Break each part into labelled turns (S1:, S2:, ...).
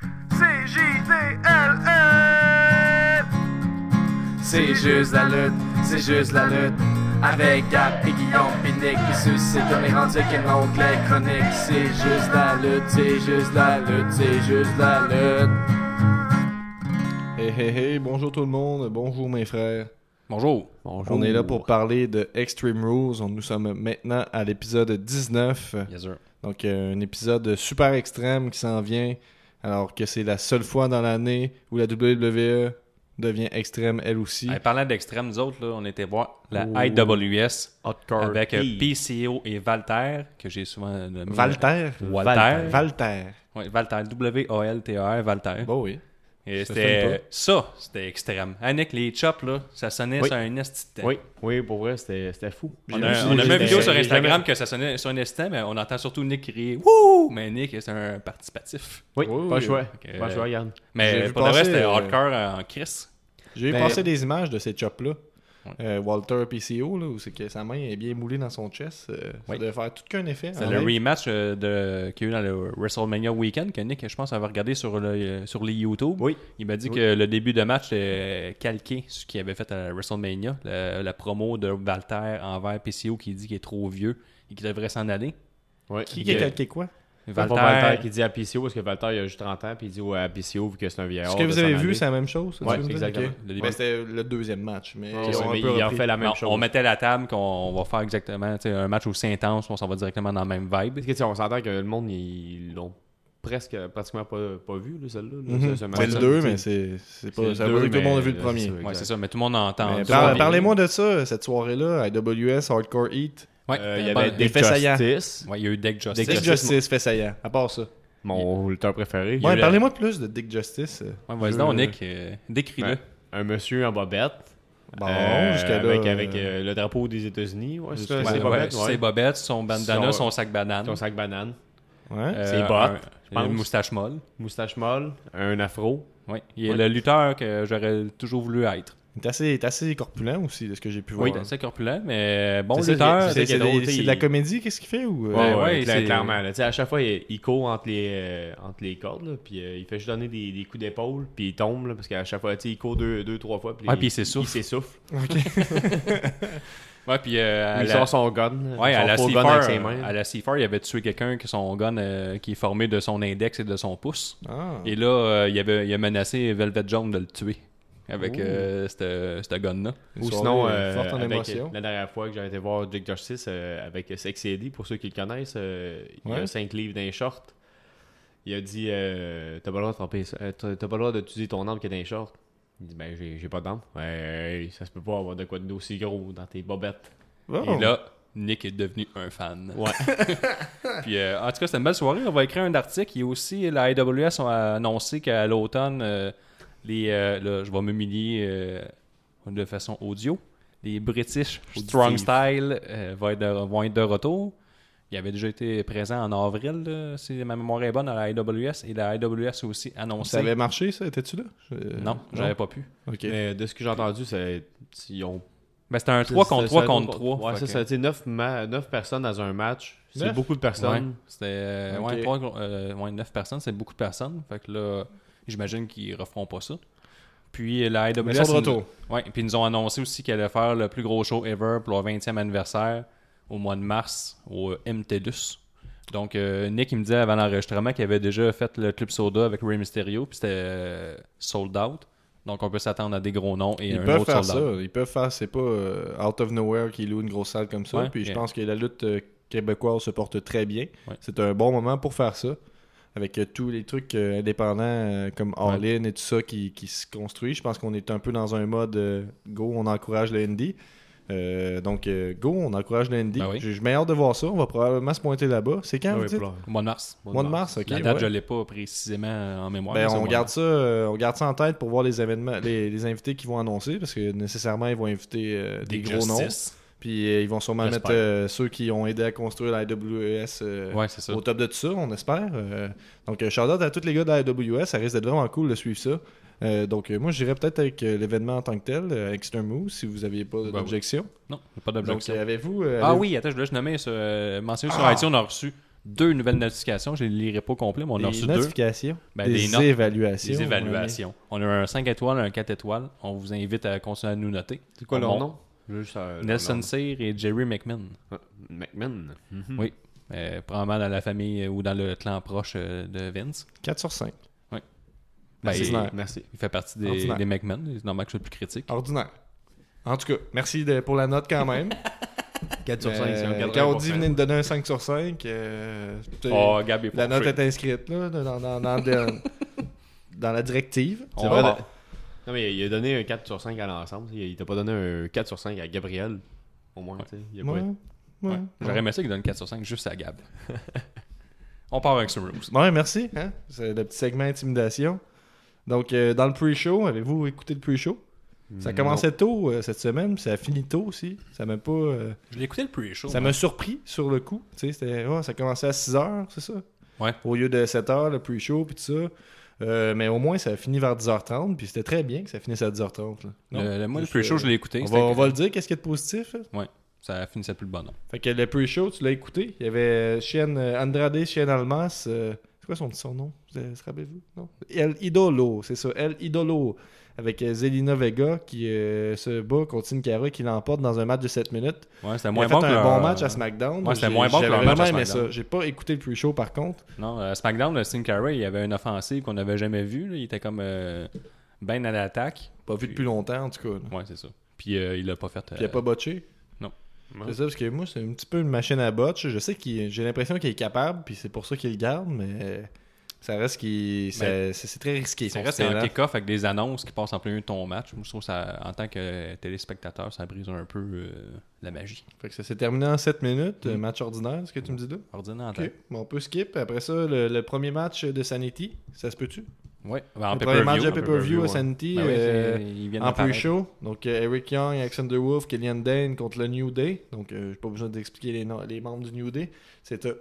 S1: J-D-L-L.
S2: E. C'est juste la lutte, c'est juste la lutte. Avec Gab et Guillaume Pinique qui suscite comme les rendus qu'un onglet chronique. C'est juste la lutte, c'est juste la lutte, c'est juste la lutte.
S3: Hey, hey, hey, bonjour tout le monde, bonjour mes frères.
S4: Bonjour.
S3: On est là pour parler de Extreme Rules. On- Nous sommes maintenant à l'épisode 19.
S4: Yes, sir.
S3: Donc, euh, un épisode super extrême qui s'en vient. Alors que c'est la seule fois dans l'année où la WWE devient extrême elle aussi.
S4: Hey, parlant d'extrême, nous autres, là, on était voir la
S3: Oh.
S4: IWS
S5: Hotcore.
S4: avec euh, PCO et Valter, que j'ai souvent nommé. euh,
S3: Valter.
S4: Walter.
S3: Valter.
S4: Ouais, Valter. E W-A-L-T-E-R, Valter.
S3: Bon, Bah oui.
S4: et
S3: ça sonne
S4: c'était ça, c'était extrême. Annick, les chops, là, ça sonnait
S5: Oui.
S4: sur un esti.
S5: Oui, oui, pour vrai, c'était c'était fou.
S4: On
S5: J'ai-
S4: a,
S5: j'ai-
S4: on a
S5: j'ai-
S4: même une vidéo
S5: j'ai-
S4: sur
S5: j'ai
S4: Instagram que ça sonnait sur un esti, mais on entend surtout Nick crier Wouh! Mais Nick, c'est un participatif.
S5: jamais-
S3: Oui,
S5: Oui,
S3: oui.
S5: pas choix.
S4: Ok.
S5: Pas choix, Yann.
S3: J'ai
S4: Mais
S3: vu
S4: pour le reste,
S3: passer,
S4: c'était
S3: euh,
S4: hardcore en Chris.
S3: J'ai vu
S4: Ben,
S5: Mais-
S3: passer des images de ces chops-là. Euh, Walter PCO, là, où c'est que sa main est bien moulée dans son chest. euh, Ça
S4: Oui.
S3: devait faire tout qu'un
S5: Ah
S3: effet. hein.
S4: C'est
S3: en
S4: le
S3: live.
S4: rematch euh, de, qu'il y a eu dans le WrestleMania Weekend que Nick, je pense, avait regardé sur, le, euh, sur les YouTube.
S5: Oui.
S4: Il m'a dit que le début de match est calqué sur ce qu'il avait fait à la WrestleMania, la, la promo de Walter envers PCO qui dit qu'il est trop vieux et qu'il devrait s'en aller.
S5: Ouais.
S3: Qui
S5: Que-
S3: a calqué quoi
S5: Dans le fond,
S4: Walter,
S5: Valter. qui dit à PCO, parce que Valter, il a juste 30 ans, puis il dit ouais, à PCO, vu que c'est un vieillard.
S3: Ce que
S5: de
S3: vous
S5: s'en
S3: avez
S5: aller.
S3: vu, c'est la même chose. ça,
S5: Ouais,
S3: tu veux me dire?
S5: exactement.
S3: Ok.
S4: Le début.
S3: Ben, c'était le deuxième match, mais
S5: Ouais,
S3: ils ont un
S5: mais
S3: peu
S5: il en
S3: repris.
S5: fait la même
S4: Non,
S5: chose.
S4: on mettait la table qu'on on va faire exactement tu sais, un match aussi intense, on s'en va directement dans la même vibe.
S5: Parce que, tu sais, on s'entend que le monde, ils l'ont presque, pratiquement pas, pas vu, là, celle-là. là, ce- ce
S3: C'est
S5: match-là,
S3: le 2,
S5: tu sais.
S3: Mhm. mais c'est c'est
S5: C'est
S3: pas.
S5: le
S3: Ça veut
S5: deux,
S3: dire que tout le monde a vu le
S5: mais-
S3: premier.
S5: c'est ça.
S4: Ouais,
S5: Exact.
S4: c'est ça, mais tout le monde entend.
S3: Mais
S4: Tout le
S3: par-
S4: monde-
S3: Parlez-moi de ça, cette soirée-là, à WS Hardcore Heat.
S4: Ouais,
S5: Euh, il y
S4: bon,
S5: avait des
S3: Des faits saillants.
S5: Justice,
S4: ouais, il y a eu Deck Justice.
S3: Dick Justice, fait saillant, à part ça.
S5: mon lutteur préféré. Il y a
S3: Ouais,
S5: eu
S3: parlez-moi plus de Dick Justice.
S4: Ouais, vas-y
S5: Je-
S4: donc, Nick, euh, décris-le.
S5: un- Un monsieur en bobette.
S3: Bon,
S5: euh,
S3: jusqu'à là.
S5: Avec,
S3: euh,
S5: avec euh, le drapeau des États-Unis. Ouais, c'est
S3: Ouais,
S5: ça,
S4: Ouais,
S5: c'est
S4: ouais,
S5: bobette.
S4: ses
S5: ouais.
S4: bobettes, son bandana,
S5: Son-
S4: son, sac banane.
S5: Son sac banane.
S3: ouais.
S4: euh,
S5: ses bottes,
S4: un-
S5: je pense.
S4: Une moustache molle.
S5: Moustache molle, un afro.
S4: Oui. Il est le lutteur que j'aurais toujours voulu être.
S3: Il est assez, il est assez corpulent aussi, de ce que j'ai pu voir.
S4: Oui, c'est assez corpulent, mais bon
S3: C'est
S4: lutteur.
S3: ça, c'est- c'est
S5: c'est drôle,
S3: des- c'est de la comédie, qu'est-ce qu'il fait ou, euh,
S4: Ouais, ouais,
S5: cla-
S4: c'est-
S5: clairement. là. Tu sais, à chaque fois, il, il court entre les, euh, entre les cordes, là, puis euh, il fait juste donner des, des coups d'épaule, puis il tombe, là, parce qu'à chaque fois, tu sais, il court deux, deux trois fois, puis,
S4: Ouais,
S5: il,
S4: puis il s'essouffle.
S5: il s'essouffle.
S4: Ouais, puis euh, à
S5: Il
S4: la-
S5: sort son gun,
S4: Ouais,
S5: son
S4: à la
S5: faux gun avec
S4: Seafar,
S5: ses
S4: euh,
S5: mains.
S4: à la Seafar, il avait tué quelqu'un qui son gun euh, qui est formé de son index et de son pouce.
S3: Ah.
S4: Et là, euh, il, avait, il a menacé Velvet Jones de le tuer avec euh, cette cette gun-là.
S3: Une
S5: Ou
S3: soirée,
S5: sinon,
S3: euh,
S5: euh,
S3: forte en
S5: avec,
S3: émotion.
S5: la dernière fois que j'avais été voir Jake Justice euh, avec Sexy Eddie, pour ceux qui le connaissent, euh, il
S3: Ouais.
S5: a 5 livres d'un short. Il a dit euh, T'as pas le droit de tromper ça- euh, t'as t'as pas le droit d'utiliser ton arme qui est dans les shorts. Il dit Ben, j'ai j'ai pas d'arme. Ouais, ça se peut pas avoir de quoi d'aussi gros dans tes bobettes.
S3: Bon.
S4: Et là, Nick est devenu un fan.
S5: Ouais.
S4: Puis, euh, en tout cas, c'était une belle soirée. On va écrire un article. Et aussi, la AWS a annoncé qu'à l'automne, euh, les, euh, là, je vais m'humilier euh, de façon audio. Les British Strong Style euh, vont, être de, vont être de retour. Il avait déjà été présent en avril, là, si ma mémoire est bonne, à la AWS. Et la AWS a aussi annoncé.
S3: Ça avait marché, ça Étais-tu là Je- euh,
S4: Non, j'avais pas pu.
S3: Ok.
S5: Mais de ce que j'ai entendu, c'est. Ils ont
S4: Mais Ben, c'était un 3
S5: C'est-
S4: contre
S5: c'est
S4: 3
S5: un
S4: contre
S5: autre-
S4: 3.
S5: Ouais, ça, ça a été 9, personnes dans un match. C'est
S3: Neuf?
S5: beaucoup de
S4: Ouais,
S5: personnes.
S4: c'était euh,
S3: Ok.
S4: ouais, trois gros- euh, ouais, neuf personnes, c'est beaucoup de personnes. Fait que là, j'imagine qu'ils referont pas ça. Puis euh, la AWS.
S3: Mais ils sont de
S4: ils-
S3: retour.
S4: ouais, puis ils nous ont annoncé aussi qu'ils allaient faire le plus gros show ever pour leur 20e anniversaire au mois de mars au euh, MTLUS. Donc, euh, Nick, il me disait avant l'enregistrement qu'il avait déjà fait le Club Soda avec Ray Mysterio, puis c'était euh, sold out. Donc, on peut s'attendre à des gros noms et
S3: Ils
S4: un
S3: peuvent
S4: autre
S3: faire
S4: sold out.
S3: ça. Ils peuvent faire. C'est pas euh, out of nowhere qui loue une grosse salle comme ça.
S4: Ouais,
S3: Puis je
S4: yeah.
S3: pense que la lutte euh, québécoise se porte très bien.
S4: Ouais.
S3: C'est un bon moment pour faire ça. Avec euh, tous les trucs euh, indépendants euh, comme All In et tout ça qui, qui se construit. Je pense qu'on est un peu dans un mode euh, go, on encourage le indie. Euh, donc, euh, go, on encourage le indie.
S4: Ben oui.
S3: J'ai j'ai bien hâte de voir ça. On va probablement se pointer là-bas. C'est quand,
S5: Ah
S3: vous
S5: oui,
S3: dites?
S5: pour leur-
S4: Au mois de mars.
S3: Mois de mars, ok.
S4: la date,
S3: ouais.
S4: je l'ai pas précisément en mémoire.
S3: Ben,
S4: mais c'est au
S3: on,
S4: mois de
S3: garde
S4: mars.
S3: ça, euh, on garde ça en tête pour voir les événements, les, les invités qu'ils vont annoncer, parce que nécessairement, ils vont inviter euh, des
S4: Des
S3: gros noms.
S4: Justice.
S3: Puis euh, ils vont sûrement
S4: J'espère.
S3: mettre euh, ceux qui ont aidé à construire la AWS euh,
S4: Ouais, c'est ça.
S3: au top de tout ça, on espère. Euh, donc, euh, shout-out à tous les gars de la AWS, ça risque d'être vraiment cool de suivre ça. Euh, donc, euh, moi, j'irais peut-être avec euh, l'événement en tant que tel, euh, Extreme Move, si vous n'aviez pas
S4: Ben oui.
S3: d'objection.
S4: Non, pas
S3: Donc,
S4: d'objection.
S3: euh, avez-vous. euh,
S4: Ah
S3: avez-vous-
S4: oui, attends, je voulais juste nommer, ce, mentionner euh, sur iTunes, on a reçu deux nouvelles notifications. Je ne les lirai pas au complet, mais on a
S3: des
S4: reçu deux.
S3: notifications,
S4: Ben,
S3: des,
S4: des notes,
S3: évaluations. euh,
S4: Des évaluations. On a un 5 étoiles, un 4 étoiles. On vous invite à continuer à nous noter.
S5: C'est quoi
S4: On
S5: leur
S4: monte.
S5: nom Je veux juste, euh, leur
S4: Nelson
S5: nom.
S4: Cyr et Jerry McMahon.
S5: Ah, McMahon. Mhm.
S4: Oui. Euh, probablement dans la famille euh, ou dans le clan proche euh, de Vince.
S3: 4 sur 5.
S4: Ben,
S3: Merci,
S4: il,
S3: Slack.
S5: Merci.
S4: il fait partie des,
S3: Ordinaire. Ah,
S4: des McMahon. C'est normal que je sois plus critique.
S3: Ordinaire. En tout cas, merci de- pour la note quand même.
S5: 4
S3: Euh, quand on dit venez nous donner un 5 sur 5, euh, t'es-
S4: Oh, Gab est
S3: la note
S4: fâché.
S3: est inscrite là, dans, dans- dans- dans- dans la directive.
S4: On
S5: C'est
S4: va
S5: vrai,
S4: voir.
S5: Non, mais il a donné un 4 sur 5 à l'ensemble. Il il t'a pas donné un 4 sur 5 à Gabriel. Au moins, tu sais. Il a pas
S3: Ouais,
S5: été-
S3: ouais,
S4: Ouais. J'aurais aimé ça qu'il donne 4 sur 5 juste à Gab. on part avec Extreme Rules.
S3: Ouais, merci. hein. C'est le petit segment intimidation. Donc, euh, dans le pre-show, avez-vous écouté le pre-show? Ça commençait tôt euh, cette semaine, puis ça a fini tôt aussi. Ça m'a pas. euh,
S4: Je l'ai écouté le pre-show.
S3: ça
S4: moi.
S3: m'a surpris sur le coup. Tu sais, c'était, ouais, ça commençait à 6 heures, c'est ça?
S4: Ouais.
S3: Au lieu de 7 heures, le pre-show, puis tout ça. Euh, mais au moins, ça a fini vers 10h30, puis c'était très bien que ça finisse à 10h30. là. Non?
S4: Le, le- moi, le
S3: Juste,
S4: pre-show,
S3: euh,
S4: je l'ai écouté.
S3: on
S4: C'était-
S3: va, on va le dire, qu'est-ce qu'il y a de positif? hein? là?
S4: Ça finissait plus le bonhomme.
S3: Fait que le pre-show, tu l'as écouté. Il y avait euh, Shane, euh, Andrade Shane Almas. euh, c'est quoi son petit surnom Vous avez- se rappelez-vous Non El Idolo, c'est ça. El Idolo. Avec euh, Zelina Vega qui euh, se bat contre Sin Cara qui l'emporte dans un match de 7 minutes.
S4: Ouais, c'était
S3: Elle
S4: moins
S3: a fait
S4: bon que
S3: un
S4: leur-
S3: bon match à SmackDown.
S4: Ouais, c'était
S3: J'ai-
S4: moins bon que
S3: j'avais
S4: leur match à
S3: vraiment aimé
S4: SmackDown.
S3: ça. J'ai pas écouté le pre-show par contre.
S4: Non, euh, SmackDown, le Sin Cara, il y avait une offensive qu'on n'avait jamais vue. là. Il était comme euh, ben à l'attaque.
S3: Pas vu depuis longtemps en tout cas. là.
S4: Ouais, c'est ça. Puis euh, il l'a pas fait. euh,
S3: Puis il a pas botché.
S4: non.
S3: C'est ça, parce que moi, c'est un petit peu une machine à botch. Je sais qu'il j'ai l'impression qu'il est capable, puis c'est pour ça qu'il le garde, mais euh, ça reste qu'il. ça-
S4: Ben,
S3: c'est c'est très risqué.
S4: Ça
S3: son hein.
S4: reste un
S3: talent.
S4: kick-off avec des annonces qui passent en plein milieu de ton match. Moi, je trouve que ça, en tant que téléspectateur, ça brise un peu euh, la magie.
S3: Fait que ça s'est terminé en 7 minutes,
S4: Mm.
S3: euh, match ordinaire, ce que tu me dis là.
S4: Ordinaire en
S3: Ok, bon, on peut skip. Après ça, le, le premier match de Sanity, ça se peut-tu?
S4: tant- Ouais, ben, en
S3: le premier
S4: pay-per-view,
S3: match de
S4: en pay-per-view,
S3: pay-per-view à
S4: ouais.
S3: Sanity,
S4: Ben ouais,
S3: euh,
S4: c'est- ils viennent
S3: en
S4: d'apparaître.
S3: pre-show. Donc euh, Eric Young, Alexander Wolf, Killian Dane contre le New Day. Donc euh, j'ai pas besoin d'expliquer les, noms- les membres du New Day. C'est un-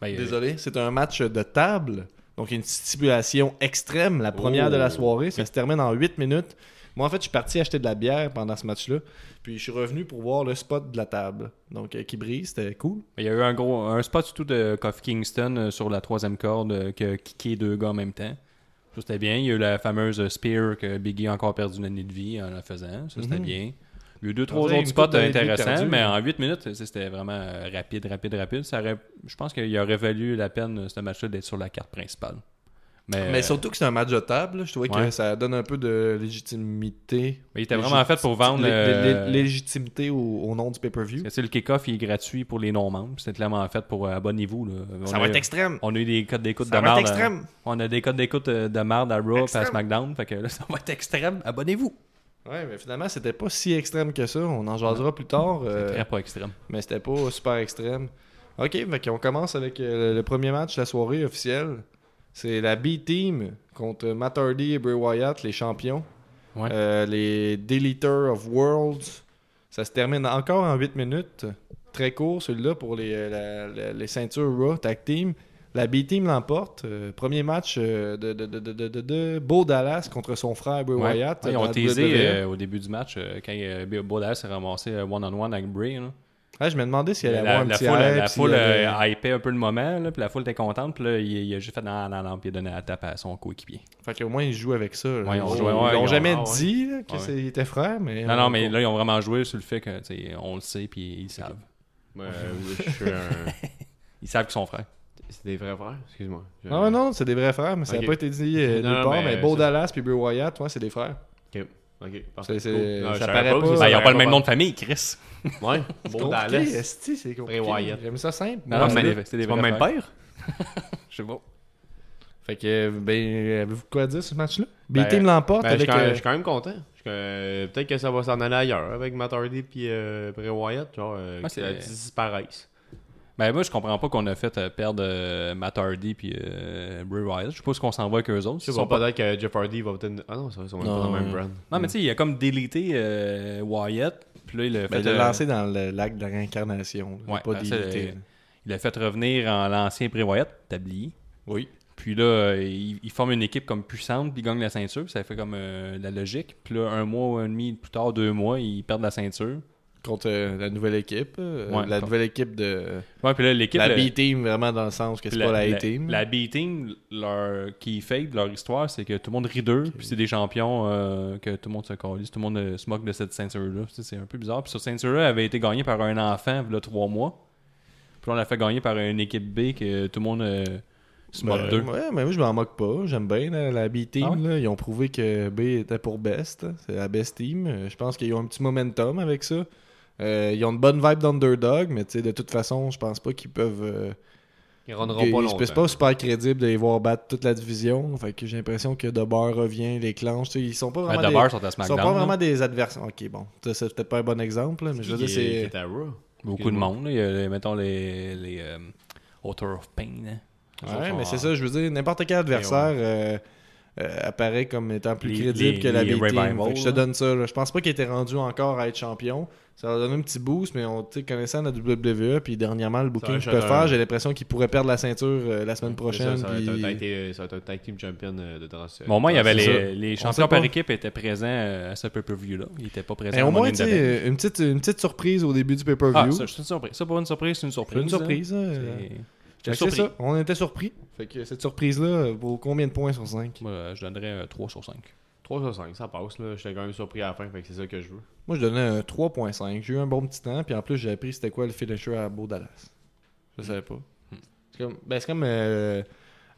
S4: Ben, euh,
S3: Désolé, c'est un match de table. Donc, une stipulation extrême, la première
S5: Oh.
S3: de la soirée. Ça se termine en 8 minutes. Moi, en fait, je suis parti acheter de la bière pendant ce match-là. Puis, je suis revenu pour voir le spot de la table. Donc, euh, qui brille, c'était cool.
S4: Il y a eu un gros un spot surtout de Kofi Kingston euh, sur la troisième corde euh, qui a kické deux gars en même temps. Ça, c'était bien. Il y a eu la fameuse spear que Biggie a encore perdu une année de vie en la faisant. Ça, c'était
S3: Mhm.
S4: bien. Il y a eu deux,
S3: On
S4: trois
S3: dirait
S4: autres
S3: une
S4: spots
S3: coupe d'années de vie
S4: intéressants,
S3: perdues,
S4: mais
S3: hein.
S4: en huit minutes, ça, c'était vraiment euh, rapide, rapide, rapide. Ça aurait- je pense qu'il aurait valu la peine, euh, ce match-là, d'être sur la carte principale. Mais,
S3: Mais
S4: euh,
S3: surtout que c'est un match de table. Je trouvais que
S4: ouais.
S3: ça donne un peu de légitimité.
S4: mais il était vraiment fait pour vendre.
S3: Lé- lé-
S4: euh,
S3: Légitimité au, au nom du pay-per-view.
S4: parce que, tu sais, le kick-off il est gratuit pour les non-membres. C'était clairement fait pour euh, abonnez-vous. là.
S3: Ça
S4: On
S3: va
S4: a-
S3: être extrême.
S4: On a eu des codes d'écoute de
S3: Ça va être
S4: marde, hein.
S3: extrême.
S4: On a des codes d'écoute euh, de marde à Raw et à
S3: Extrême.
S4: SmackDown. Fait que là, ça va être extrême. Abonnez-vous.
S3: Ouais, mais finalement, c'était pas si extrême que ça. On en jasera plus tard. euh,
S4: Très pas extrême.
S3: mais c'était pas super extrême. Ok, fait on commence avec euh, le premier match de la soirée officielle. C'est la B-Team contre Matt Hardy et Bray Wyatt, les champions.
S4: Ouais.
S3: Euh, les Deleters of Worlds. Ça se termine encore en 8 minutes. Très court celui-là pour les, euh, la- la- les ceintures Raw Tag Team. La B-Team l'emporte. Euh, premier match euh, de, de, de, de, de, de- de Bo Dallas contre son frère Bray
S4: Ouais.
S3: Wyatt.
S4: Ouais, ils
S3: dans
S4: ont
S3: la E.
S4: teasé
S3: WWE.
S4: euh, au début du match euh, quand euh, Bill Baudet s'est ramassé euh, one-on-one avec Bray. là.
S3: Ouais, je me demandais s'il allait
S4: La,
S3: avoir un
S4: la
S3: petit
S4: foule,
S3: hype,
S4: la
S3: s'il
S4: foule
S3: allait-
S4: euh, hypait un peu le moment. là, puis la foule était contente. Puis là, il, il a juste fait non, non, non. Puis il a donné la tape à son coéquipier.
S3: Fait qu'au moins, ils jouent avec ça. là.
S4: Ouais, ils ont
S3: Ils
S4: joué, ouais,
S3: ils l'ont
S4: ils ont-
S3: jamais
S5: ah, ouais.
S3: dit là, que
S4: Ouais.
S3: c'est- ils étaient frères, mais. euh,
S4: Non, non, mais là, ils ont vraiment joué sur le fait que tu sais, on le sait. Puis ils savent.
S5: Ouais, euh, oui, je suis un-
S4: Ils savent qu'ils sont frères.
S5: C'est des vrais frères Excuse-moi. Je-
S3: Ah Non, non, non, c'est des vrais frères, mais ça n'a
S5: Ok.
S3: pas été dit euh,
S5: Non,
S3: nulle
S5: non,
S3: part. Mais
S5: mais
S3: Bo
S5: c'est-
S3: Dallas puis Bray Wyatt, ouais, c'est des frères.
S5: Ok,
S3: C'est-
S5: parfait.
S3: c'est-
S5: Cool. Non,
S3: ça
S5: je savais
S3: paraît
S5: que
S3: pas.
S5: ça
S4: Ben, ils n'ont
S5: paraît
S4: pas le même nom de famille, Chris.
S5: Ouais, Beau
S3: Compliqué,
S5: Dallas.
S3: esti, c'est compliqué.
S5: Bray Wyatt.
S3: J'aime ça simple.
S4: Non,
S3: Ouais,
S4: non,
S3: c'est
S4: mais
S3: vrai.
S4: c'est des
S5: pas
S4: vrais
S5: le même
S4: frères.
S5: père
S4: Je sais pas.
S3: Fait que, euh, ben, avez-vous quoi à dire sur ce match-là
S5: Ben,
S3: B-Team l'emporte
S5: Ben, je, suis
S3: avec.
S5: quand, je
S3: euh,
S5: suis quand même content. Je- euh, Peut-être que ça va s'en aller ailleurs avec Matt Hardy puis euh, Bray Wyatt, genre euh,
S4: Ah,
S5: que
S4: c'est-
S5: ça disparaisse.
S4: Ben moi je comprends pas qu'on a fait euh, perdre euh, Matt Hardy puis euh, Bray Wyatt. Je sais pas ce qu'on s'en va avec eux autres.
S5: Je sais
S4: Ils
S5: pas,
S4: sont pas-
S5: peut-être que Jeff Hardy va peut-être. Ah non, ça va, ils sont même pas dans le même brand.
S4: Non mais tu sais, il a comme délité euh, Wyatt, puis là il a
S3: ben,
S4: fait
S3: de
S4: euh,
S3: lancer dans le lac de la réincarnation. là,
S4: Ouais,
S3: pas
S4: ben,
S3: d'illimité,
S4: c'est-
S3: là.
S4: il a fait revenir en l'ancien Bray Wyatt, tablier.
S3: Oui.
S4: Puis là euh, il, il forme une équipe comme puissante, puis il gagne la ceinture, ça fait comme euh, la logique. Puis là un mois un demi plus tard, deux mois, ils perdent la ceinture.
S3: contre euh, la nouvelle équipe. euh,
S4: Ouais,
S3: la
S4: contre-
S3: nouvelle équipe de.
S4: Ouais, puis là, l'équipe. euh,
S3: La
S4: le-
S3: B-team, vraiment, dans le sens que c'est pas la A-team.
S4: La B-Team, leur qui fade, leur histoire, c'est que tout le monde rit d'eux, puis c'est des champions euh, que tout le monde se calisse, tout le monde euh, se moque de cette ceinture-là. Tu sais, C'est un peu bizarre. Puis cette ceinture-là avait été gagnée par un enfant, il y a trois mois. Puis on l'a fait gagner par une équipe B que tout le monde euh, se moque
S3: Ben,
S4: d'eux.
S3: ouais, mais moi, je m'en moque pas. J'aime bien la, la B-team.
S4: Ah ouais?
S3: là. Ils ont prouvé que B était pour best. C'est la best team. Euh, Je pense qu'ils ont un petit momentum avec ça. Euh, ils ont une bonne vibe d'underdog, mais tu sais, de toute façon, je pense pas qu'ils peuvent. euh,
S5: Ils
S3: qu'ils-
S5: rendront pas
S3: je pense
S5: longtemps.
S3: pas super crédible de les voir battre toute la division. Fait que j'ai l'impression que Debar revient, les clenche. Tu sais, Ils sont pas
S4: Ben,
S3: vraiment.
S4: D'abord, ils sont à
S3: des... ils
S4: SmackDown.
S3: sont pas
S4: là.
S3: vraiment des adversaires. Ok, bon. Ça, c'est peut-être pas un bon exemple, là, mais je veux dire,
S5: Qui est-
S3: c'est.
S5: qui est à Raw.
S4: Beaucoup de monde. là. Il y a, les- mettons les, les euh, Author of Pain. hein. Ils
S3: Ouais,
S4: sont-
S3: mais c'est ça, je veux dire, n'importe quel adversaire euh, euh, apparaît comme étant plus
S4: Les-
S3: crédible
S4: les-
S3: que la
S4: les hein.
S3: B-Team.
S4: Revival,
S3: Fait que Je te
S4: là.
S3: donne ça. là. Je pense pas qu'il était rendu encore à être champion. Ça leur donne un petit boost, mais on, tu sais, connaissant la WWE, puis dernièrement, le booking
S5: va
S3: que je
S5: être
S3: peux
S5: un-
S3: faire, j'ai l'impression qu'il pourrait perdre la ceinture euh, la semaine
S5: C'est ça,
S3: prochaine.
S5: ça va être un
S3: puis-
S5: tag team- ça va être un tag team champion euh, de trans.
S4: Bon, au moins, il y avait
S3: Ouais, c'est
S4: les, les
S3: On
S4: champions
S3: sait pas.
S4: par équipe étaient présents euh, à ce pay-per-view-là. Ils étaient pas présents
S3: Mais au
S4: à
S3: moins,
S4: Money
S3: tu
S4: in the Bank.
S3: sais, une petite, une petite surprise au début du
S4: Ah,
S3: pay-per-view.
S4: ça, c'est une surprise. Ça, pour une surprise, c'est une surprise.
S3: une surprise. hein.
S4: hein.
S3: Fait
S4: C'est-
S3: que
S4: J'étais
S3: C'est
S4: surpris.
S3: ça, on était surpris. Fait que cette surprise-là vaut combien de points sur 5
S4: Moi, euh, je donnerais euh, 3 sur 5.
S5: 3 sur 5, ça passe là. J'étais quand même surpris à la fin, fait que c'est ça que je veux.
S3: Moi, je donnais un 3.5. J'ai eu un bon petit temps, puis en plus, j'ai appris c'était quoi le finisher à Beau Dallas. Je savais pas. C'est comme, ben, c'est comme euh,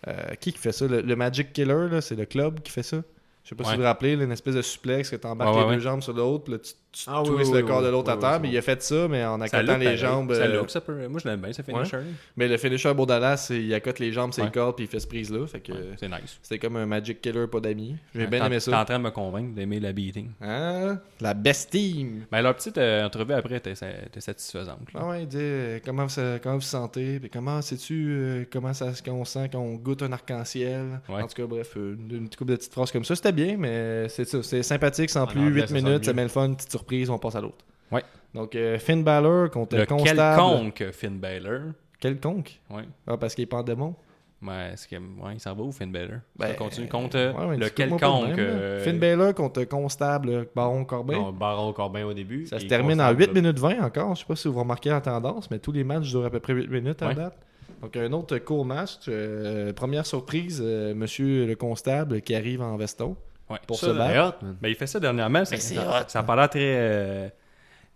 S3: euh, qui qui fait ça Le, le Magic Killer, là, c'est le club qui fait ça. Je sais pas si
S4: Ouais.
S3: vous vous rappelez, là, une espèce de suplex que t'embarques
S4: Ouais,
S3: les
S4: ouais,
S3: deux
S4: ouais.
S3: jambes sur l'autre, puis là, tu, tu
S5: Ah, oui,
S3: twists
S5: oui,
S3: le
S5: oui,
S3: corps de
S5: oui.
S3: l'autre à
S5: Oui,
S3: terre,
S5: oui,
S3: mais
S5: c'est
S3: il a fait ça, mais en
S4: Ça
S3: accotant
S4: look
S3: les
S4: pareil.
S3: jambes.
S4: Ça
S3: euh,
S4: look, ça peut. Moi, je l'aime bien, ça fait
S3: ouais.
S4: une chaîne.
S3: mais le finisher à Beau Dallas, c'est- il accote les jambes, c'est
S4: Ouais.
S3: le corps, puis il fait ce prise-là. Fait que
S4: C'est nice.
S3: c'était comme un Magic Killer, pas d'amis. J'ai
S4: T'es-
S3: bien aimé
S4: T'es en
S3: ça.
S4: train de me convaincre d'aimer la beating.
S3: Hein? La best team
S4: Mais leur petite euh, entrevue après était sa- était satisfaisante. là.
S3: Ah ouais, il dit euh, comment, ça- comment vous sentez, puis comment sais-tu euh, comment ça se- qu'on sent quand on goûte un arc-en-ciel.
S4: Ouais.
S3: En tout cas, bref, euh, une, une couple de petites phrases comme ça, c'était bien, mais c'est ça, c'est sympathique, sans
S4: Ah
S5: En
S3: plus,
S5: anglais,
S3: 8
S5: ça sent
S3: minutes, ça
S5: mieux.
S3: met le fun, petite surprise, on passe à l'autre.
S4: Ouais.
S3: Donc euh, Finn Balor contre
S4: Le
S3: Constable.
S4: quelconque Finn Balor.
S3: Quelconque.
S4: Ouais.
S3: Ah, parce qu'il est pandémon.
S4: Mais est-ce que, ouais, il s'en va où Finn Balor Ça
S3: Ben,
S4: continue contre euh,
S3: Ouais, mais
S4: le
S3: explique-moi pas de même,
S4: quelconque.
S3: là.
S4: euh,
S3: Finn Balor contre Constable Baron Corbin.
S5: On Baron Corbin au début.
S3: Ça se
S5: et
S3: termine en
S5: Constable,
S3: 8
S5: là.
S3: minutes 20 encore. Je sais pas si vous remarquez la tendance, mais tous les matchs durent à peu près 8 minutes à
S4: Ouais.
S3: date. Donc un autre court match. Euh, première surprise, euh, monsieur le constable qui arrive en veston.
S4: ouais.
S3: pour
S4: Ça,
S3: se
S4: là,
S3: battre.
S5: C'est hot, man.
S4: Ben, il fait ça dernièrement. Ça, ça, ça a
S3: hein.
S4: pas l'air très, euh,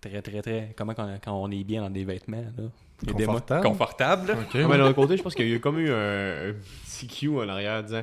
S4: très, très, très. Comment quand, quand on est bien dans des vêtements, là. Il y a des mo-
S3: Confortable.
S4: Confortable. là.
S5: Ah, mais d'un autre côté, je pense qu'il y a eu comme eu un, un petit cue en arrière disant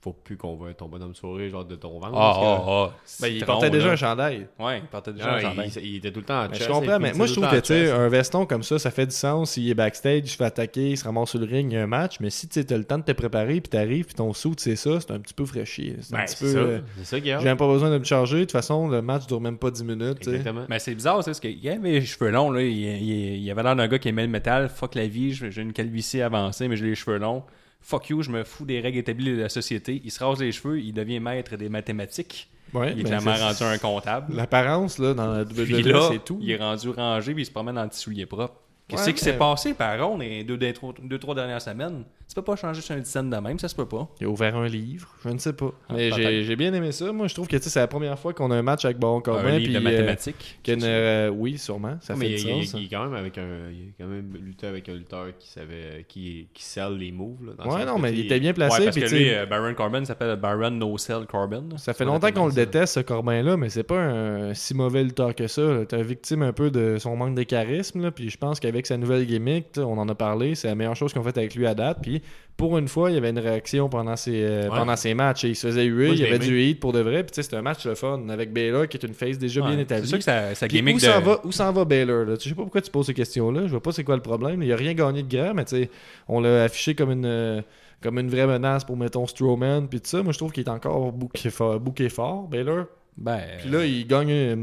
S5: Faut plus qu'on voit ton bonhomme sourire genre de ton ventre.
S4: Ah,
S5: parce que-
S4: ah, ah.
S3: Ben, il
S4: Citron,
S3: portait déjà
S4: là.
S3: un chandail.
S4: Ouais, il portait déjà un
S5: Ah,
S4: chandail.
S5: il, il était tout le temps en
S3: Ben,
S5: chest,
S3: je comprends,
S5: il
S3: mais
S5: finissait
S3: moi je
S5: tout le
S3: trouve
S5: temps
S3: que
S5: en
S3: tu sais,
S5: chest.
S3: un veston comme ça, ça fait du sens. Il est backstage, il se fait attaquer, il se ramasse sur le ring, il y a un match. Mais si tu as le temps de te préparer, puis t'arrives, puis ton saut, c'est ça, c'est un petit peu fraîchi. C'est un
S5: Ben,
S3: petit
S5: c'est
S3: peu.
S5: ça.
S3: euh,
S5: C'est ça, Guillaume.
S3: J'ai même pas besoin de me charger. De toute façon, le match dure même pas 10 minutes. tu sais.
S5: Exactement.
S4: Mais c'est bizarre, c'est parce qu'il avait les cheveux longs, là. Il, il- il avait l'air d'un gars qui aimait le métal. Fuck la vie, j'ai j'ai une calvitie avancée, mais j'ai les cheveux longs. Fuck you, je me fous des règles établies de la société. Il se rase les cheveux, il devient maître des mathématiques.
S3: Ouais,
S4: Il est
S3: ben,
S4: clairement
S3: c'est-
S4: rendu un comptable.
S3: L'apparence, là, dans la
S4: Puis
S3: WWE,
S4: là,
S3: c'est tout.
S4: il est rendu rangé, puis il se promène dans petit soulier propre. Qu'est-ce
S3: Ouais,
S4: qui
S3: mais-
S4: s'est passé par on les deux, des trois, deux, trois dernières semaines? Tu peux pas changer sur un dizaine de même, ça se peut pas.
S3: Il a ouvert un livre, je ne sais pas. Mais
S4: peut-être.
S3: j'ai j'ai bien aimé ça. Moi, je trouve que tu sais, c'est la première fois qu'on a un match avec Baron Corbin.
S4: un livre
S3: puis,
S4: de
S3: euh,
S4: mathématiques.
S3: qu'il y a une, euh, oui, sûrement. Ça
S5: Ah, Mais
S3: fait
S5: il,
S3: du
S5: il-
S3: sens.
S5: il est quand même avec un, il est quand même lutté avec un lutteur qui savait, qui, qui sell les moves. Là, dans le
S3: hein. Ouais,
S5: sens
S3: non,
S5: que,
S3: mais
S5: tu
S3: il
S5: sais,
S3: était bien placé.
S4: ouais, parce
S3: puis,
S4: que
S3: tu sais,
S4: lui, euh, Baron Corbin s'appelle Baron No Cell Corbin. là.
S3: ça fait
S5: on
S3: longtemps qu'on le
S5: l'appelle
S3: déteste, ce Corbin-là, mais c'est pas un si mauvais lutteur que ça. là. T'es un victime un peu de son manque de charisme. là, Puis je pense qu'avec sa nouvelle gimmick, tu sais, on en a parlé, c'est la meilleure chose qu'on fait avec lui à date. Puis pour une fois, il y avait une réaction pendant ses, euh,
S5: Ouais.
S3: pendant ses matchs. Et il se faisait huer,
S5: Moi, je
S3: il y
S5: l'ai
S3: avait
S5: aimé.
S3: du hit pour de vrai. Puis tu sais, c'est un match le fun avec Bella qui est une face déjà
S4: Ouais,
S3: bien
S4: C'est
S3: établie.
S4: sûr que sa, sa
S3: Puis
S4: gimmick
S3: où
S4: de...
S3: s'en va, où s'en va Baylor là? Je sais pas pourquoi tu poses ces questions-là. Je vois pas c'est quoi le problème. Il a rien gagné de grand, mais tu sais, on l'a affiché comme une, euh, comme une vraie menace pour, mettons, Strowman. Puis tout ça, moi, je trouve qu'il est encore bouqué fort, booké fort Baylor.
S4: Ben,
S3: Puis là, il gagne, euh,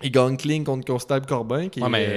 S3: il gagne clean contre Constable Corbin. Qui,
S4: ouais, mais
S3: euh,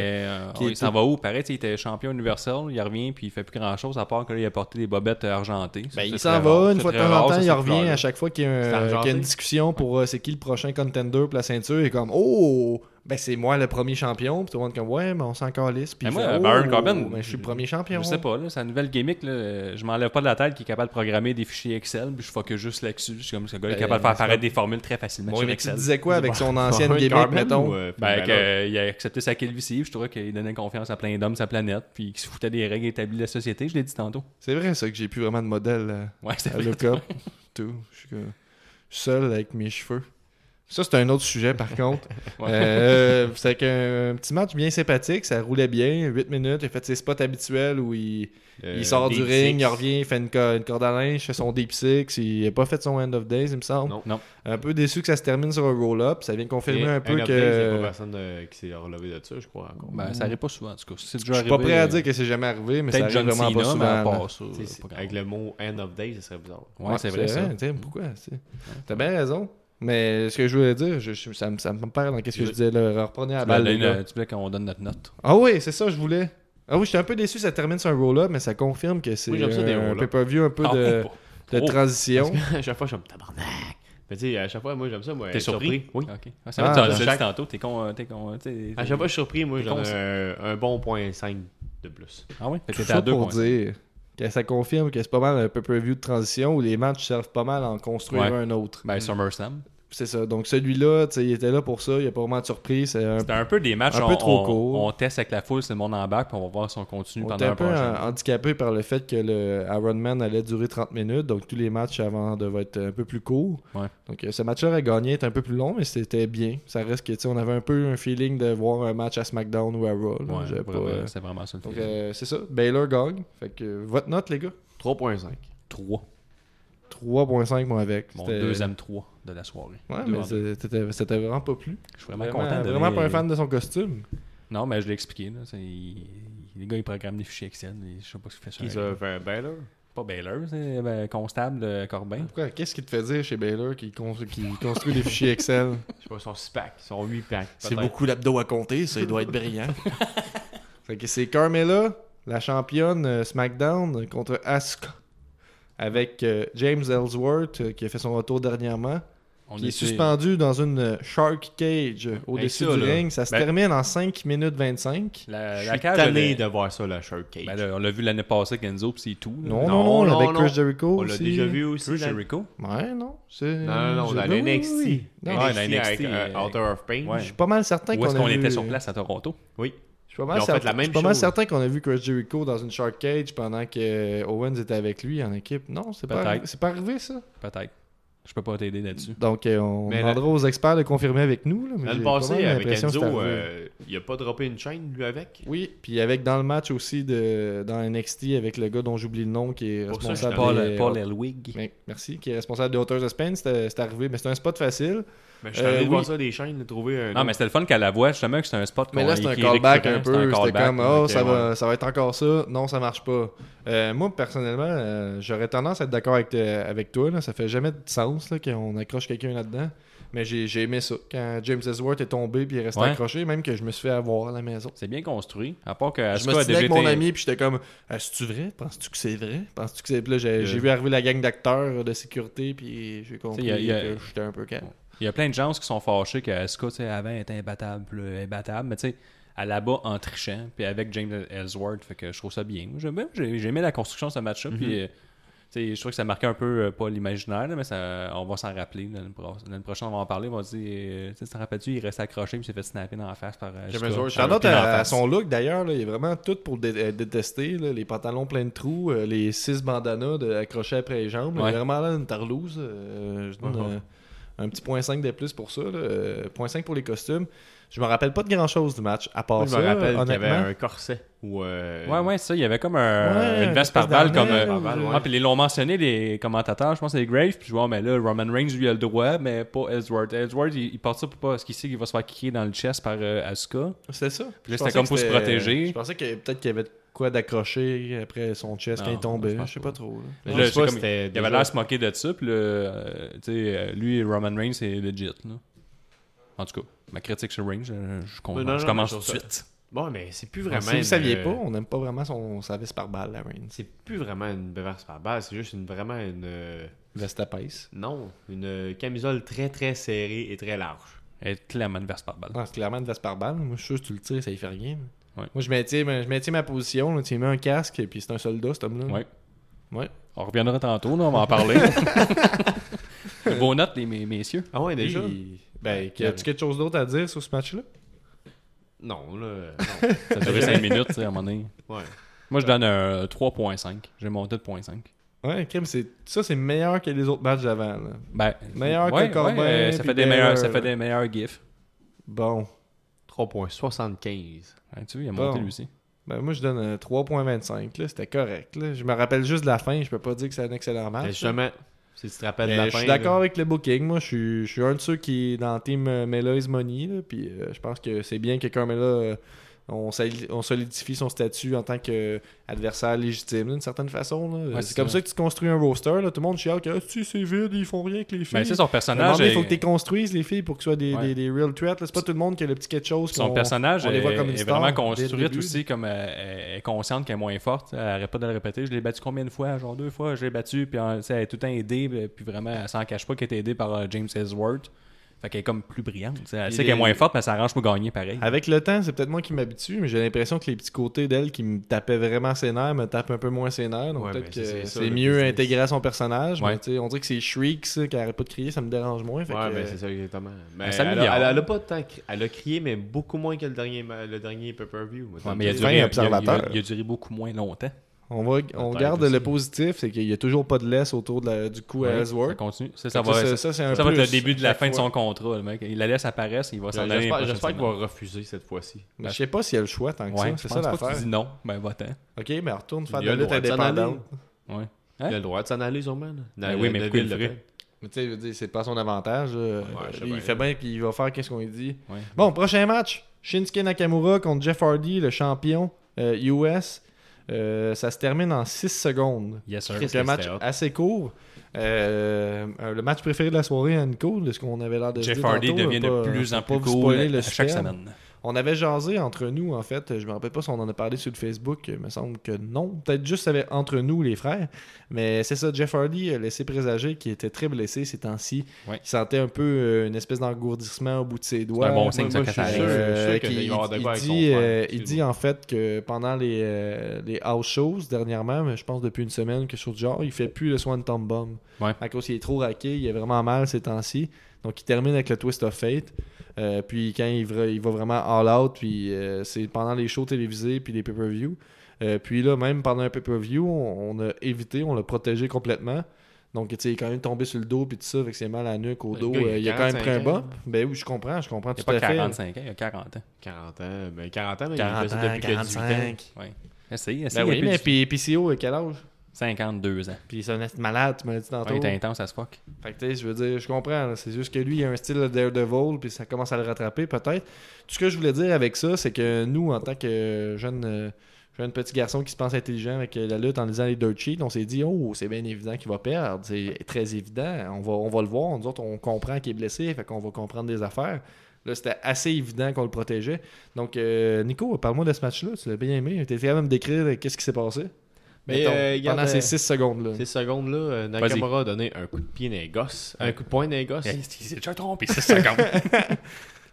S4: euh,
S3: qui
S4: il
S3: est-
S4: s'en va où? Pareil, tu sais, il était champion universel, il revient, puis il fait plus grand-chose, à part que là, il a porté des bobettes euh, argentées. Ça,
S3: ben,
S4: c'est
S3: il
S4: très
S3: s'en
S4: rare.
S3: va, une
S4: C'est
S3: fois de
S4: très
S3: temps en
S4: rare,
S3: temps,
S4: ça,
S3: il
S4: cette
S3: revient
S4: fleur-là.
S3: à chaque fois qu'il y, a un-
S5: C'est argenté.
S3: qu'il y a une discussion pour euh, c'est qui le prochain contender pour la ceinture. Il est comme Oh, ben c'est moi le premier champion, puis tout le monde comme ouais, mais on s'en calisse. Puis
S4: Ben
S3: il
S4: moi,
S3: fait,
S4: Baron
S3: oh,
S4: Corbin,
S3: ben, je suis le premier champion.
S4: Je sais pas, là, sa nouvelle gimmick, là, euh, je m'enlève pas de la tête qu'il est capable de programmer des fichiers Excel, puis je focus juste là-dessus. Je suis comme ce gars est
S3: Ben,
S4: capable de faire
S3: mais c'est
S4: apparaître des formules très facilement
S3: Bon,
S4: sur
S3: mais tu
S4: Excel.
S3: disais quoi avec son ancienne
S5: Baron
S3: gimmick,
S5: Corbin
S3: mettons
S5: ou, euh, Finn
S4: Ben,
S5: Balor?
S4: que, euh, il a accepté sa calvitie, je trouvais qu'il donnait confiance à plein d'hommes, sa planète, puis qu'il se foutait des règles établies de la société, je l'ai dit tantôt.
S3: C'est vrai, ça, que j'ai plus vraiment de modèle euh,
S4: Ouais, c'était
S3: à look up. Tout. Je suis comme- je suis seul avec mes cheveux. Ça, c'est un autre sujet, par contre. Euh, c'est qu'un petit match bien sympathique, ça roulait bien, 8 minutes, il a fait ses spots habituels où il,
S4: Euh,
S5: euh,
S3: il sort du ring, il revient, il fait une, co- une corde à linge, il fait son deep six, il n'a pas fait son end of days, il me semble.
S5: Non.
S4: Non.
S3: Un peu déçu que ça se termine sur un roll-up, ça vient confirmer un peu
S5: Il n'y a pas
S3: que...
S5: personne euh, qui s'est relevé de ça, je crois. encore.
S4: Ben, ça arrive pas souvent, en tout cas. C'est
S3: Je
S4: déjà
S3: suis pas
S4: arrivé,
S3: prêt à
S4: euh,
S3: dire que c'est jamais arrivé, mais ça
S4: Peut-être
S3: arrive
S4: John
S3: vraiment
S4: Cena,
S3: pas
S4: mais à
S3: souvent. là.
S4: part ça,
S5: Tu sais,
S4: pas
S5: c'est-
S4: grand
S5: Avec le mot end of day, ça serait bizarre.
S4: Ouais, c'est vrai, ça. Mm.
S3: tu sais, Pourquoi? tu sais. T'as bien raison. Mais ce que je voulais dire, je, je- ça, me, ça me perd dans ce que je disais. Là. Reprenez la
S4: Ben,
S3: balle.
S4: là,
S3: les gars.
S4: tu voulais qu'on donne notre note.
S3: Ah oui, c'est ça, je voulais. Ah oui, j'étais un peu déçu, ça termine sur un roll-up, mais ça confirme que c'est
S5: Oui, j'aime ça, des
S3: un
S5: roll-up.
S3: pay-per-view un peu
S4: Ah,
S3: de,
S4: oh,
S3: de
S4: oh.
S3: transition.
S5: à chaque fois, je suis comme tabarnak. Mais tu sais, à chaque fois, moi, j'aime ça. moi,
S4: T'es
S5: être
S4: surpris?
S5: Oui.
S4: Ok. Ah, c'est
S3: Ah,
S4: vrai, tu
S3: ben,
S4: l'as dit
S5: chaque-
S4: tantôt, t'es con. euh, T'es con euh, t'sais-
S5: À chaque fois, je suis surpris. Moi,
S4: T'es
S5: j'en
S4: con,
S5: ai
S4: ça.
S5: un, un bon point 5 de plus.
S4: Ah ouais, fait que
S3: Tout
S4: t'étais à
S3: ça
S4: deux
S3: pour
S4: points.
S3: dire que ça confirme que c'est pas mal un pay-per-view de transition où les matchs servent pas mal à en construire
S4: Ouais.
S3: un autre.
S4: Ben, SummerSlam.
S3: C'est ça. Donc celui-là, tu sais, il était là pour ça, il n'y a pas vraiment de surprise. C'est un
S4: C'était un peu des matchs.
S3: Un
S4: on,
S3: peu trop
S4: on-
S3: court.
S4: On teste avec la foule, c'est le monde en bac, puis on va voir si on continue
S3: On était
S4: pendant
S3: un
S4: la
S3: peu
S4: prochaine.
S3: euh, handicapé par le fait que le Ironman allait durer 30 minutes, donc tous les matchs avant devaient être un peu plus courts.
S4: Ouais.
S3: Donc euh, ce match-là a gagné, était un peu plus long, mais c'était bien. Ça reste que, tu sais, on avait un peu un feeling de voir un match à SmackDown ou à Raw. là.
S4: Ouais,
S3: J'avais pas,
S4: vraiment,
S3: euh,
S4: C'est vraiment ça le
S3: Donc
S4: feeling.
S3: euh, c'est ça, Baylor gagne. Fait que euh, votre note, les gars
S5: 3.5.
S4: Trois.
S3: 3.5 moi avec.
S4: Mon
S3: C'était-
S4: deuxième 3 de la soirée.
S3: Ouais,
S4: Deux
S3: mais
S4: en deux.
S3: c'est- t'étais- c'était vraiment pas plus.
S4: Je suis vraiment,
S3: Vraiment,
S4: content. de
S3: vraiment
S4: donner-
S3: pas un fan de son costume.
S4: Non, mais je l'ai expliqué. Là, c'est- il- les gars, ils programment des fichiers Excel. et Je sais pas ce qu'ils
S5: Qui
S4: fait sur
S5: ça
S4: un-
S5: fait ben un Baylor?
S4: Pas Baylor, c'est ben, Constable euh, Corbin.
S3: Pourquoi- Qu'est-ce qui te fait dire chez Baylor qu'il con- qu'il construit des fichiers Excel
S5: Je sais pas, son 6 pack, son 8 pack.
S3: C'est beaucoup d'abdos à compter, ça, il doit être brillant. fait que c'est Carmella, la championne euh, SmackDown, contre Asuka. Avec euh, James Ellsworth, euh, qui a fait son retour dernièrement,
S4: On
S3: qui est
S4: était-
S3: suspendu dans une euh, shark cage euh, au-dessus
S4: ça,
S3: du
S4: là.
S3: ring. Ça se
S4: Ben-
S3: termine en 5 minutes 25.
S4: La,
S5: Je
S4: Euh, la
S5: suis
S4: cage.
S5: tanné
S4: elle est-
S5: de voir ça, la Shark Cage.
S4: ben, là, on l'a vu l'année passée avec Enzo, puis c'est tout. là.
S3: Non, non, non,
S5: Non, non,
S3: avec
S5: non.
S3: Chris Jericho.
S5: on l'a
S3: aussi.
S5: déjà vu aussi.
S4: Chris
S5: là.
S4: Jericho.
S3: Ouais, non. c'est-
S5: Non, non, non,
S3: je-
S5: dans
S3: oui,
S5: le NXT.
S3: oui, oui. Non,
S4: Ouais,
S5: NXT avec
S4: NXT,
S5: euh,
S4: euh,
S5: Outer of Pain.
S4: ouais.
S3: Je suis pas mal certain
S4: Où
S3: qu'on
S4: est-ce
S3: a
S4: qu'on
S3: vu- euh,
S4: était sur place à Toronto?
S5: Oui.
S3: Je suis pas mal,
S5: Ils ont fait
S3: certain-
S5: la même
S3: je suis pas mal
S5: chose.
S3: certain qu'on a vu Chris Jericho dans une Shark Cage pendant que euh, Owens était avec lui en équipe. Non, c'est pas, arri-
S4: Peut-être.
S3: c'est pas arrivé ça.
S4: Peut-être. Je peux pas t'aider là-dessus.
S3: Donc euh, on
S5: Mais
S3: demandera aux experts de confirmer avec nous. Là, mais j'ai
S5: L'année
S3: pas mal
S5: passée, avec
S3: l'impression que c'est arrivé.
S5: Enzo, euh, il a pas droppé une chaîne, lui, avec.
S3: Oui, puis avec dans le match aussi de dans NXT avec le gars dont j'oublie le nom qui est
S5: Pour ça,
S3: responsable.
S5: j'étais
S4: Paul,
S3: des-
S4: Paul Elwig.
S3: Mais- merci, qui est responsable des hauteurs de Spain, c'était c'était arrivé, mais c'est un spot facile.
S5: Mais je suis
S3: Euh,
S5: allé
S3: oui.
S5: voir ça, des chaînes, de trouver un.
S4: Non, mais c'était le fun qu'elle la voix, justement, que c'était un spot
S3: Mais
S4: qu'on-
S3: là, c'est un
S4: qui
S3: callback
S4: récupérait,
S3: un peu.
S4: un
S3: C'était
S4: callback,
S3: comme, oh,
S4: donc,
S3: ça,
S4: euh,
S3: va, ça va être encore ça. Non, ça marche pas. Euh, moi, personnellement, euh, j'aurais tendance à être d'accord avec, te- avec toi. Là. Ça fait jamais de sens là, qu'on accroche quelqu'un là-dedans. Mais j'ai j'ai aimé ça. Quand James Ellsworth est tombé puis il est resté
S4: Ouais.
S3: accroché, même que je me suis fait avoir à la maison.
S4: C'est bien construit. À part que
S3: Je me
S4: Asuka a
S3: suis dit
S4: déjà
S3: avec mon
S4: été-
S3: ami puis j'étais comme Ah, c'est-tu vrai? Penses-tu que c'est vrai? Penses-tu que c'est. Puis là, j'ai
S5: Euh.
S3: j'ai vu arriver la gang d'acteurs de sécurité puis j'ai compris
S4: Tu sais, il y a- il y a-
S3: que j'étais un peu calme.
S4: Il y a plein de gens qui sont fâchés que Asuka, tu sais, avant, était imbattable, puis là, imbattable, mais tu sais, à la bas en trichant, puis avec James Ellsworth, fait que je trouve ça bien. Moi, J'aime bien- j'ai j'ai aimé la construction de ce match-là, puis euh, tu sais, je trouve que ça marquait un peu, euh, pas l'imaginaire, là, mais ça, on va s'en rappeler. L'année pro- l'année prochaine, on va en parler, on va se dire, euh, tu sais, t'en rappelles-tu, il reste accroché, puis il s'est fait snapper dans la face par euh,
S5: James
S4: Asuka.
S5: Ellsworth,
S3: J'en note
S4: Puis dans la
S3: à, à
S4: face.
S3: son look d'ailleurs, là, il est vraiment tout pour dé- euh, détester. là, les pantalons pleins de trous, euh, les six bandanas de, accrochés après les jambes. là,
S4: Ouais.
S3: Il est vraiment là une tarlouse. euh, je donne
S5: Ouais, ouais.
S3: euh, un petit point 5 de plus pour ça. là, euh, point 5 pour les costumes. Je me rappelle pas de grand chose du match, à part
S5: Moi, je
S3: ça.
S5: me rappelle qu'il y avait
S3: honnêtement.
S5: un corset. Ou, euh,
S4: Ouais, ouais, ça, il y avait comme un,
S3: Ouais,
S4: une veste
S3: espèce
S4: par balle, comme.
S3: d'arnais, là,
S4: euh,
S5: ouais.
S4: ah, puis ils l'ont mentionné, les commentateurs, je pense, que c'est Grave, puis je vois, oh, mais là, Roman Reigns, lui, a le droit, mais pas Ellsworth. Ellsworth, il, il porte ça pour pas, parce qu'il sait qu'il va se faire kicker dans le chest par euh, Asuka.
S3: C'était ça.
S4: là,
S3: Je
S4: c'était
S3: pensais
S4: comme
S3: que
S4: pour se protéger.
S3: Je pensais que peut-être qu'il y avait de quoi d'accrocher après son chest
S4: Non,
S3: quand il tombait.
S4: je pense
S3: Je sais
S4: pas.
S3: pas trop. là.
S4: Mais
S5: Non,
S4: là,
S5: je sais
S4: c'est
S5: pas,
S4: comme- il
S5: c'était
S4: avait
S5: déjà-
S4: l'air à se moquer de ça, puis là, euh, tu sais, euh, lui, Roman Reigns, c'est legit, là. En tout cas, ma critique sur Reigns, euh, je, com-
S5: Non, non,
S4: je
S5: non,
S4: commence
S5: mais
S4: tout de
S5: sur ça.
S4: suite.
S5: Bon, mais c'est plus vraiment.
S3: Ah, si vous
S5: une- euh,
S3: saviez
S4: euh,
S3: pas, on n'aime pas vraiment son, sa veste par balle, la Reigns.
S5: C'est plus vraiment une veste par balle, c'est juste une, vraiment une. euh,
S3: Veste à pince.
S5: Non, une euh, camisole très très serrée et très large.
S4: Elle est clairement une verse par balle.
S3: Non, Ah, c'est clairement une veste par balle. Moi, je suis sûr que si tu le tires, ça y fait rien.
S4: Ouais.
S3: Moi, je maintiens, ma- je maintiens ma position. là. Tu lui mets un casque, et puis c'est un soldat, cet homme-là.
S4: Ouais.
S3: Ouais.
S4: On reviendra tantôt, là, on va en parler. Vos notes, les mes- messieurs.
S5: Ah ouais, déjà?
S3: Puis, ben, y a-tu quelque chose d'autre à dire sur ce match-là
S5: Non, là.
S4: Ça a duré 5 minutes, tu sais, à un moment donné.
S5: Non. Ouais.
S4: Moi, je donne un 3.5. J'ai monté de 0.5.
S3: Ouais, crime, c'est ça, c'est meilleur que les autres matchs d'avant. là.
S4: Ben,
S3: Meilleur
S4: ouais,
S3: que Corbin,
S4: ouais, euh, ça,
S3: puis
S4: fait des
S3: Taylor,
S4: meilleurs, ça
S3: là.
S4: fait des meilleurs gifs.
S3: Bon.
S5: 3.75.
S4: Hein, tu vois, il a monté
S3: Bon.
S4: lui aussi.
S3: Ben, moi, je donne euh, 3.25. là. C'était correct. là. Je me rappelle juste de la fin. Je peux pas dire que Ah, c'est un excellent
S5: Mais
S3: match.
S5: Justement, si tu te rappelles
S3: Mais
S5: de la
S3: je
S5: fin.
S3: suis
S5: là.
S3: d'accord avec le booking. Moi, je suis, je suis un de ceux qui est dans le team euh, Mela is Money. là, puis euh, je pense que c'est bien que Carmela, euh, on, sali- on solidifie son statut en tant qu'adversaire légitime d'une certaine façon. là.
S4: Ouais, c'est
S3: c'est comme
S4: ça.
S3: ça. que tu construis un roster. Là. Tout le monde chiale que Ah, si, c'est vide, ils font rien avec les filles.
S4: Ben, c'est
S3: À
S4: son
S3: un moment
S4: personnage.
S3: donné, il faut
S4: est-
S3: que tu construises les filles pour que ce soit des,
S4: Ouais.
S3: des, des real threats. là. C'est pas tout le monde qui a le petit quelque chose.
S4: Son
S3: qu'on-
S4: personnage
S3: on les voit
S4: est,
S3: comme une
S4: est
S3: star
S4: vraiment
S3: dès le
S4: construite
S3: début.
S4: aussi comme euh, elle est consciente qu'elle est moins forte. Elle arrête pas de le répéter. Je l'ai battu combien de fois Genre deux fois. Je l'ai battu. Puis euh, tu sais, elle est tout le temps aidée. puis- Puis vraiment, elle s'en cache pas qu'elle est aidée par euh, James Ellsworth. Fait qu'elle est comme plus brillante. tu sais. Elle
S3: Il
S4: sait qu'elle est
S3: est-
S4: moins forte, mais elle s'arrange pour gagner pareil.
S3: Avec le temps, c'est peut-être moi qui m'habitue, mais j'ai l'impression que les petits côtés d'elle qui me tapaient vraiment ses nerfs me tapent un peu moins ses nerfs. Donc
S5: Ouais,
S4: ben,
S3: peut-être
S5: mais
S3: que
S5: c'est-
S3: c'est,
S5: c'est ça, le
S3: mieux
S5: business.
S3: intégrer à son personnage.
S4: Ouais.
S3: mais tu sais, on dirait que c'est shriek, ça, qui arrête pas de crier, ça me dérange moins. Fait
S5: Ouais,
S3: que,
S5: ben,
S3: euh,
S5: c'est ça exactement. Mais
S4: ça
S5: elle, a,
S4: m'améliore.
S5: elle a- elle a pas tant cri- elle a crié, mais beaucoup moins que le dernier, ma- le dernier pay-per-view. moi,
S4: Ouais,
S5: tantôt.
S4: mais il a,
S3: Fin
S4: duré, il a-
S3: observateur.
S4: il a- il a duré beaucoup moins longtemps.
S3: on va, on
S5: Peut-être
S3: garde
S5: aussi.
S3: le positif, c'est qu'il y a toujours pas de laisse autour de la- du coup à
S4: Ouais, Ça
S3: Ellsworth.
S4: continue. Ça, ça
S3: Ça,
S4: va, ça,
S3: ça- ça, c'est un
S4: ça va être le
S3: plus
S4: début de la
S3: chaque
S4: fin de
S3: fois.
S4: son contrat. Le mec. Il la laisse apparaître. Il va s'en aller.
S5: J'espère
S4: les
S5: j'espère
S4: prochaines
S5: qu'il va refuser cette fois-ci.
S3: Mais je sais pas s'il y a le choix tant
S4: semaines.
S3: que
S4: Ouais,
S3: ça.
S4: je
S3: C'est
S4: pense
S3: ça
S4: pas que
S3: l'affaire.
S4: tu dis non. Ben, va-t'en.
S3: Ok, mais retourne faire
S5: Il
S3: de
S5: y a
S3: la
S5: le
S3: lutte
S5: droit de s'en
S3: indépendante.
S4: Ouais.
S5: Il a le droit de s'en aller, sûrement. là.
S4: Ben
S5: Na-
S4: oui, mais pourquoi il
S5: Neville
S4: le
S5: le
S4: ferait?
S5: fait.
S3: Mais tu sais, je veux dire, c'est pas à son avantage. là.
S5: je sais
S3: il
S5: bien.
S3: fait bien qu'il va faire qu'est-ce qu'on lui dit.
S4: Ouais.
S3: Bon, prochain match. Shinsuke Nakamura contre Jeff Hardy, le champion euh, US. Euh, ça se termine en 6 secondes.
S4: Yes, sir.
S3: Donc,
S5: que
S3: un match
S5: c'était hot.
S3: assez court. Euh, euh, le match préféré de la soirée à Nico, de ce qu'on avait l'air de
S4: Jeff
S3: dire
S4: Hardy
S3: tantôt,
S4: devient
S3: là, pas-
S4: de plus en
S3: pas
S4: plus
S3: vous spoiler
S4: cool
S3: le
S4: à chaque
S3: superbe.
S4: semaine.
S3: On avait jasé entre nous, en fait. Je me rappelle pas si on en a parlé sur le Facebook. Il me semble que non. Peut-être juste avec- entre nous, les frères. Mais c'est ça, Jeff Hardy a laissé présager qu'il était très blessé ces temps-ci.
S4: Ouais.
S3: Il sentait un peu euh, une espèce d'engourdissement au bout de ses doigts.
S4: un bon signe,
S5: moi,
S4: ça,
S5: moi,
S4: quand
S5: je
S4: ça
S5: suis
S4: arrive.
S5: sûr.
S3: Euh,
S5: qu'il
S3: qu'il-
S5: va y avoir de
S3: il
S5: quoi avec son
S3: dit,
S5: frère,
S3: euh, il
S5: excuse-moi.
S3: dit en fait que pendant les, euh, les house shows dernièrement, mais je pense depuis une semaine, quelque chose du genre, il fait plus le soin de Tom Bomb.
S4: Ouais.
S3: À cause qu'il est trop raqué, il est vraiment mal ces temps-ci. Donc il termine avec le Twist of Fate. Euh, puis quand il va, il va vraiment all out, puis euh, c'est pendant les shows télévisés, puis les pay-per-view. Euh, puis là, même pendant un pay-per-view, on, on a évité, on l'a protégé complètement. Donc, tu sais, il est quand même tombé sur le dos, puis tout ça, avec ses mal à la nuque, au
S5: Le
S3: dos.
S5: gars, il a
S3: Euh, il a quand même pris un
S5: 45 ans.
S3: bump. Ben oui, je comprends, je comprends
S4: Il n'y
S3: tout
S4: a pas
S3: à fait.
S4: 45 ans, il y a 40 ans.
S5: 40 ans, mais 40 ans, mais
S3: 40
S5: il faisait
S3: ans,
S5: depuis que 18 ans.
S3: 45.
S4: Ouais. Essayez, essayez.
S3: Ben oui, mais puis PCO, à quel âge
S4: 52 ans.
S3: Puis c'est un esti de malade, tu m'as dit
S4: Ouais,
S3: tantôt.
S4: il était intense à ce fuck.
S3: Fait que tu sais, je veux dire, je comprends. là. C'est juste que lui, il a un style de Daredevil, puis ça commence à le rattraper peut-être. Tout ce que je voulais dire avec ça, c'est que nous, en tant que jeunes euh, jeunes petits garçons qui se pensent intelligents avec euh, la lutte en lisant les dirt sheets, on s'est dit, oh, c'est bien évident qu'il va perdre. C'est très évident. On va, on va le voir. Nous autres, on comprend qu'il est blessé, fait qu'on va comprendre des affaires. Là, c'était assez évident qu'on le protégeait. Donc, euh, Nico, parle-moi de ce match-là. Tu l'as bien aimé. Tu capable de me décrire qu'est-ce qui s'est passé
S5: Mais,
S3: Mettons,
S5: euh, regarde,
S3: pendant
S5: euh,
S3: ces 6 secondes-là.
S5: Ces secondes-là, euh, Nakamura a donné un coup de pied d'un gosse. Un coup de poing d'un gosse.
S4: Il s'est déjà trompé, c'est 50.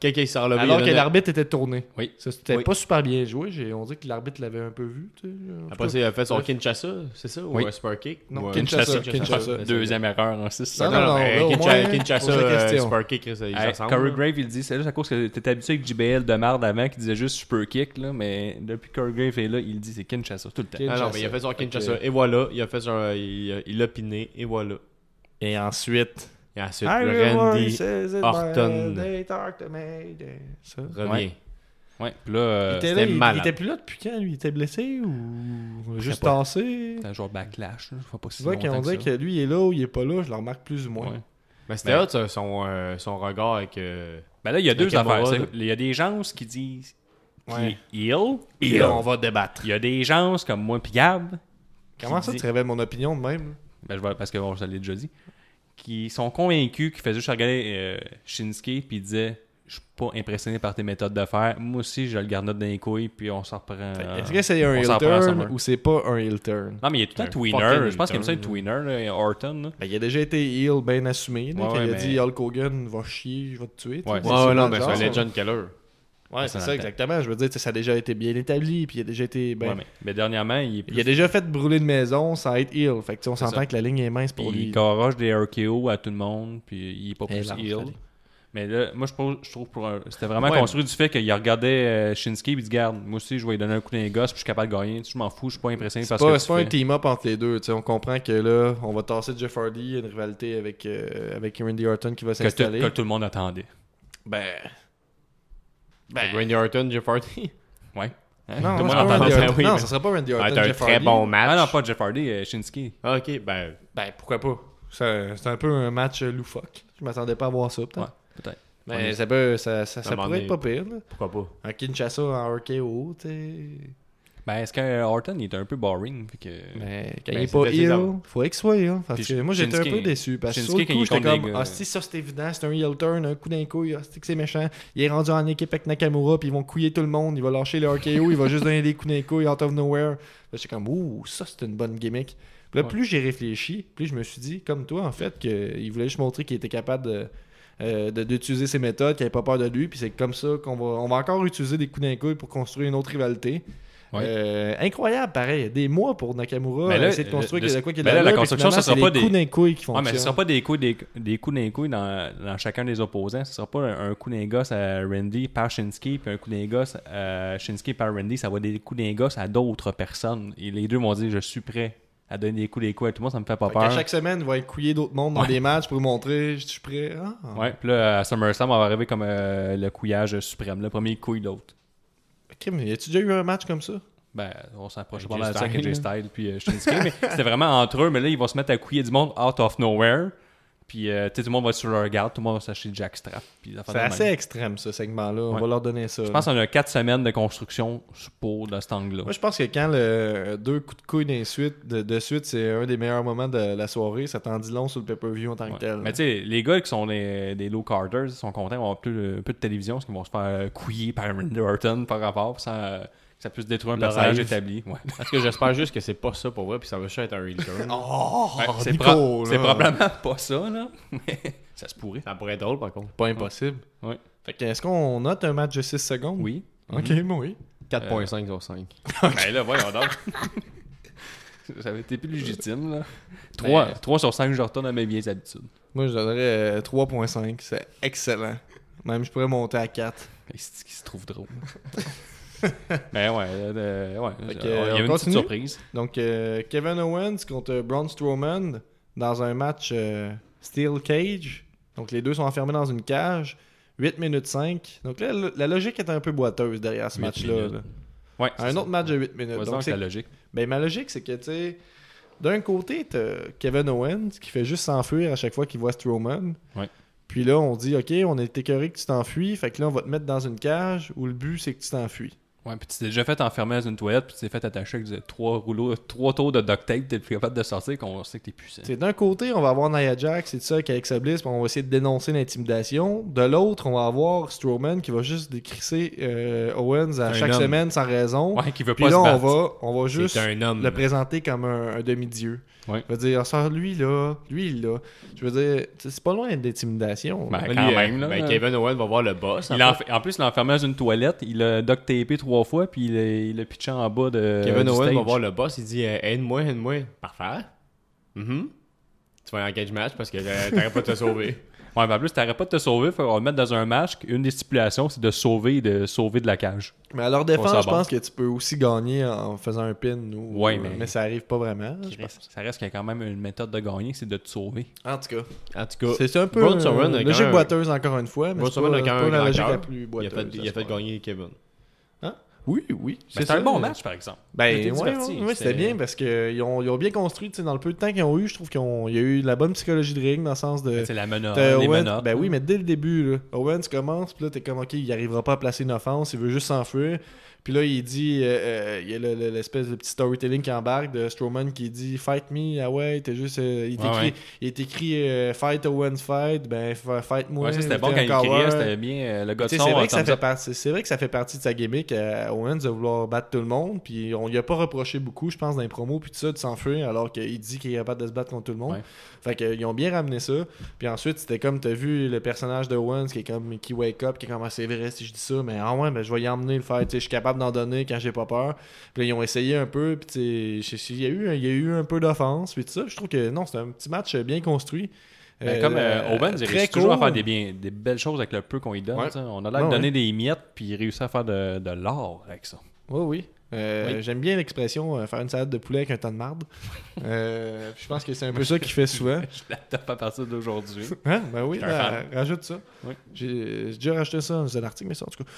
S5: Quelqu'un il
S4: Ah
S5: sort le
S3: Alors que l'arbitre était tourné.
S4: Oui.
S3: Ça, c'était
S5: Oui.
S3: pas super bien joué. J'ai- On dit que l'arbitre l'avait un peu vu. tu sais, en tout
S5: Après,
S3: cas.
S5: ça, il a fait son Kinshasa, c'est ça
S4: Oui.
S5: Ou un Spar Kick
S3: Non,
S5: Ou un-
S3: Kinshasa, Kinshasa.
S5: c'est ça.
S4: Deuxième erreur en 6
S3: Non, non, non, là, au
S5: Kinshasa,
S3: moins,
S5: Kinshasa,
S3: pose la
S5: euh,
S3: question.
S5: Spar Kick, ça,
S4: Hey,
S5: ils s'assemblent,
S4: Corey
S5: là.
S4: Grave, il le dit, c'est juste à cause que t'étais habitué avec JBL de marde avant qui disait juste je peux kick, là, mais depuis que Corey Grave est là, il dit c'est Kinshasa tout le temps.
S3: Kin-
S5: Ah non,
S3: Kinshasa.
S5: mais il a fait son Kinshasa. Et voilà, il a fait son. Il a- il a piné, et voilà.
S3: Et ensuite,
S5: Et ensuite, le Randy Orton.
S3: Ça.
S5: revient.
S4: Ouais. Ouais, puis là, euh,
S3: il, était là,
S5: c'était
S3: il- il,
S5: malade.
S3: était plus là depuis quand lui Il était blessé ou juste
S4: pas.
S3: tassé
S4: c'était un genre backlash, là, je vois pas si
S3: Tu vois
S4: longtemps
S3: qu'on
S4: que ça.
S3: dit que lui il est là ou il est pas là, je le remarque plus ou moins.
S4: Ouais.
S5: Mais c'était
S4: Mais-
S5: hot, ça, son, euh, son regard avec. euh,
S4: Ben là, il y a deux
S5: Nakamura,
S4: affaires.
S5: là.
S4: C'est- Il y a des gens qui disent qu'il
S3: Ouais.
S4: est ill.
S3: Et là, on va débattre.
S4: Il y a des gens comme moi pis Gab,
S3: Comment
S4: Qui
S3: ça
S4: dit-
S3: tu révèles mon opinion de même
S4: ben, je vois, parce que bon, je te l'ai déjà dit, qui sont convaincus qu'il faisait juste regarder euh, Shinsuke puis disait je suis pas impressionné par tes méthodes de faire. Moi aussi, je le garde dans les couilles, puis on s'en reprend. euh,
S3: Est-ce que c'est un
S4: on
S3: heel
S4: s'en reprend
S3: turn
S4: summer.
S3: ou c'est pas un heel turn?
S4: Non, mais il est tout le temps
S5: Un
S4: tweener.
S5: fucking
S4: Je pense qu'il aime ça
S5: heel
S4: être tweener, là, Orton. là.
S3: Ben, il a déjà été heel bien assumé. là,
S4: Ouais,
S3: quand
S4: ouais,
S3: il a
S4: mais-
S3: dit Hulk Hogan va chier, je vais te tuer. tu
S4: Ouais.
S3: sais,
S5: Ouais,
S3: c'est
S5: ouais, non,
S3: le
S5: mais
S3: genre,
S5: c'est un
S3: ça.
S5: Legend Keller.
S3: Ouais,
S4: Ça,
S3: c'est
S4: dans
S3: ça,
S4: le temps.
S3: exactement. Je veux dire, tu sais, ça a déjà été bien établi, puis il a déjà été. ben,
S4: Ouais, mais, mais dernièrement, il est plus-
S3: Il a déjà fait brûler de maison sans être heel. Fait que, tu sais, on
S4: ça.
S3: s'entend que la ligne est mince
S4: puis
S3: pour
S4: il
S3: lui. Eh, bah,
S4: garoche des RKO à tout le monde, puis il est pas plus
S3: large,
S4: heel.
S3: allez.
S4: Mais là, moi, je trouve, je trouve pour un- c'était vraiment
S5: Ouais,
S4: construit du fait qu'il regardait euh, Shinsuke et il dit Garde, moi aussi, je vais lui donner un coup dans les gosses, puis je suis capable de gagner. Tu sais, Je m'en fous, je suis pas impressionné
S3: C'est
S4: parce
S3: pas,
S4: que.
S3: c'est
S4: tu
S3: pas un
S4: fais-
S3: team-up entre les deux. tu sais, on comprend que là, on va tasser Jeff Hardy, il y a une rivalité avec, euh, avec Randy Orton qui va
S4: que, tout-
S3: s'installer.
S4: que tout le monde attendait.
S3: Ben.
S5: Ben, Randy Orton, Jeff Hardy.
S4: Ouais. Hein?
S3: Non,
S4: Tout le
S3: non,
S4: monde
S3: c'est pas Randy
S5: attendait ça,
S3: Orton.
S5: oui,
S3: non
S5: mais-
S3: ça sera pas Randy Orton.
S5: Ah, t'as un
S3: Jeff
S5: très
S3: Hardy.
S5: bon match.
S4: Ah non, pas Jeff Hardy, euh, Shinsuke.
S5: Ah, ok, ben.
S3: Ben, pourquoi pas C'est c'est un peu un match euh, loufoque. Je m'attendais pas à voir ça, peut-être.
S4: Ouais, peut-être.
S3: Mais ça, peut, ça, ça, ça
S5: Ça m'en
S3: pourrait
S5: est-
S3: être pas pire. Là.
S5: Pourquoi pas?
S3: Un Kinshasa en RKO, tu sais.
S4: Ben, est-ce que euh, Orton, il est un peu boring? Fait que...
S3: Mais quand
S5: Ben,
S3: il est
S5: c'est
S3: pas
S5: facile
S3: heel,
S5: d'avoir-
S3: faut qu'il soit heel. Parce
S4: Puis
S3: que moi, j'étais un
S4: Shinsuke-
S3: peu déçu. Parce que sur
S4: Shinsuke,
S3: le
S4: quand il
S3: coup, j'étais
S4: contre des
S3: comme,
S4: gars-
S3: ah, si, ça c'est évident, c'est un heel turn, un coup d'un coup, ah, si, que c'est méchant. Il est rendu en équipe avec Nakamura, puis ils vont couiller tout le monde, il va lâcher le RKO, il va juste donner des coups d'un coup, out of nowhere. Là, j'étais comme, ouh, ça c'est une bonne gimmick. Puis là,
S4: Ouais.
S3: plus j'ai réfléchi, plus je me suis dit, comme toi, en fait, qu'il voulait juste montrer qu'il était capable de. euh, de- d'utiliser ses méthodes, qu'il n'avait pas peur de lui, puis c'est comme ça qu'on va, on va encore utiliser des coups d'un coup pour construire une autre rivalité.
S4: Ouais.
S3: Euh, incroyable, pareil. Des mois pour Nakamura. euh,
S4: Mais là,
S3: essayer de construire
S4: le-
S3: quelque- de quoi qu'il
S4: ben là,
S3: a
S4: la
S3: l'air, puis
S4: construction,
S3: finalement,
S4: ça sera
S3: c'est
S4: pas
S3: des
S4: des-
S3: coups d'un couille qui
S4: Ah, mais ce
S3: fonctionnent.
S4: sera pas des coups, des, des coups dans les couilles dans, dans chacun des opposants. Ce sera pas un, un coup d'un gosse à Randy par Shinsuke, puis un coup d'un gosse à Shinsuke par Randy. Ça va être des coups d'un gosse à d'autres personnes. Et les deux m'ont dit Je suis prêt à donner des coups des coups à tout le monde, ça me fait pas
S3: Fait qu'à
S4: peur.
S3: chaque semaine, il va être couillé d'autres mondes dans
S4: Ouais.
S3: des matchs pour montrer je suis prêt. Ah.
S4: Ouais, puis là, à SummerSlam, on va arriver comme euh, le couillage suprême, le premier couille de l'autre.
S3: Ok, mais as-tu déjà eu un match comme ça
S4: Ben, on s'approche
S5: AJ
S4: pas mal de ça avec
S5: Styles,
S4: AJ Styles puis euh, Shinsuke, mais c'était vraiment entre eux. Mais là, ils vont se mettre à couiller du monde out of nowhere. Puis, euh, tu sais, tout le monde va être sur leur garde, tout le monde va s'acheter Jack Strap. puis des affaires
S3: C'est
S4: de
S3: assez
S4: même.
S3: extrême, ce segment-là. On
S4: Ouais.
S3: va leur donner ça.
S4: Je pense qu'on a 4 semaines de construction pour le stand là
S3: Moi, je pense que quand le deux coups de couille d'un suite- de, de suite, c'est un des meilleurs moments de la soirée. Ça t'en dit long sur le pay-per-view en tant que tel.
S4: Mais tu sais, les gars qui sont des, des low carders ils sont contents d'avoir plus, de- peu de télévision parce qu'ils vont se faire euh, couiller par Randy Orton par rapport sans euh, que ça puisse détruire un
S5: Le
S4: personnage
S5: rêve. Oh,
S4: établi. Ouais.
S5: Parce que j'espère juste que c'est pas ça pour vrai, puis ça va juste être un heel turn.
S3: Oh,
S4: Ouais, c'est
S3: Nico,
S4: pro-
S3: là.
S4: c'est probablement pas ça, là. Mais ça se pourrait.
S5: Ça pourrait être drôle, par contre.
S3: Pas impossible.
S4: Ouais.
S3: Fait que, est-ce qu'on note un match de 6 secondes
S4: Oui.
S3: Ok, moi, oui.
S5: 4.5 sur 5.
S4: Ben là, voyons donc. ça avait été plus légitime, là. 3,
S5: Mais-
S4: sur 5, je retourne à mes vieilles habitudes.
S3: Moi, je donnerais euh, 3.5. C'est excellent. Même, je pourrais monter à 4.
S4: Et C'est ce qui se trouve drôle. ben ouais, euh, ouais.
S3: Fait que,
S4: il y
S3: on
S4: avait une petite
S3: continue?
S4: surprise.
S3: Donc, euh, Kevin Owens contre Braun Strowman dans un match euh, Steel Cage. Donc, les deux sont enfermés dans une cage. 8 minutes 5. Donc, là, la- la logique est un peu boiteuse derrière ce
S4: Huit
S3: match-là.
S4: minutes.
S3: là.
S4: Ouais,
S3: Un autre match de 8 minutes.
S4: Vas-y
S3: Donc,
S4: donc,
S3: c'est
S4: la logique.
S3: Ben, ma logique, c'est que, tu sais, d'un côté, t'as Kevin Owens qui fait juste s'enfuir à chaque fois qu'il voit Strowman.
S4: Ouais.
S3: Puis là, on dit, OK, on est écœuré que tu t'enfuis, fait que là, on va te mettre dans une cage où le but, c'est que tu t'enfuis.
S4: Ouais, puis tu t'es déjà fait enfermer dans une toilette, puis tu t'es fait attacher avec des- trois rouleaux, trois tours de duct tape, t'es plus capable de sortir, qu'on sait que t'es puissant.
S3: C'est d'un côté, on va avoir Nia Jax et tout ça avec Alexa Bliss, puis on va essayer de dénoncer l'intimidation. De l'autre, on va avoir Strowman qui va juste décrisser euh, Owens à
S5: Un
S3: chaque
S5: homme.
S3: semaine sans raison.
S4: Ouais, qui veut
S3: Puis
S4: pas
S3: là,
S4: se
S3: on
S4: battre.
S3: va, on va juste
S5: C'est un homme.
S3: le présenter comme un, un demi-dieu.
S4: Ouais.
S3: Je veux dire, sort lui là, lui là. Je veux dire, tu sais, c'est pas loin d'intimidation. là.
S4: Ben,
S5: Lui,
S4: quand
S5: euh,
S4: même, là.
S5: ben, Kevin Owen va voir le boss.
S4: Il
S5: en
S4: l'a
S5: fait.
S4: enf- en plus, il l'a enfermé dans une toilette, il l'a duct tapé trois fois, puis il l'a- il l'a pitché en bas de.
S5: Kevin
S4: du
S5: Owen va
S4: stage.
S5: voir le boss, il dit euh, Aide-moi, aide-moi. Parfait. Mhm. Tu vas en cage match parce que euh, t'arrêtes pas de te sauver.
S4: Ouais, mais en plus, t'arrêtes pas de te sauver, faut on va le mettre dans un match. Une des stipulations, c'est de sauver de sauver de la cage.
S3: Mais à leur
S4: ça
S3: défense, je
S4: bon.
S3: pense que tu peux aussi gagner en faisant un pin. Ou...
S4: Ouais, mais-
S3: ça arrive pas vraiment. je pense.
S4: Ça reste qu'il y a quand même une méthode de gagner, c'est de te sauver.
S3: En tout cas,
S5: En tout cas,
S3: c'est un peu
S5: Braun
S3: euh,
S5: Strowman a
S3: logique
S5: quand même-
S3: boiteuse encore une fois, mais
S5: Braun
S3: c'est pas,
S5: Strowman a
S3: c'est
S5: quand
S3: pas
S5: même un
S3: la
S5: grand
S3: logique
S5: cœur.
S3: la plus
S5: il a
S3: boiteuse.
S5: fait, il a
S3: ça,
S5: fait
S3: c'est pas-
S5: gagner Kevin.
S3: Hein? Oui, oui.
S4: Mais C'était
S3: ça,
S4: un bon
S3: euh,
S4: match, par exemple.
S3: Ben,
S4: J'étais
S3: ouais, ouais,
S4: diverti,
S3: ouais, c'était
S4: c'était-
S3: bien parce qu'ils ont, ils ont bien construit tu sais, dans le peu de temps qu'ils ont eu. Je trouve qu'il y a eu de la bonne psychologie de ring dans le sens de.
S4: Ben, C'est la menace,
S3: Euh, t'as
S4: les
S3: Owens-
S4: menottes. hein.
S3: ben oui, mais dès le début, là, Owens commence, puis là, t'es comme, ok, il arrivera pas à placer une offense, il veut juste s'enfuir. Puis là, il dit, euh, euh, il y a le- le- l'espèce de petit storytelling qui embarque de Strowman qui dit Fight me, ah ouais, t'es juste. euh, il t'écrit,
S4: Ouais, ouais.
S3: il t'écrit, euh, Fight Owens, fight, ben f- fight moi.
S4: Ouais, ça, c'était
S3: t'es
S4: bon
S3: un
S4: quand il criait,
S3: coward.
S4: c'était bien. euh, Le gars
S3: Tu
S4: de
S3: sais,
S4: son,
S3: C'est
S4: euh,
S3: vrai, que ça
S4: thumbs
S3: fait
S4: up.
S3: partie- c'est vrai que ça fait partie de sa gimmick à Owens de vouloir battre tout le monde. Puis on lui a pas reproché beaucoup, je pense, dans les promos, puis tout ça, de s'enfuir alors qu'il dit qu'il est capable de se battre contre tout le monde.
S4: Ouais.
S3: Fait qu'ils ont bien ramené ça. Puis ensuite, c'était comme, t'as vu le personnage de Owens qui est comme, qui wake up, qui est comme, Ah, c'est vrai si je dis ça, mais ah ouais, ben, je vais y emmener le faire. Tu sais, Je suis capable d'en donner quand j'ai pas peur. Puis là, ils ont essayé un peu, puis tu sais, je sais- il y, a eu- il y a eu un peu d'offense, puis tout ça. Je trouve que non, c'est un petit match bien construit.
S4: Ben,
S3: Euh,
S4: comme euh, Owens, il
S3: très
S4: réussit toujours à
S3: court.
S4: faire des, bien- des belles choses avec le peu qu'on lui donne.
S3: Ouais.
S4: tu sais. On a l'air
S3: Ouais,
S4: de donner
S3: ouais.
S4: des miettes, puis il réussit à faire de, de l'or avec ça.
S3: Oui, oui. Euh, J'aime bien l'expression euh, faire une salade de poulet avec un tas de marde. Euh, je pense que c'est un peu ça qu'il fait souvent.
S4: Je la tape à partir d'aujourd'hui.
S3: Hein? Ben oui,
S4: Je suis un
S3: là, rajoute ça.
S4: Oui.
S3: J'ai j'ai déjà rajouté ça dans un article, mais ça, en tout cas,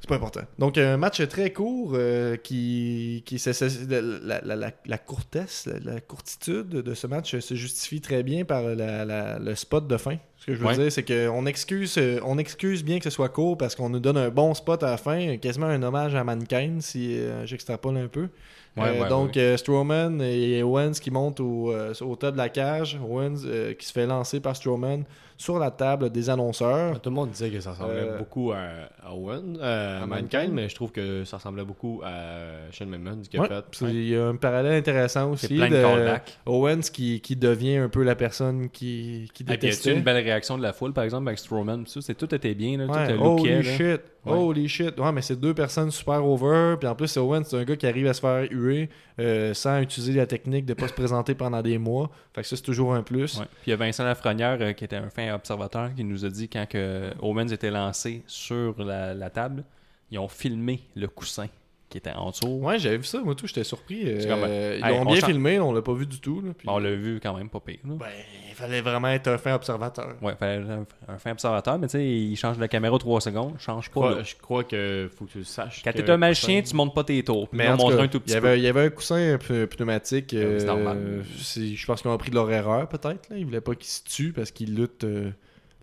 S3: c'est pas important. Donc, un match très court euh, qui. qui c'est- c'est- la, la- la- la courtesse, la, la courtitude de ce match euh, se justifie très bien par la- la- le spot de fin. Ce que je veux
S4: Ouais.
S3: dire, c'est qu'on excuse, euh, on excuse bien que ce soit court parce qu'on nous donne un bon spot à la fin, quasiment un hommage à Mankind, si euh, j'extrapole un peu.
S4: Ouais,
S3: Euh,
S4: ouais,
S3: donc,
S4: ouais.
S3: euh, Strowman et Owens qui montent au, euh, au top de la cage. Owens euh, qui se fait lancer par Strowman sur la table des annonceurs.
S5: Tout le monde disait que ça ressemblait
S3: Euh,
S5: beaucoup à, à Owen, euh, à,
S3: à
S5: Mankind,
S3: Mankind,
S5: mais je trouve que ça ressemblait beaucoup à Shane McMahon, ce qu'il a
S3: Ouais,
S5: fait.
S3: puis Il y a un parallèle intéressant aussi.
S4: C'est plein de callbacks.
S3: Owens qui, qui devient un peu la personne qui, qui
S4: Ah, puis, y a-tu
S3: détestait.
S4: une belle réaction de la foule, par exemple, avec Strowman? tout ça? C'est- Tout était bien. Là,
S3: Ouais,
S4: tout euh,
S3: holy
S4: lookait, là.
S3: shit,
S4: Ouais.
S3: holy shit. Ouais, mais c'est deux personnes super over. Puis en plus, Owen, c'est un gars qui arrive à se faire huer euh, sans utiliser la technique de pas se présenter pendant des mois. Fait que ça, c'est toujours un plus.
S4: Ouais. Puis il y a Vincent Lafrenière, euh, qui était un fin observateur, qui nous a dit quand que Owens était lancé sur la, la table, ils ont filmé le coussin qui était en dessous.
S3: Ouais, j'avais vu ça, moi tout, j'étais surpris.
S4: C'est comme,
S3: Euh, ils
S4: hey,
S3: l'ont
S4: on
S3: bien
S4: chan-
S3: filmé, on l'a pas vu du tout. là, puis-
S4: Bon, on l'a vu quand même pas pire. là.
S3: Ben, il fallait vraiment être un fin observateur.
S4: Ouais, fallait un, un fin observateur, mais tu sais, il change la caméra 3 secondes, change
S5: Je
S4: pas.
S5: crois,
S4: là.
S5: je crois que faut que tu le saches.
S4: Quand
S5: que-
S4: t'es un magicien, tu montes pas tes tours. Mais
S3: en
S4: on
S3: tout
S4: montre
S3: cas,
S4: un tout
S3: il
S4: petit
S3: y
S4: peu. Ah
S3: avait, Il y avait un coussin p- pneumatique.
S4: c'est
S3: euh,
S4: normal.
S3: c'est- je pense qu'ils ont appris de leur erreur, peut-être. là. Ils voulaient pas qu'ils se tuent parce qu'ils luttent euh,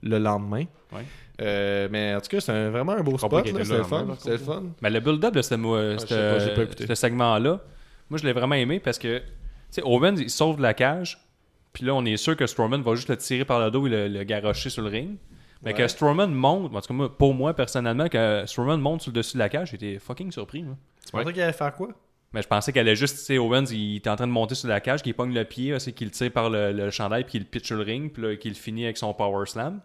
S3: le lendemain.
S4: Ouais.
S3: Euh, mais en tout cas, c'est un- vraiment un beau
S5: crois pas
S3: spot.
S5: qu'il
S3: là.
S5: était
S3: C'était
S5: là
S3: le
S5: le lendemain,
S3: fun.
S5: par
S3: C'était le fun.
S4: Mais le build-up de ce, mo- euh,
S3: je
S4: cette,
S3: sais pas, j'ai pas écouté.
S4: ce segment-là, moi, je l'ai vraiment aimé parce que, tu sais, Owens, il sauve de la cage. Puis là, on est sûr que Strowman va juste le tirer par le dos et le, le garrocher sur le ring. Mais
S3: Ouais.
S4: que Strowman monte, en tout cas, moi, pour moi, personnellement, que Strowman monte sur le dessus de la cage, j'étais fucking surpris. moi.
S3: Tu pensais qu'il allait faire quoi
S4: Mais je pensais qu'elle allait juste, tu sais, Owens, il était en train de monter sur la cage, qu'il pogne le pied, là, c'est qu'il le tire par le, le chandail, puis qu'il le pitch sur le ring, puis là, qu'il le finit avec son power slam.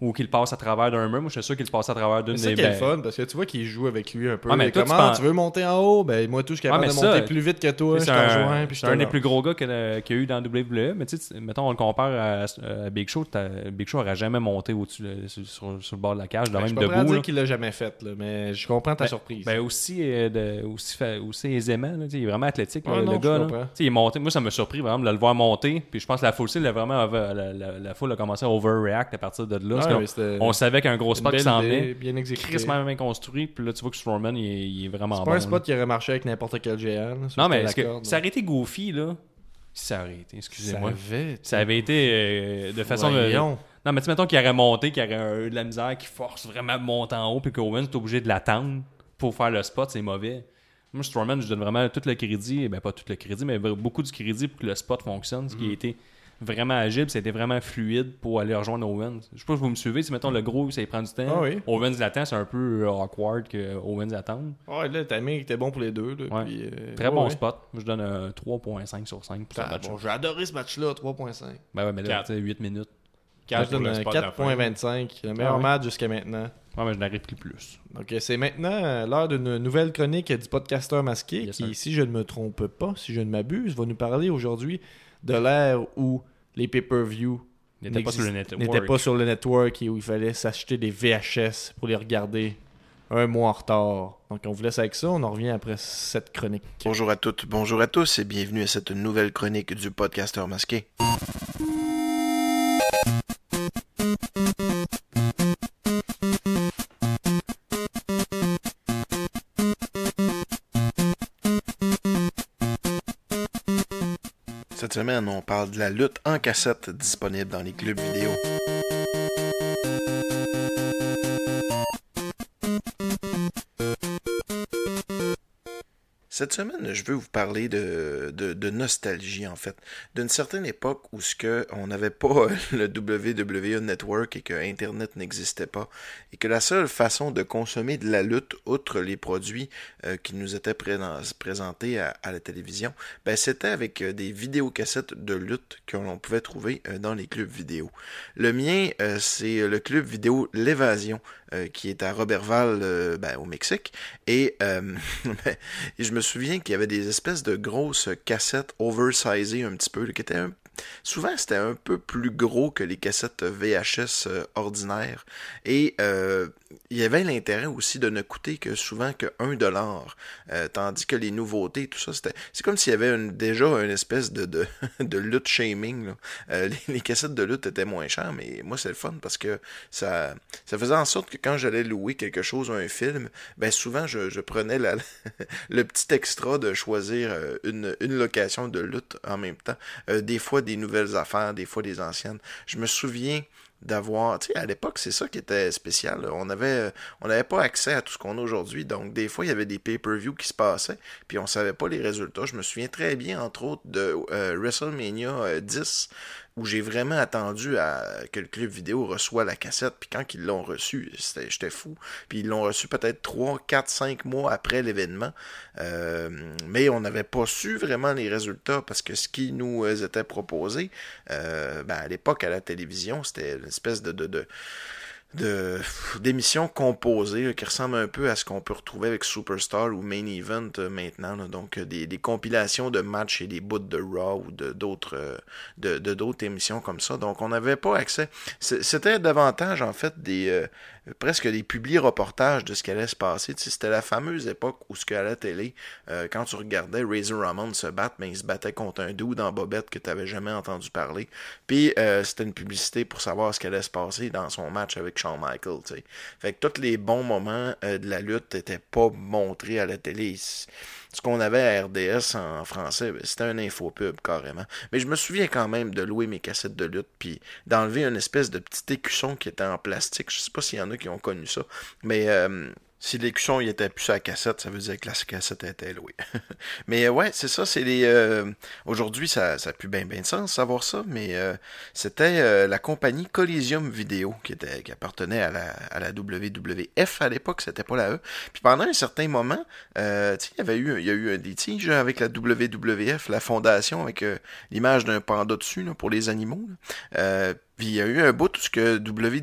S4: Ou qu'il le passe à travers d'un mur. Moi, je suis sûr qu'il le passe à travers d'une
S3: C'est ça
S4: des
S3: qui est le
S4: ben,
S3: fun parce que tu vois qu'il joue avec lui un peu.
S4: Ouais, mais
S3: Et
S4: toi, tu
S3: comment tu,
S4: penses-
S3: veux monter en haut Ben, moi, tout, je suis capable
S4: Ouais,
S3: de
S4: mais
S3: monter
S4: ça,
S3: plus vite que toi. Je te
S4: C'est
S3: rejoins.
S4: un,
S3: puis je
S4: c'est
S3: te
S4: un des
S3: lance.
S4: plus gros gars que le- qu'il y a eu dans WWE. Mais tu sais, tu- mettons, on le compare à, à Big Show. t'as- Big Show n'aurait jamais monté au-dessus le- sur, sur- sur le bord de la cage, de
S3: Ben, Je
S4: même
S3: suis pas prêt à
S4: debout.
S3: dire
S4: là.
S3: qu'il l'a jamais fait, là, mais je comprends ta
S4: Ben,
S3: surprise.
S4: Ben aussi, euh, de- aussi, fa- aussi aisément. là, tu sais, il est vraiment athlétique, là,
S3: Ouais,
S4: le
S3: non, je
S4: gars. là.
S3: comprends.
S4: Tu sais, Il est monté. Moi, ça m'a surpris vraiment de le voir monter. Puis je pense que la foule, tu sais, elle a vraiment, euh, la, la- la foule a commencé à overreact à partir de là. parce
S3: Ouais,
S4: qu'on-
S3: mais c'était-
S4: on savait qu'un gros
S3: Une
S4: spot qui
S3: belle
S4: s'en
S3: idée,
S4: venait.
S3: Bien exécuté.
S4: Chris même construit. Puis là, tu vois que Strowman, il est, il est vraiment
S3: C'est
S4: bon.
S3: pas un
S4: là.
S3: spot qui aurait marché avec n'importe quel géant. là, ça,
S4: Non, mais
S3: c'était
S4: est-ce que-
S3: d'accord,
S4: ça
S3: là.
S4: aurait été goofy, là. Ça aurait été, excusez-moi.
S3: avait été-
S4: Ça avait été euh, de façon. euh,
S3: Voyons.
S4: non, mais tu sais, mettons qu'il aurait monté, qu'il aurait euh, de la misère, qu'il force vraiment à monter en haut, puis qu'Owens est obligé de l'attendre pour faire le spot, c'est mauvais. Moi, Strowman, je donne vraiment tout le crédit, ben pas tout le crédit, mais vra- beaucoup du crédit pour que le spot fonctionne, ce
S3: Mm.
S4: qui a été vraiment agile, c'était vraiment fluide pour aller rejoindre Owens. Je sais pas si vous me suivez, si mettons le gros, ça y prend du temps.
S3: Ah oui.
S4: Owens l'attend, c'est un peu euh, awkward que Owens attende.
S3: Ouais, là, ta mère était bon pour les deux. là,
S4: Ouais.
S3: puis, euh,
S4: Très
S3: ouais,
S4: bon
S3: ouais.
S4: spot. Moi, je donne un 3.5 sur 5 pour ce
S3: Ah,
S4: match.
S3: bon, J'ai adoré ce match-là, 3.5.
S4: Ben ouais, mais là,
S5: Quatre.
S4: tu sais, 8
S3: Moi,
S4: minutes.
S3: je
S5: Quatre pour
S3: donne
S5: le
S3: un
S5: spot de la fin.
S3: 4.25. Le meilleur
S4: Ah ouais.
S3: match jusqu'à maintenant.
S4: Ouais, mais je n'arrive plus plus.
S3: Donc, euh, c'est maintenant euh, l'heure d'une nouvelle chronique du podcasteur masqué
S4: Yes,
S3: qui,
S4: sir.
S3: si je ne me trompe pas, si je ne m'abuse, va nous parler aujourd'hui de l'ère où les pay-per-view
S4: Il n'était pas sur le
S3: n'exist-
S4: network.
S3: n'étaient pas sur le network et où il fallait s'acheter des VHS pour les regarder un mois en retard. Donc, on vous laisse avec ça. On en revient après cette chronique.
S6: Bonjour à toutes, bonjour à tous et bienvenue à cette nouvelle chronique du podcasteur masqué. Cette semaine, on parle de la lutte en cassette disponible dans les clubs vidéo. Cette semaine, je veux vous parler de, de- de nostalgie, en fait. D'une certaine époque où ce que on n'avait pas euh, le WWE Network et que Internet n'existait pas, et que la seule façon de consommer de la lutte, outre les produits euh, qui nous étaient pré- présentés à, à la télévision, ben, c'était avec euh, des vidéocassettes de lutte que l'on pouvait trouver euh, dans les clubs vidéo. Le mien, euh, c'est le club vidéo L'Évasion, euh, qui est à Robertval, euh, ben, au Mexique, et... euh, et je me souviens qu'il y avait des espèces de grosses cassettes oversizées un petit peu, là, qui étaient un- souvent c'était un peu plus gros que les cassettes VHS euh, ordinaires. Et euh, il y avait l'intérêt aussi de ne coûter que souvent que 1 dollar, Euh, tandis que les nouveautés, tout ça, c'était c'est comme s'il y avait une- déjà une espèce de, de, de lutte shaming. là. Euh, les, les cassettes de lutte étaient moins chères, mais moi c'est le fun parce que ça, ça faisait en sorte que quand j'allais louer quelque chose, un film, ben souvent je, je prenais la, le petit extra de choisir euh, une, une location de lutte en même temps. Euh, des fois des nouvelles affaires, des fois des anciennes. Je me souviens d'avoir, tu sais, à l'époque, c'est ça qui était spécial. là. On avait, euh, on n'avait pas accès à tout ce qu'on a aujourd'hui. Donc, des fois, il y avait des pay-per-view qui se passaient, puis on savait pas les résultats. Je me souviens très bien, entre autres, de euh, WrestleMania euh, 10, où j'ai vraiment attendu à que le club vidéo reçoit la cassette. Puis quand ils l'ont reçue, c'était- j'étais fou. Puis ils l'ont reçu peut-être 3, 4, 5 mois après l'événement. Euh, mais on n'avait pas su vraiment les résultats parce que ce qui nous euh, était proposé, euh, ben, à l'époque à la télévision, c'était une espèce de, de, de- de- d'émission composée là, qui ressemble un peu à ce qu'on peut retrouver avec Superstar ou Main Event euh, maintenant. là. Donc euh, des, des compilations de matchs et des bouts de Raw ou de d'autres euh, de, de d'autres émissions comme ça. Donc on n'avait pas accès. C- C'était davantage en fait des euh, presque des publics reportages de ce qui allait se passer. Tu sais, C'était la fameuse époque où ce qu'à la télé, euh, quand tu regardais Razor Ramon se battre, mais il se battait contre un dude en bobette que tu n'avais jamais entendu parler. Puis euh, c'était une publicité pour savoir ce qui allait se passer dans son match avec Shawn Michaels. tu sais. Fait que tous les bons moments euh, de la lutte n'étaient pas montrés à la télé. C- Ce qu'on avait à RDS en français, ben, c'était un infopub carrément. Mais je me souviens quand même de louer mes cassettes de lutte puis d'enlever une espèce de petit écusson qui était en plastique. Je sais pas s'il y en a qui ont connu ça. Mais euh, si l'écusson il était plus à la cassette, ça veut dire que la cassette était louée. mais euh, ouais, c'est ça, c'est les. euh, Aujourd'hui, ça, ça pue bien bien de sens savoir ça, mais euh, c'était euh, la compagnie Coliseum Vidéo qui, était, qui appartenait à la, à la WWF à l'époque, c'était pas la E. Puis pendant un certain moment, euh, tu sais, il y avait eu, il y a eu un des litiges avec la WWF, la fondation avec euh, l'image d'un panda dessus là, pour les animaux. là. Euh, puis il y a eu un bout où ce que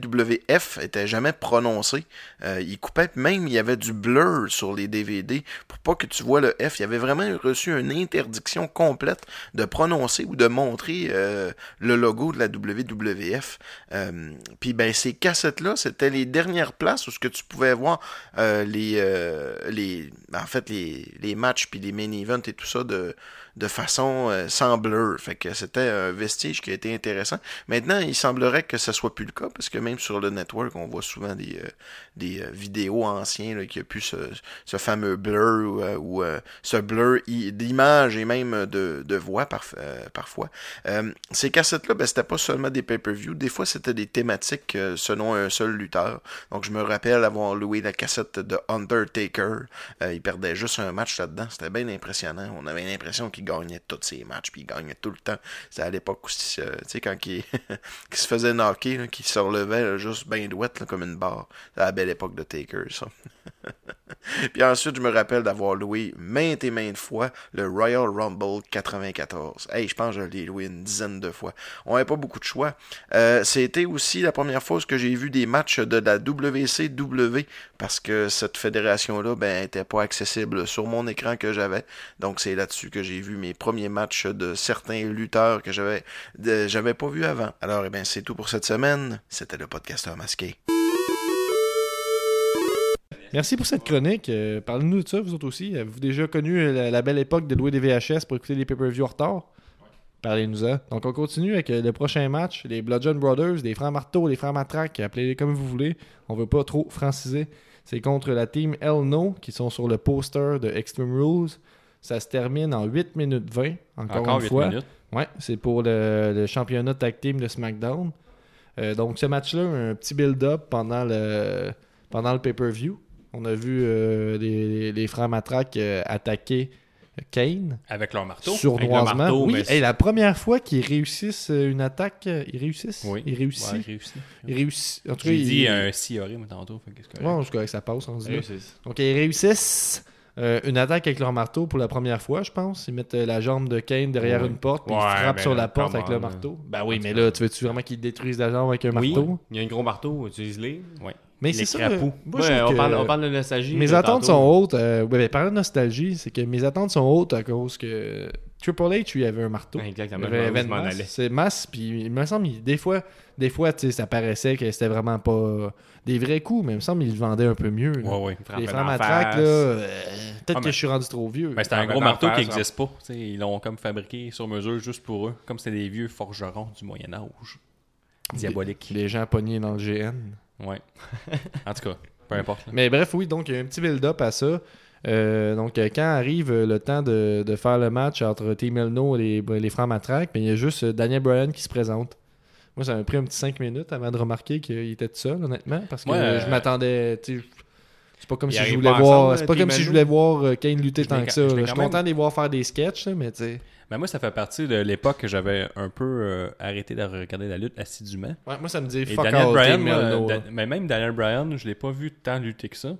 S6: WWF était jamais prononcé. Euh, il coupait, puis même il y avait du blur sur les DVD pour pas que tu vois le F. Il avait vraiment reçu une interdiction complète de prononcer ou de montrer euh, le logo de la WWF. Euh, puis ben ces cassettes-là, c'était les dernières places où ce que tu pouvais voir euh, les, euh, les en fait les, les matchs puis les main events et tout ça de de façon euh, sans blur. Fait que c'était un vestige qui a été intéressant. Maintenant, il semblerait que ça soit plus le cas, parce que même sur le network, on voit souvent des, euh, des euh, vidéos anciennes là, qui a plus ce, ce fameux blur ou, euh, ou, euh, ce blur i- d'image et même de, de voix parf- euh, parfois. Euh, ces cassettes-là, ben, c'était pas seulement des pay-per-view, des fois c'était des thématiques euh, selon un seul lutteur. Donc je me rappelle avoir loué la cassette de Undertaker. Euh, il perdait juste un match là-dedans. C'était bien impressionnant. On avait l'impression qu'il gagnait tous ses matchs, puis il gagnait tout le temps. C'était à l'époque où, euh, tu sais, quand il, qu'il se faisait knocker, là, qu'il se relevait là, juste bien douette là, comme une barre. C'était à la belle époque de Taker, ça. Puis ensuite, je me rappelle d'avoir loué maintes et maintes fois le Royal Rumble 94. Hey, je pense que je l'ai loué une dizaine de fois. On n'avait pas beaucoup de choix. Euh, C'était aussi la première fois que j'ai vu des matchs de la WCW parce que cette fédération-là ben, était pas accessible sur mon écran que j'avais. Donc c'est là-dessus que j'ai vu mes premiers matchs de certains lutteurs que j'avais de- j'avais pas vu avant. Alors, eh ben, c'est tout pour cette semaine. C'était le podcasteur masqué.
S3: Merci pour cette chronique. Euh, Parlez-nous de ça, vous autres aussi. Avez-vous déjà connu euh, la, la belle époque de louer des VHS pour écouter les pay-per-view en retard? Parlez-nous-en. Donc, on continue avec euh, le prochain match. Les Bludgeon Brothers, les Frères Marteau, les Frères Matraque, appelez-les comme vous voulez. On veut pas trop franciser. C'est contre la team Hell No, qui sont sur le poster de Extreme Rules. Ça se termine en 8 minutes 20, encore,
S4: Encore
S3: une
S4: 8
S3: fois.
S4: minutes.
S3: Ouais, c'est pour le, le championnat tag team de SmackDown. Euh, donc, ce match-là, un petit build-up pendant le, pendant le pay-per-view. On a vu euh, les, les frères Matraque euh, attaquer Kane
S4: Avec leur marteau.
S3: sournoisement.
S5: Avec le marteau,
S3: oui,
S5: mais
S3: et la première fois qu'ils réussissent euh, une attaque, euh, ils réussissent.
S4: Oui.
S3: Ils réussissent.
S4: Ouais, réussi.
S3: Ils réussissent. En tout cas,
S4: J'ai
S3: ils-
S4: dit euh, un Siori, mais tantôt. Fait que c'est correct.
S3: Ouais, je crois que ça passe en
S5: Réussissent.
S3: donc, ils réussissent euh, une attaque avec leur marteau pour la première fois, je pense. Ils mettent euh, la jambe de Kane derrière
S5: Ouais.
S3: une porte, puis ils
S5: Ouais,
S3: frappent
S5: mais
S3: sur
S5: là,
S3: la porte avec
S5: comment,
S3: le
S5: là?
S3: marteau. Ben oui, mais là, tu veux-tu vraiment qu'ils détruisent la jambe avec un
S5: Oui.
S3: marteau?
S5: Il y a un gros marteau, utilise-les.
S3: Mais c'est
S5: Les
S3: ça.
S5: crapauds.
S3: euh, moi, je
S5: Ouais,
S3: trouve
S5: on,
S3: que
S5: parle, on parle de nostalgie.
S3: mes
S5: là,
S3: attentes
S5: tantôt.
S3: sont hautes. euh, ouais, ben, parlant de nostalgie, c'est que mes attentes sont hautes à cause que Triple H, lui, avait un marteau.
S5: Ouais,
S3: Il
S5: Exactement.
S3: avait
S5: je
S3: Evan
S5: m'en
S3: Mass,
S5: allais.
S3: C'est masse, puis il me semble, il- des fois, des fois tu sais, ça paraissait que c'était vraiment pas des vrais coups, mais il me semble qu'il le vendait un peu mieux. là.
S4: Ouais, ouais.
S5: Frappait
S3: Les
S5: dans
S3: femmes
S5: la
S3: matraques, là,
S5: face.
S3: euh, peut-être
S4: Ah,
S3: que
S4: mais-
S3: je suis rendu trop vieux.
S4: Mais c'était un
S5: Ah, ben,
S4: gros
S5: dans le
S4: marteau
S5: faire,
S4: qui
S5: ça.
S4: n'existe pas. T'sais, ils l'ont comme fabriqué sur mesure juste pour eux, comme c'était des vieux forgerons du Moyen Âge. Diabolique.
S3: Les gens pognés dans le GN.
S4: Ouais. en tout cas, peu importe. là.
S3: Mais bref, oui, donc il y a un petit build-up à ça. Euh, donc, euh, quand arrive euh, le temps de, de faire le match entre Team Elno et les, les Francs Matraques, ben, il y a juste euh, Daniel Bryan qui se présente. Moi, ça m'a pris un petit 5 minutes avant de remarquer qu'il était tout seul, honnêtement, parce que
S4: Ouais,
S3: euh,
S4: euh,
S3: je m'attendais. tu sais, je- C'est pas comme
S5: ils
S3: si je
S5: arrivent
S3: voulais
S5: pas
S3: voir.
S5: ensemble,
S3: C'est pas
S5: Team
S3: comme si je
S5: Elno?
S3: voulais voir euh, Kane lutter tant
S4: J'étais
S3: que
S4: quand-
S3: ça.
S4: j'étais
S3: là. Je suis
S4: quand même-
S3: content de les voir faire des sketchs, là, mais tu sais.
S4: Mais moi, ça fait partie de l'époque que j'avais un peu euh, arrêté de regarder la lutte assidûment.
S3: Ouais, moi, ça me dit
S4: Et
S3: fuck
S4: Daniel
S3: all,
S4: Bryan,
S3: Team
S4: moi,
S3: Elno,
S4: Da-
S3: là.
S4: mais même Daniel Bryan, je l'ai pas vu tant lutter que ça.
S5: Non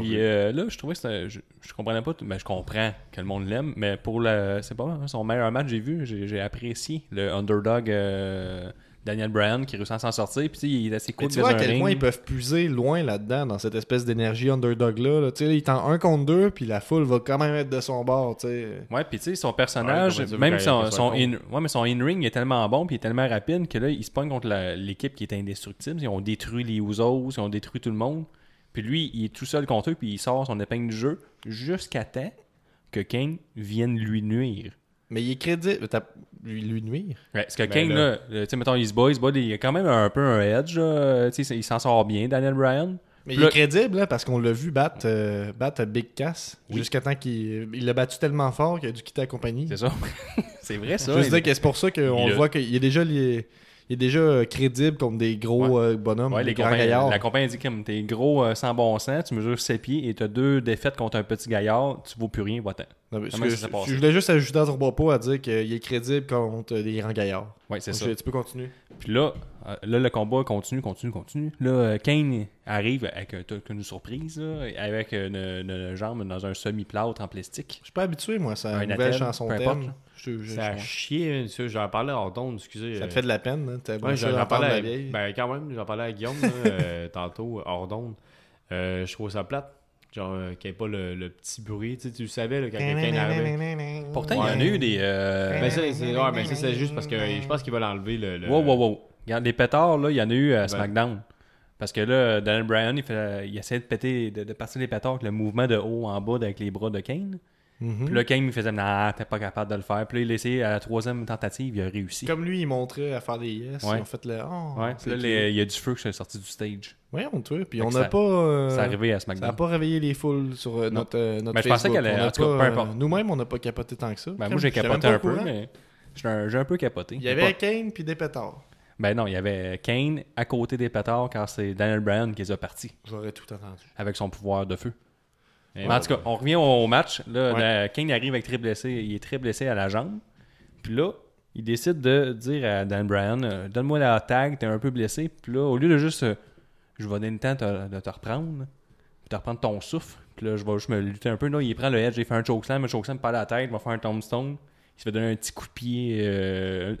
S4: Puis
S5: plus.
S4: euh, là, je trouvais que c'était- je, je comprenais pas, tout- mais je comprends que le monde l'aime, mais pour le, c'est pas mal, hein, son meilleur match, j'ai vu, j'ai j'ai apprécié le underdog euh, Daniel Bryan qui réussit à s'en sortir, puis tu sais, il est assez
S3: Mais
S4: cool
S3: tu
S4: dans
S3: vois à
S4: un
S3: quel
S4: ring.
S3: point ils peuvent puiser loin là-dedans, dans cette espèce d'énergie underdog-là. là. Tu sais, là, il est en 1 contre 2, puis la foule va quand même être de son bord. tu sais.
S4: Ouais, puis tu sais, son personnage,
S5: Ouais, Ah comment tu veux
S4: même
S5: qu'elle-
S4: son,
S5: qu'elle soit
S4: son
S5: contre?
S4: in, ouais, mais son in-ring il est tellement bon puis il est tellement rapide que là, il se pogne contre la- l'équipe qui est indestructible. Ils ont détruit les Usos, ils ont détruit tout le monde. Puis lui, il est tout seul contre eux, puis il sort son épingle du jeu jusqu'à temps que Kane vienne lui nuire.
S3: Mais il est crédible. T'as- Lui, lui nuire.
S4: Ouais, parce que
S5: Ben
S4: Kane,
S5: là-
S4: là, euh, tu sais, mettons, il se bat, il se bat, il a quand même un peu un edge, là. Tu sais, il s'en sort bien, Daniel Bryan.
S3: Mais
S4: Puis
S3: il
S4: là-
S3: est crédible hein, parce qu'on l'a vu battre, euh, battre à Big Cass jusqu'à temps qu'il il l'a battu tellement fort qu'il a dû quitter la compagnie.
S4: C'est ça. c'est vrai, ça.
S3: Juste
S4: Il-
S3: dire que c'est pour ça qu'on
S4: il
S3: le
S4: a-
S3: voit qu'il est déjà lié- Il est déjà euh, crédible comme des gros euh, bonhommes,
S4: Ouais,
S3: des
S4: les
S3: grands
S4: compagnies-
S3: gaillards.
S4: la compagnie dit comme t'es gros euh, sans bon sens, tu mesures 7 pieds et t'as deux défaites contre un petit gaillard, tu vaux plus rien, va-t'en.
S3: Non, mais ce
S4: Comment
S3: que
S4: ça s'est
S3: je-
S4: passé?
S3: je voulais juste ajouter à ton propos à dire qu'il est crédible contre des grands gaillards.
S4: Ouais, c'est
S3: Donc,
S4: ça.
S3: je- Tu peux continuer.
S4: Puis là, euh, là, le combat continue, continue, continue. Là, euh, Kane arrive avec un- t'as- une surprise, là, avec une, une jambe dans un semi-plâtre en plastique.
S3: Je suis pas habitué, moi, ça.
S4: Un
S3: Une nouvelle
S4: athènes,
S3: chanson
S4: peu importe,
S3: thème.
S4: là.
S3: Je- je-
S5: Ça a
S3: je-
S5: chié, monsieur. J'en parlais hors d'onde, excusez.
S4: euh,
S5: euh,
S3: ça te fait de la peine. Hein. T'as
S5: Ouais,
S3: bon, ça,
S5: j'en
S3: d'entendre
S5: parlais
S3: la
S5: à-
S3: vieille.
S5: Ben, quand même, j'en parlais à Guillaume là, euh, tantôt, hors d'onde. Euh, je trouve ça plate. Genre, euh, qu'il n'y ait pas le, le petit bruit. Tu, sais, tu le savais là, quand quelqu'un arrivait.
S4: ben, Pourtant, il y en a eu des. euh,
S5: Mais ça, c'est ouais, mais ça, c'est juste parce que euh, je pense qu'ils veulent enlever le. le-
S4: Wow, wow, wow. Regarde, les pétards, là, il y en a eu à SmackDown. Parce que là, Daniel Bryan, il, fait- euh, il essayait de péter, de, de partir les pétards avec le mouvement de haut en bas avec les bras de Kane.
S3: Mhm.
S4: Puis là, Kane, il faisait, non, t'es pas capable de le faire. Puis là, il a essayé à la troisième tentative, il a réussi.
S3: Comme lui, il montrait à faire des yes.
S4: Ouais.
S3: Ils ont fait le. Oh,
S4: Ouais,
S3: c'est
S4: là,
S3: cute.
S4: les- il y a du feu qui s'est sorti du stage.
S3: Voyons, toi. Puis
S4: Fait
S3: on
S4: que
S3: n'a
S4: ça-
S3: pas. euh,
S4: C'est arrivé à
S3: Ça n'a
S4: SmackDown.
S3: pas réveillé les foules sur euh,
S4: Non.
S3: notre, euh, notre
S4: Mais je pensais
S3: Facebook.
S4: qu'elle allait-
S3: On
S4: en
S3: n'a
S4: tout cas,
S3: pas,
S4: peu
S3: euh,
S4: importe.
S3: Nous-mêmes, on n'a pas capoté tant que ça.
S4: Ben,
S3: Crème,
S4: moi, j'ai
S3: j'étais même
S4: capoté
S3: pas
S4: un
S3: au
S4: peu,
S3: courant.
S4: mais j'ai un, j'ai un peu capoté.
S3: Il y
S4: J'ai
S3: avait
S4: pas-
S3: Kane puis des pétards.
S4: Ben non, il y avait Kane à côté des pétards quand c'est Daniel Bryan qui les a partis
S3: J'aurais tout entendu.
S4: avec son pouvoir de feu.
S5: Eh,
S4: Mais en tout cas, on revient au match. Là,
S3: Ouais.
S4: la- Kane arrive avec très blessé. Il est très blessé à la jambe. Puis là, il décide de dire à Dan Bryan euh, Donne-moi la tag, t'es un peu blessé. Puis là, au lieu de juste euh, Je vais donner le temps te- de te reprendre, puis de reprendre ton souffle. Puis là, je vais juste me lutter un peu. Là, il prend le edge, j'ai fait un chokeslam, un chokeslam par la tête, il va faire un tombstone. Il se fait donner un petit coup de pied euh,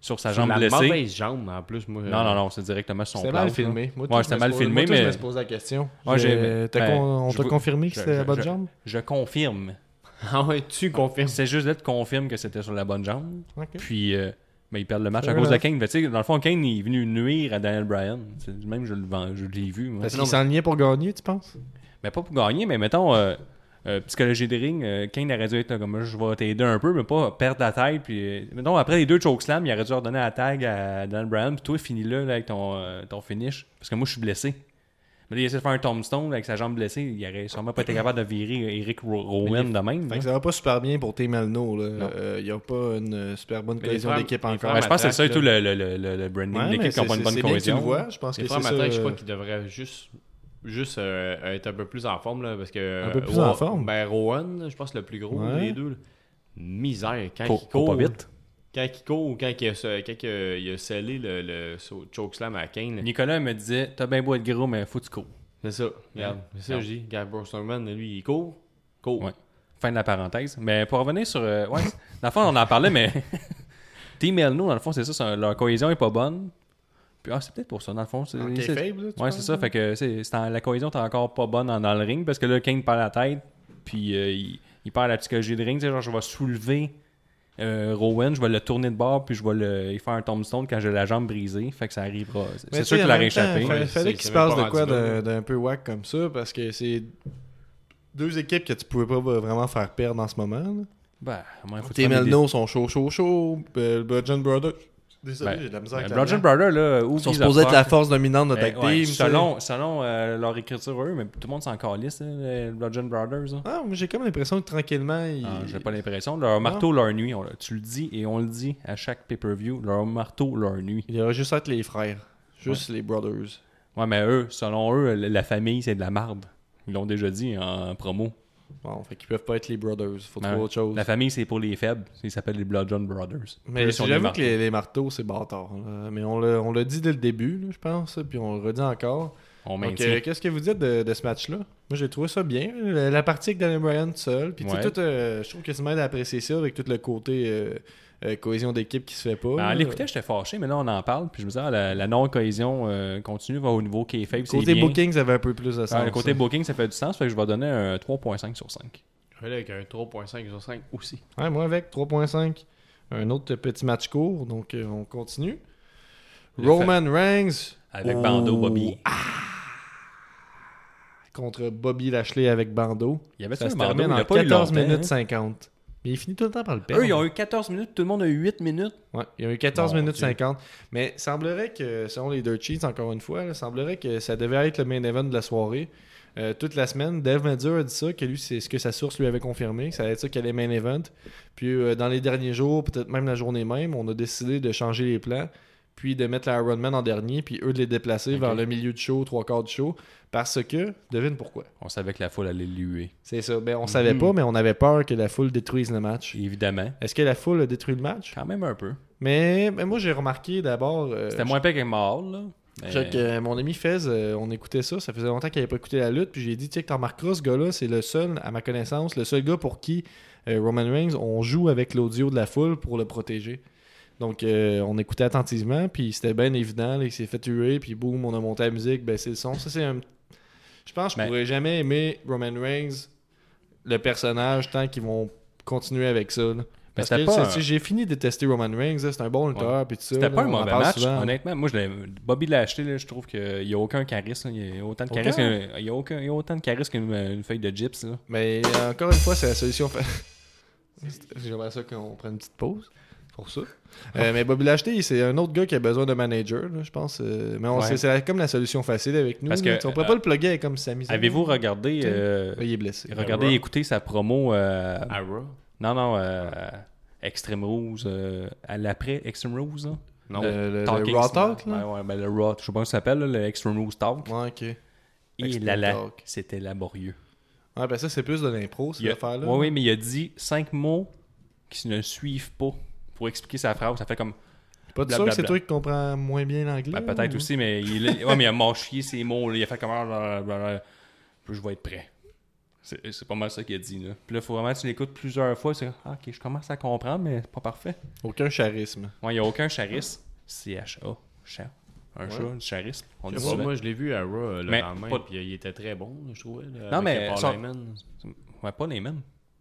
S4: sur sa
S5: Sur
S4: jambe
S5: la
S4: blessée.
S5: mauvaise jambe, en plus, moi.
S4: Non, non, non, c'est directement sur son
S3: C'était mal
S4: plâtre, là.
S3: filmé. Moi,
S4: Ouais,
S3: tout, je
S4: c'était
S3: me
S4: mal
S3: suis-
S4: filmé,
S3: moi, tout, je
S4: mais-
S3: me suis posé la question.
S4: Ouais, j'ai-
S3: Euh, t'as
S4: ben,
S3: con- On
S4: je
S3: t'a
S4: veux-
S3: confirmé que
S4: je-
S3: c'était la
S4: je-
S3: bonne
S4: je-
S3: jambe?
S4: Je confirme.
S5: Ah ouais, tu confirmes.
S4: C'est juste là, tu confirmes que c'était sur la bonne jambe.
S3: Ok.
S4: Puis, euh, ben, ils perdent le match
S3: Ça
S4: à cause de
S3: va.
S4: Kane. Mais tu sais, dans le fond, Kane il est venu nuire à Daniel Bryan. C'est- Même je le vends- je l'ai vu. moi.
S3: Parce qu'il s'enlignait pour gagner, tu penses?
S4: Mais pas pour gagner, mais mettons, euh, euh, psychologie de ring, euh, Kane aurait dû être là, comme je vais t'aider un peu, mais pas perdre la tête. Puis, euh, mettons, après les deux chokeslams, il aurait dû redonner la tag à Daniel Bryan. Puis toi, finis-le là, avec ton, euh, ton finish. Parce que moi, je suis blessé. Mais là, il essaie de faire un tombstone avec sa jambe blessée. Il aurait sûrement pas été capable de virer euh, Eric Ro- Rowan de même.
S3: Fait
S4: là.
S3: que ça va pas super bien pour Tim Alno. Il n'y a pas une euh, super bonne
S5: les
S3: cohésion
S5: frères-
S3: d'équipe
S5: les
S3: encore.
S5: frères
S4: Ouais, je pense que c'est ça et
S5: Attaque,
S4: tout le, le, le, le- le branding
S3: Ouais,
S4: de
S3: mais
S4: l'équipe qui
S3: c'est
S4: n'a pas une
S3: c'est- c'est
S4: bonne
S3: bien que tu le
S4: cohésion.
S3: vois. Je pense que
S5: Les
S3: c'est
S5: frères
S3: ça.
S5: Matraque, je crois
S3: euh,
S5: qu'ils devraient juste, juste euh, être un peu plus en forme. Là, parce que,
S3: Un peu
S5: euh,
S3: plus en forme.
S5: Ben, Rowan, je pense, le plus gros
S3: Ouais.
S5: des deux. là. Misère. Quand
S4: Cours-
S5: il
S4: cours
S5: court.
S4: pas vite.
S5: Quand il court ou quand il a, quand il a- il a scellé le, le so- chokeslam à Kane. là.
S4: Nicolas me disait T'as bien beau être gros, mais faut que tu cours.
S5: C'est ça. Regarde. C'est ça, que je dis. Gary Brosterman, lui, il court. Court.
S4: Ouais. Fin de la parenthèse. Mais pour revenir sur. euh, ouais, dans le fond, on en parlait, mais. Team Elno, dans le fond, c'est ça. c'est- Leur cohésion est pas bonne. Puis, ah, c'est peut-être pour ça, dans le fond. C'est,
S3: Ok,
S4: c'est-
S3: faible, là, tu
S4: Ouais,
S3: penses, hein?
S4: c'est ça.
S3: là?
S4: Fait que c'est, c'est en- la cohésion est encore pas bonne en- dans le ring parce que là, Kane perd la tête. Puis, euh, il, il perd la psychologie de ring. Tu sais, genre, je vais soulever euh, Rowan, je vais le tourner de bord, puis je vais le, il faire un tombstone quand j'ai la jambe brisée. Fait que ça arrivera. C'est,
S3: Mais
S4: c'est
S3: tu
S4: sûr
S3: sais,
S4: qu'il hein.
S3: en
S4: l'a
S3: même
S4: réchappé.
S3: temps, fallait-
S5: Ouais,
S3: fallait
S5: c'est-
S3: qu'il
S5: c'est
S3: se
S5: même
S3: passe
S5: pas
S3: de quoi
S5: rendu là,
S3: d'un
S5: là.
S3: d'un peu whack comme ça parce que c'est deux équipes que tu pouvais pas vraiment faire perdre en ce moment. là.
S4: Bah, au moins, faut
S3: Tim
S4: prendre des-
S3: Elno sont chaud, chaud, chaud. Euh, Le Bludgeon Brothers. Désolé,
S4: Ben,
S3: j'ai de la misère
S4: Ben,
S3: avec la
S4: Bludgeon
S3: langue.
S4: Brother, là, où
S3: Ils sont supposés être la force dominante de
S4: Ben,
S3: Tag
S4: ouais,
S3: Team. tu sais.
S4: selon selon euh, leur écriture, eux, mais tout le monde s'en calisse, hein, les Bludgeon Brothers. hein.
S3: Ah, mais j'ai comme l'impression que tranquillement, ils...
S4: Ah, J'ai pas l'impression. Leur marteau, leur nuit, on- tu le dis et on le dit à chaque pay-per-view, leur marteau, leur nuit.
S3: il devrait juste être les frères. Juste les brothers.
S4: Ouais, mais eux, selon eux, la la famille, c'est de la marde. Ils l'ont déjà dit en promo.
S3: Bon, fait qu'ils peuvent pas être les brothers. Faut
S4: Ben,
S3: trouver autre chose.
S4: La famille, c'est pour les faibles. Ils s'appellent les Bludgeon Brothers. Eux,
S3: Mais
S4: ils sont
S3: j'ai
S4: des
S3: jamais
S4: marteaux.
S3: que les, les marteaux, c'est bâtard. là. Mais on l'a on l'a dit dès le début, là, je pense, puis on le redit encore.
S4: On
S3: Donc,
S4: maintient.
S3: euh, qu'est-ce que vous dites de, de ce match-là? Moi, j'ai trouvé ça bien. La, la partie avec Daniel Bryan tout seul. Puis, tu sais,
S4: Ouais.
S3: tout, euh, je trouve que c'est mal d'apprécier ça avec tout le côté euh, euh, cohésion d'équipe qui se fait pas.
S4: Ben,
S3: là.
S4: en l'écoutant, j'étais fâché, mais là, on en parle. Puis je me disais, ah, la, la non-cohésion euh, continue, va au niveau qui est faible.
S3: Côté booking, ça avait un peu plus de sens.
S4: le côté
S3: ça.
S4: booking, Ah, ça fait du sens. Fait que je vais donner un 3.5 sur 5.
S5: Je vais aller avec un 3.5 sur 5 aussi.
S3: Ouais, moi avec 3.5. Un autre petit match court, donc euh, on continue. Roman Reigns
S4: Avec
S3: Oh.
S4: Bando, Bobby.
S3: contre Bobby Lashley avec Bando.
S4: Il y avait
S3: ça
S4: Ah, ben, ça,
S3: se
S4: le Bando,
S3: termine
S4: il y
S3: en
S4: a pas eu
S3: 14
S4: longtemps,
S3: minutes
S4: hein.
S3: 50. Mais il finit tout le temps par le perdre.
S4: Eux, ils ont eu 14 minutes, tout le monde a eu 8 minutes.
S3: Ouais, il y a eu 14
S4: Mon
S3: minutes
S4: Dieu.
S3: 50. Mais semblerait que, selon les Dirt Sheets, encore une fois, là, semblerait que ça devait être le main event de la soirée. Euh, toute la semaine, Dave Meltzer a dit ça, que lui, c'est ce que sa source lui avait confirmé, que ça allait être ça qu'elle est main event. Puis euh, dans les derniers jours, peut-être même la journée même, on a décidé de changer les plans, puis de mettre la Iron Man en dernier, puis eux de les déplacer vers le milieu du show, trois quarts du show, parce que, devine pourquoi.
S4: On savait que la foule allait luer.
S3: C'est ça. Ben, on
S4: Hmm.
S3: savait pas, mais on avait peur que la foule détruise le match.
S4: Évidemment.
S3: Est-ce que la foule a détruit le match?
S4: Quand même un peu.
S3: Mais, mais moi, j'ai remarqué d'abord... euh,
S4: C'était moins pire qu'un mort, là. Mais-
S3: Check, euh, mon ami Fez, euh, on écoutait ça, ça faisait longtemps qu'il n'avait pas écouté la lutte, puis j'ai dit, tu sais, que t'en remarqueras, ce gars-là, c'est le seul, à ma connaissance, le seul gars pour qui euh, Roman Reigns, on joue avec l'audio de la foule pour le protéger. Donc, euh, on écoutait attentivement, puis c'était bien évident, là, il s'est fait tuer, puis boum, on a monté la musique, baissé le son. Ça, c'est un... Je pense que je
S4: Ben-
S3: pourrais jamais aimer Roman Reigns, le personnage, tant qu'ils vont continuer avec ça. là. Parce
S4: Ben, c'était
S3: que
S4: pas
S3: c'est-
S4: un-
S3: c'est- j'ai fini de tester Roman Reigns, là, c'est un bon lutteur, puis tout ça.
S4: C'était
S3: là,
S4: pas un
S3: on en
S4: mauvais
S3: parle
S4: match,
S3: souvent.
S4: honnêtement. Moi, je l'ai- Bobby l'a acheté, là, je trouve qu'il n'y a aucun charisme. là. Il y a autant de
S3: Aucun?
S4: charisme, qu'un- il y a aucun- il y a autant de charisme qu'une une feuille de gyps. là.
S3: Mais euh, encore une fois, c'est la solution. fa- J'aimerais ça qu'on prenne une petite pause pour ça.
S4: Ah.
S3: Euh, mais Bobby Lashley, c'est un autre gars qui a besoin de manager, là, je pense. euh, mais on-
S4: Ouais.
S3: c'est- c'est la- comme la solution facile avec nous.
S4: Parce
S3: là,
S4: que, euh,
S3: tu sais, on pourrait pas le plugger avec comme Sami Zayn.
S4: Avez-vous regardé, euh,
S3: Ouais, Il est blessé.
S4: regardé
S5: Raw.
S4: et écouté sa promo euh,
S5: À Raw?
S4: Non, non, euh, Extreme Rules, euh, à l'après Extreme Rules. là.
S5: Non.
S3: Le- le-
S4: Talking
S3: le Raw
S4: Smack.
S3: Talk, là?
S4: Ouais, ouais, ben, le Raw, je sais pas comment ça s'appelle, là, le Extreme Rules Talk.
S3: Ouais, ok.
S4: Et
S3: Extreme
S4: là, là,
S3: Talk.
S4: c'était laborieux.
S3: Ouais, ben ça, c'est plus de l'impro, cette
S4: Il a-
S3: affaire-là.
S4: Ouais, oui, mais il a dit cinq mots qui ne suivent pas pour expliquer sa phrase. Ça fait comme.
S3: Pas de sûr que c'est
S4: Blablabla.
S3: toi qui comprends moins bien l'anglais.
S4: Ben,
S3: là,
S4: peut-être
S3: ou-
S4: aussi, mais il, ouais, mais il a mâché ses mots. là. Il a fait comme. ah, blablabla. Puis je vais être prêt. C'est c'est pas mal ça qu'il a dit. Là. Puis là, faut vraiment que tu l'écoutes plusieurs fois. C'est ah, ok, je commence à comprendre, mais c'est pas parfait.
S3: Aucun charisme.
S4: Ouais, il n'y a aucun charisme. C-H-A. Chat. Un chat, du charisme. On dit
S5: Moi,
S4: souvent.
S5: moi, je l'ai vu à Raw euh, le
S4: Mais
S5: lendemain,
S4: pas-
S5: puis euh, il était très bon, je trouvais. là,
S4: Non,
S5: avec,
S4: mais
S5: euh, Paul
S4: son-
S5: Heyman.
S4: Ouais, pas les mêmes.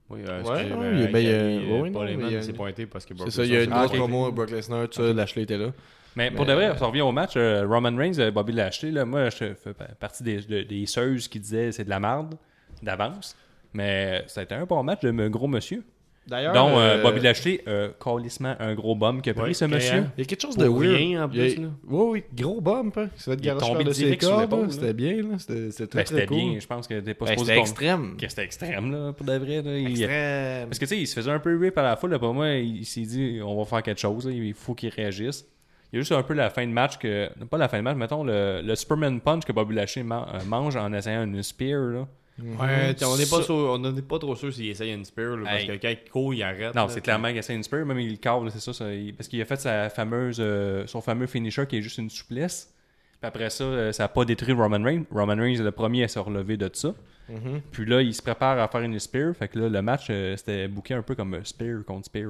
S5: Oui, euh,
S3: Ouais,
S5: excusez,
S3: ouais,
S5: euh,
S3: il-
S5: avec,
S3: ben, il y a-
S5: euh,
S3: ouais, oui, non,
S5: Paul
S3: mais il y a
S5: Heyman s'est
S3: une-
S5: pointé parce que
S3: C'est ça, il y a une
S4: Ah,
S3: grosse
S4: ok.
S3: promo à Brock Lesnar, tout ça, Lashley était là.
S4: Mais pour de vrai, si on revient au match, euh, Roman Reigns, euh, Bobby Lashley, là, moi, je fais pa- partie des, de- des seuses qui disaient c'est de la merde d'avance. Mais ça a été un bon match de me- gros monsieur.
S3: D'ailleurs,
S4: Donc,
S3: euh,
S4: Bobby Lashley, euh, calissement, un gros bum qui a pris
S5: Ouais,
S4: ce
S5: créant.
S4: monsieur. Ben,
S3: Il y a quelque chose
S5: Pour
S3: de weird.
S5: rien, en
S3: Il y a-
S5: plus, là.
S3: Oui, oui, gros bump. Hein. Ça va être
S4: Il est
S3: garoché
S4: tombé
S3: par de ses
S4: direct sur
S3: cordes.
S4: l'épaule,
S3: là.
S4: là.
S3: C'était bien. là. C'était c'était très,
S4: Ben,
S3: très
S4: c'était
S3: cool.
S4: bien, je pense que t'es pas
S3: Ben,
S4: supposé
S3: c'était
S4: tomber.
S3: extrême.
S4: Que C'était extrême, là, pour de vrai. Là. Il-
S3: Extrême.
S4: Parce que, tu sais, il se faisait un peu rip à la foule. Là, pour moi, il, il s'est dit, on va faire quelque chose. là, il faut qu'il réagisse. Il y a juste un peu la fin de match que. Pas la fin de match, mettons, le, le Superman Punch que Bobby Lashley man- euh, mange en essayant une spear. Là.
S5: Ouais, t'sais, on n'est pas,
S4: Ça-
S5: sûr- on n'est pas trop sûr s'il essaye une spear, là, parce
S4: Hey.
S5: que quand il court, il arrête.
S4: Non,
S5: là.
S4: c'est clairement qu'il essaie une spear, même il le carve, là, c'est ça. ça, il- parce qu'il a fait sa fameuse, euh, son fameux finisher qui est juste une souplesse. Puis après ça, euh, ça n'a pas détruit Roman Reigns. Roman Reigns est le premier à se relever de ça.
S3: Mm-hmm.
S4: Puis là, il se prépare à faire une spear. Fait que là, le match, euh, c'était booké un peu comme euh, spear contre spear.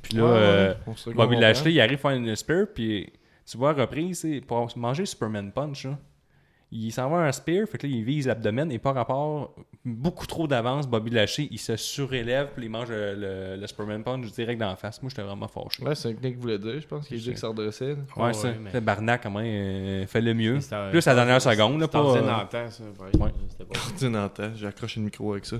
S4: Puis là,
S3: Ouais, ouais,
S4: euh,
S3: on se
S4: Bobby
S3: comprend.
S4: Lashley, il arrive à faire une spear. Puis tu vois, reprise, c'est pour manger Superman Punch, là, il s'en va à un spear. Fait que là, il vise l'abdomen. Et par rapport, beaucoup trop d'avance, Bobby Lashley, il se surélève. Puis il mange euh, le, le Superman Punch direct dans la face. Moi, j'étais vraiment fâché.
S3: Ouais, c'est un que voulait dire, je pense, qu'il dit que ça redressait. là.
S4: Ouais,
S5: Ouais,
S4: ça.
S5: mais-
S4: Le Barnac, quand même, euh, fait le mieux.
S5: C'était-
S4: Plus la dernière seconde, là, pas.
S5: C'était en
S4: euh,
S5: faisant dans le temps, ça, pareil.
S4: Ouais.
S5: C'était pas-
S3: Tu n'entends, j'accroche le micro avec ça.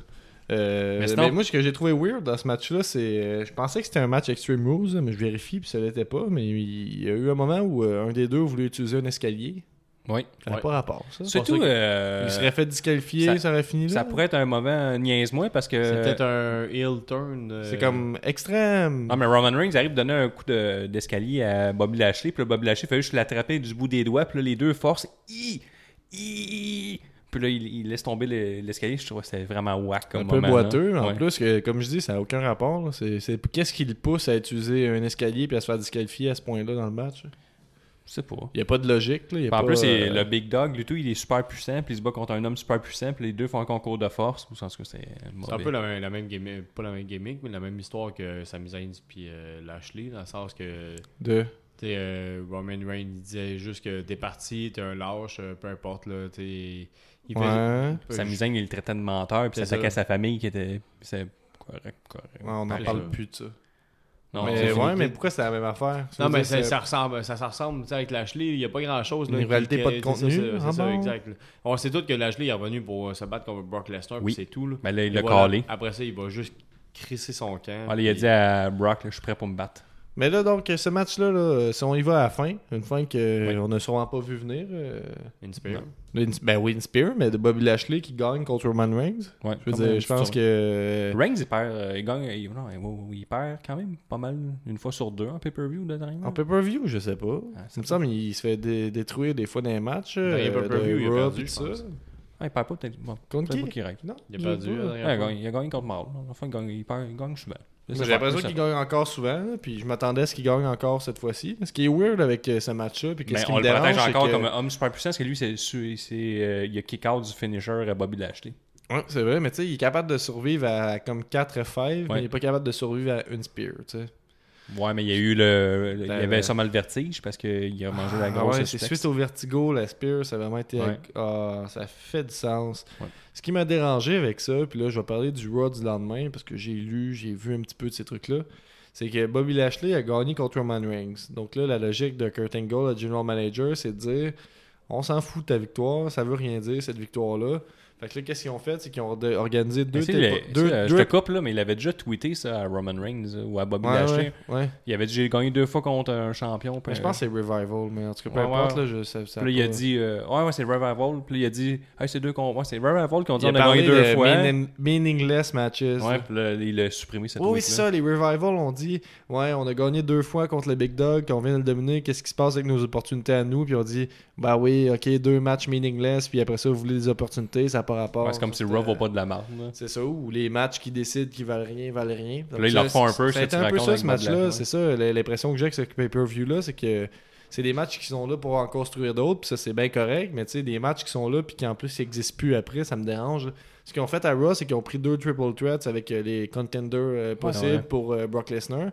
S3: Euh,
S4: Mais
S3: mais
S4: sinon-
S3: moi, ce que j'ai trouvé weird dans ce match-là, c'est. euh, je pensais que c'était un match Extreme Rules, mais je vérifie, puis ça l'était pas. Mais il y a eu un moment où euh, un des deux voulait utiliser un escalier.
S4: Oui.
S3: Ça n'a
S5: Ouais.
S3: pas rapport, ça.
S4: C'est tout. euh,
S3: Il serait fait disqualifier,
S4: ça-
S3: ça, aurait fini là.
S4: Ça pourrait être un mauvais niaise-moi parce que.
S5: C'est peut-être un heel turn. euh,
S3: C'est comme extrême.
S4: Non, Ah, mais Roman Reigns arrive donner un coup de- d'escalier à Bobby Lashley. Puis là, Bobby Lashley fait juste l'attraper du bout des doigts. Puis là, les deux forces. Hi! Hi! Puis là, il, il laisse tomber le- l'escalier. Je trouve que c'était vraiment whack comme
S3: un peu
S4: moment, là.
S3: boiteux, en
S4: Ouais.
S3: plus, que, comme je dis, ça n'a aucun rapport. là. C'est, c'est- Qu'est-ce qui le pousse à utiliser un escalier puis à se faire disqualifier à ce point-là dans le match là?
S4: Je sais pas.
S3: Il n'y a pas de logique. Là. Il y a
S4: Puis en
S3: pas,
S4: plus, c'est
S3: euh,
S4: le Big Dog. Luto, il est super puissant. Puis il se bat contre un homme super puissant. Puis les deux font un concours de force. Ou sens que c'est
S5: C'est un
S4: mauvais.
S5: peu la même, la même gimmick, pas la même gimmick, mais la même histoire que Sami Zayn puis euh, Lashley, dans le sens que
S3: de...
S5: tu sais, euh, Roman Reigns il disait juste que t'es parti, t'es un lâche, euh, peu importe là, tu sais, il faisait-
S3: Ouais.
S5: peu-
S4: Sa misaine, il le traitait de menteur. Puis
S5: C'est
S4: s'attaquait à
S5: ça.
S4: sa famille qui était. C'est correct, correct.
S3: Ouais, on n'en
S5: Ouais,
S3: parle
S5: ça.
S3: plus de ça.
S4: Non,
S5: c'est
S3: mais
S5: fini.
S3: ouais, mais pourquoi c'est la même affaire
S5: Non mais
S3: c'est
S5: ça, ça ressemble, ça, se ressemble tu sais, avec Lashley, il n'y a pas grand chose.
S3: Une rivalité, pas de contenu,
S5: C'est ça,
S3: ah bon?
S5: exact. là. On sait tout que Lashley est revenu pour euh, se battre contre Brock Lesnar,
S4: Oui.
S5: puis c'est tout. Là.
S4: Mais là, il
S5: Et
S4: l'a
S5: voilà.
S4: calé.
S5: Après ça, il va juste crisser son camp.
S4: Allez, il a
S5: puis-
S4: dit à Brock, là, je suis prêt pour me battre.
S3: Mais là, donc, ce match-là, là, si on y va à la fin, une fin qu'on n'a sûrement pas vu venir. euh,
S5: Une spear.
S3: une- Ben oui, une spear, mais de Bobby Lashley qui gagne contre Roman Reigns.
S4: Ouais,
S3: Je veux
S4: comme
S3: dire,
S4: un
S3: je pense
S4: petit
S3: que.
S4: Reigns, il perd, euh, il gagne, il, non, il- oui, oui, il perd quand même pas mal, une fois sur deux en pay-per-view de dernier.
S3: En pay-per-view, je sais pas. Ça me semble il se fait dé- détruire des fois dans les matchs.
S5: Dans les
S3: euh,
S5: pay-per-view,
S3: de
S5: il a
S3: Raw,
S5: perdu,
S3: tout
S5: je
S3: ça.
S5: pense.
S4: Ah, il perd pas, peut-être. Bon,
S3: Contre
S4: peut-être
S3: qui?
S4: pas qu'il règle.
S3: Non,
S5: Il a perdu. euh,
S3: pas.
S5: la
S4: Ah, Ouais,
S5: dernière
S4: il,
S5: fois.
S4: gagne, il a gagné contre Marl. Enfin, il gagne, il perd, il gagne souvent. Là,
S3: J'ai
S4: ça part-
S3: l'impression
S4: ça-
S3: qu'il gagne encore souvent, là, puis je m'attendais à ce qu'il gagne encore cette fois-ci. Ce qui est weird avec euh, ce match-là, puis
S5: Ben,
S3: qu'est-ce
S4: Mais
S3: qui
S4: on
S3: me
S4: le protège
S3: dérange, c'est
S4: encore
S3: que-
S4: comme un homme super puissant parce que lui, c'est, c'est, c'est, euh, il a kick-out du finisher à Bobby Lashley.
S3: Ouais, c'est vrai, mais tu sais, il est capable de survivre à comme 4 F5,
S4: Ouais.
S3: mais il est pas capable de survivre à une spear, tu sais.
S4: Ouais, mais il y a eu le. le- il y
S3: Ben,
S4: avait
S3: euh,
S4: sûrement le vertige parce qu'il a mangé la
S3: Ah
S4: grosse.
S3: ouais, c'est
S4: suplex.
S3: suite au vertigo, la spear, ça a vraiment été.
S4: Ouais.
S3: Ah, ça fait du sens.
S4: Ouais.
S3: Ce qui m'a dérangé avec ça, puis là, je vais parler du Raw du lendemain, parce que j'ai lu, j'ai vu un petit peu de ces trucs-là, c'est que Bobby Lashley a gagné contre Roman Reigns. Donc là, la logique de Kurt Angle, le general manager, c'est de dire on s'en fout de ta victoire, ça veut rien dire, cette victoire-là. Fait que là, qu'est-ce qu'ils ont fait C'est qu'ils ont de- organisé
S4: Mais
S3: deux.
S4: Ben, c'est
S3: télépo-
S4: le-
S3: deux-
S4: c'est le- Je
S3: deux-
S4: te coupe, là, mais il avait déjà tweeté ça à Roman Reigns euh, ou à Bobby
S3: Ouais,
S4: Lashley.
S3: ouais, ouais.
S4: Il avait dit J'ai gagné deux fois contre un champion. euh, puis
S3: Ben, je pense que c'est Revival, mais en tout cas, peu
S4: Ouais,
S3: importe,
S4: ouais.
S3: là, je, ça, ça
S4: Puis là, il a
S3: pas-
S4: dit, euh, ouais, ouais, c'est Revival. Puis là, il a dit, hey, c'est deux qu'on. Ouais, c'est Revival qu'on dit,
S3: Il a
S4: on a
S3: parlé
S4: gagné deux
S3: de
S4: fois.
S3: meaning- meaningless matches.
S4: Ouais,
S3: là.
S4: puis là, il a supprimé cette
S3: Oui, oui,
S4: tweet-là.
S3: c'est ça, les Revival, on dit, ouais, on a gagné deux fois contre le Big Dog, qu'on vient de le dominer, qu'est-ce qui se passe avec nos opportunités à nous, puis on dit, bah oui, ok, deux matchs meaningless, puis après ça, vous voulez des opportunités, ça n'a pas rapport.
S4: Ouais, c'est comme si Raw va pas de la marque. là.
S3: C'est ça, ou les matchs qui décident qui valent rien, valent rien. Donc
S4: là, ils
S3: ça,
S4: leur font un peu,
S3: Ça
S4: ça,
S3: a été
S4: tu
S3: un peu
S4: racontes
S3: ça,
S4: avec
S3: ce
S4: Bob Lashley, ouais.
S3: match-là. C'est ça, l- l'impression que j'ai avec ce pay-per-view-là, c'est que c'est des matchs qui sont là pour en construire d'autres, puis ça, c'est bien correct, mais tu sais, des matchs qui sont là, puis qui en plus, ils n'existent plus après, ça me dérange. là. Ce qu'ils ont fait à Raw, c'est qu'ils ont pris deux triple threats avec euh, les contenders euh, possibles
S4: ouais.
S3: pour euh, Brock Lesnar.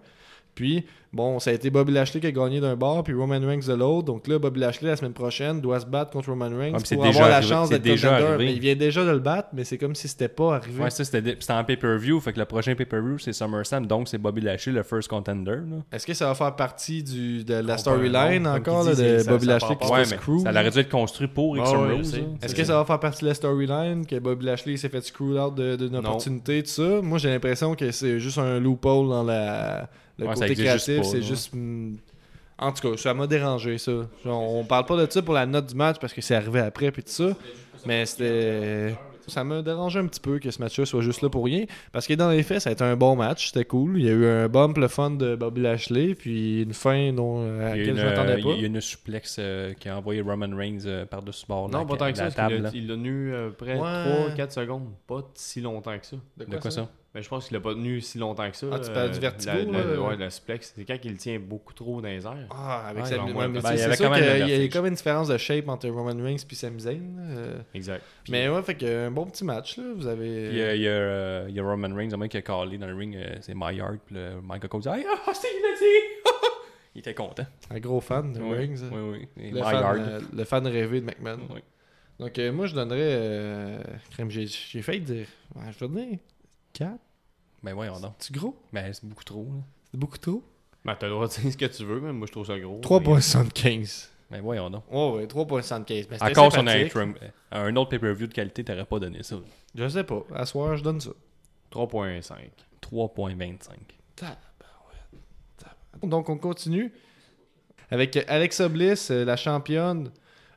S3: Puis, bon, ça a été Bobby Lashley qui a gagné d'un bord, puis Roman Reigns de l'autre. Donc là, Bobby Lashley, la semaine prochaine, doit se battre contre Roman Reigns
S4: mais c'est
S3: pour
S4: déjà
S3: avoir la
S4: arrivé-
S3: chance
S4: c'est
S3: d'être
S4: déjà
S3: contender.
S4: arrivé.
S3: Mais il vient déjà de le battre, mais c'est comme si c'était pas arrivé.
S4: Ouais, ça, c'était dé- c'était en pay-per-view. Fait que le prochain pay-per-view, c'est SummerSlam. Donc, c'est Bobby Lashley, le first contender. là.
S3: Est-ce que ça va faire partie du, de la storyline
S5: Comme
S3: encore
S5: qu'ils
S3: là,
S5: disent,
S3: de
S5: ça-
S3: Bobby
S5: ça
S3: Lashley qui
S5: part pas.
S3: se
S4: Ouais,
S3: fait
S4: mais
S3: screw?
S4: ça aurait dû être construit pour X
S5: Ouais, ouais,
S4: Rose.
S5: je sais.
S4: là.
S3: Est-ce que ça va faire partie de la storyline que Bobby Lashley s'est fait screw out de- d'une opportunité, tout ça? Moi, j'ai l'impression que c'est juste un loophole dans la, le
S4: Ouais, ça
S3: côté
S4: existe juste
S3: créatif.
S4: pas,
S3: C'est
S4: là.
S3: juste. mm, En tout cas, ça m'a dérangé, ça. Genre, on parle pas de ça pour la note du match parce que c'est arrivé après, puis tout ça. Mais c'était. Ça me dérangeait un petit peu que ce match-là soit juste là pour rien. Parce que dans les faits, ça a été un bon match, c'était cool. Il y a eu un bump, le fun de Bobby Lashley, puis une fin dont, à
S4: Il
S3: laquelle
S4: y, a une,
S3: je
S4: euh,
S3: m'attendais
S4: il y
S3: pas.
S4: a- il y a une suplex euh, qui a envoyé Roman Reigns euh, par-dessus bord.
S5: Non,
S4: la,
S5: pas tant que
S4: la
S5: ça. parce
S4: table,
S5: qu'il
S4: là.
S5: l'a- Il l'a tenu euh, près de
S3: Ouais.
S5: 3-4 secondes. Pas t- si longtemps que ça.
S4: De quoi ça
S5: Mais je pense qu'il l'a pas tenu si longtemps que ça. euh,
S3: Ah, tu parles du vertigo,
S5: la- la-
S3: là?
S5: Ouais, le suplex. C'est quand il le tient beaucoup trop dans les airs.
S3: Ah, avec
S4: Ouais,
S3: Sami-
S4: non,
S3: ouais, mais
S4: ben,
S3: c'est
S4: il y
S3: c'est
S4: avait
S3: sûr
S4: quand même
S3: qu'il y
S4: le
S3: a- il y a
S4: vertige.
S3: comme une différence de shape entre Roman Reigns puis Sami Zayn. euh.
S5: Exact. Puis-
S3: Mais ouais, fait que un bon petit match là, vous avez
S4: Puis euh, il y, a, euh, il y a Roman Reigns, un mec qui a callé dans le ring, euh, c'est My Yard. Puis le Michael Cole dit Ah, ah, c'est, il l'a dit Il était content.
S3: un gros fan de
S4: Oui,
S3: Reigns.
S4: oui, oui. Et
S3: Le
S4: My
S3: fan,
S4: Yard.
S3: euh, le fan rêvé de McMahon.
S4: Oui.
S3: Donc euh, moi je donnerais euh, crème j'ai j'ai failli dire ouais, je donnerais 4.
S4: Ben voyons donc.
S3: C'est gros,
S4: Ben c'est beaucoup trop. Là.
S3: c'est beaucoup trop.
S5: Ben, t'as le droit de dire ce que tu veux, mais moi je trouve ça gros. mais-
S3: 3.75.
S4: Ben voyons donc.
S3: Ouais ouais, 3.75. Mais c'était
S4: Encore si on a un,
S3: sympathique.
S4: Trump- un autre pay-per-view de qualité, t'aurais pas donné ça.
S3: Je sais pas, à soir je donne ça.
S5: 3.5.
S4: 3.25.
S3: Donc, on continue avec Alexa Bliss, euh, la championne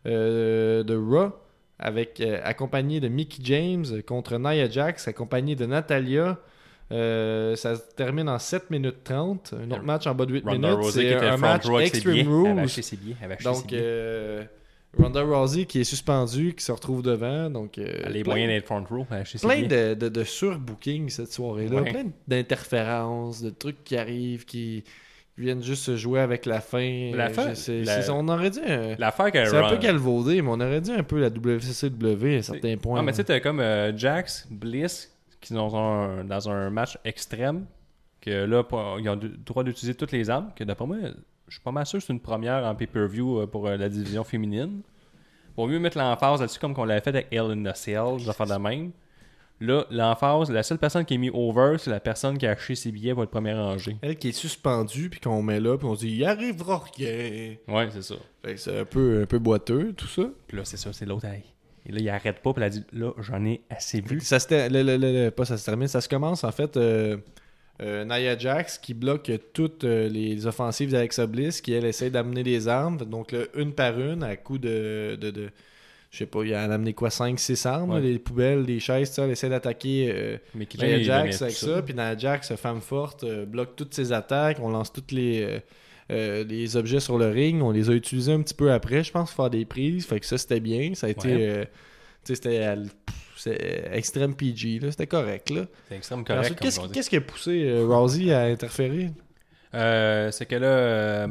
S3: euh, de Raw, avec, euh, accompagnée de Mickey James euh, contre Nia Jax, accompagnée de Natalia. Euh, ça se termine en 7 minutes 30. Un autre match en bas de 8
S4: Euh, Ronda
S3: minutes.
S4: Rousey qui
S3: C'est
S4: était
S3: un
S4: front
S3: match
S4: row avec ses billets.
S3: Extreme
S4: Elle avait
S3: Rules.
S4: acheté ses billets. Elle avait acheté ses
S3: Donc,
S4: billets.
S3: euh, Ronda Rousey qui est suspendue, qui se retrouve devant. Donc, euh,
S4: Elle est
S3: plein-
S4: moyenne d'être front row. Elle a acheté ses
S3: plein de,
S4: billets.
S3: de, de surbooking cette soirée-là,
S4: Ouais.
S3: plein d'interférences, de trucs qui arrivent, qui viennent juste se jouer avec la fin.
S4: La
S3: Je
S4: fin,
S3: sais-
S4: la-
S3: c'est- on aurait dit. un-
S4: L'affaire que
S3: C'est un peu
S4: Ron-
S3: galvaudé, mais on aurait dit un peu la WCCW à certains points. hein.
S4: Ah, mais tu sais, t'as comme euh, Jax, Bliss, qui sont dans un, dans un match extrême, que là, pas- ils ont le droit d'utiliser toutes les armes, que d'après moi, je suis pas mal sûr que c'est une première en pay-per-view euh, pour euh, la division féminine. Vaut mieux mettre l'emphase là-dessus, comme qu'on l'avait fait avec Elle in a Cell, des affaires de même. Là, l'emphase, la seule personne qui est mise over, c'est la personne qui a acheté ses billets pour le premier rangé.
S3: Elle qui est suspendue, puis qu'on met là, puis on se dit, il arrivera rien.
S4: Ouais, c'est ça.
S3: Fait que c'est un peu, un peu boiteux, tout ça.
S4: Puis là, c'est ça, c'est l'autre. elle- Et là, il arrête pas, puis elle a dit Là, j'en ai assez vu.
S3: Ça se ter- le- le- le- le- pas ça se termine, ça se commence en fait. euh, euh, Nia Jax qui bloque toutes euh, les offensives d'Alexa Bliss, qui elle essaie d'amener des armes, donc là, une par une, à coup de. de, de- je sais pas, elle a amené quoi, 5-6 armes,
S4: Ouais.
S3: les poubelles, les chaises, tout ça, elle essaie d'attaquer euh,
S4: Mais qui
S3: Nia Jax avec ça, puis Nia Jax, femme forte, euh, bloque toutes ses attaques, on lance toutes les. euh, euh, les objets sur le ring, on les a utilisés un petit peu après, je pense, pour faire des prises. Fait que ça, c'était bien. Ça a été.
S4: Ouais.
S3: euh, tu sais, c'était à l- pff, c'est extrême PG, là. C'était correct, là.
S4: C'est extrêmement
S3: Mais
S4: correct.
S3: ensuite,
S4: comme
S3: qu'est-ce
S4: on dit.
S3: qu'est-ce qui a poussé euh, Rousey à interférer
S4: Euh, c'est que là, euh,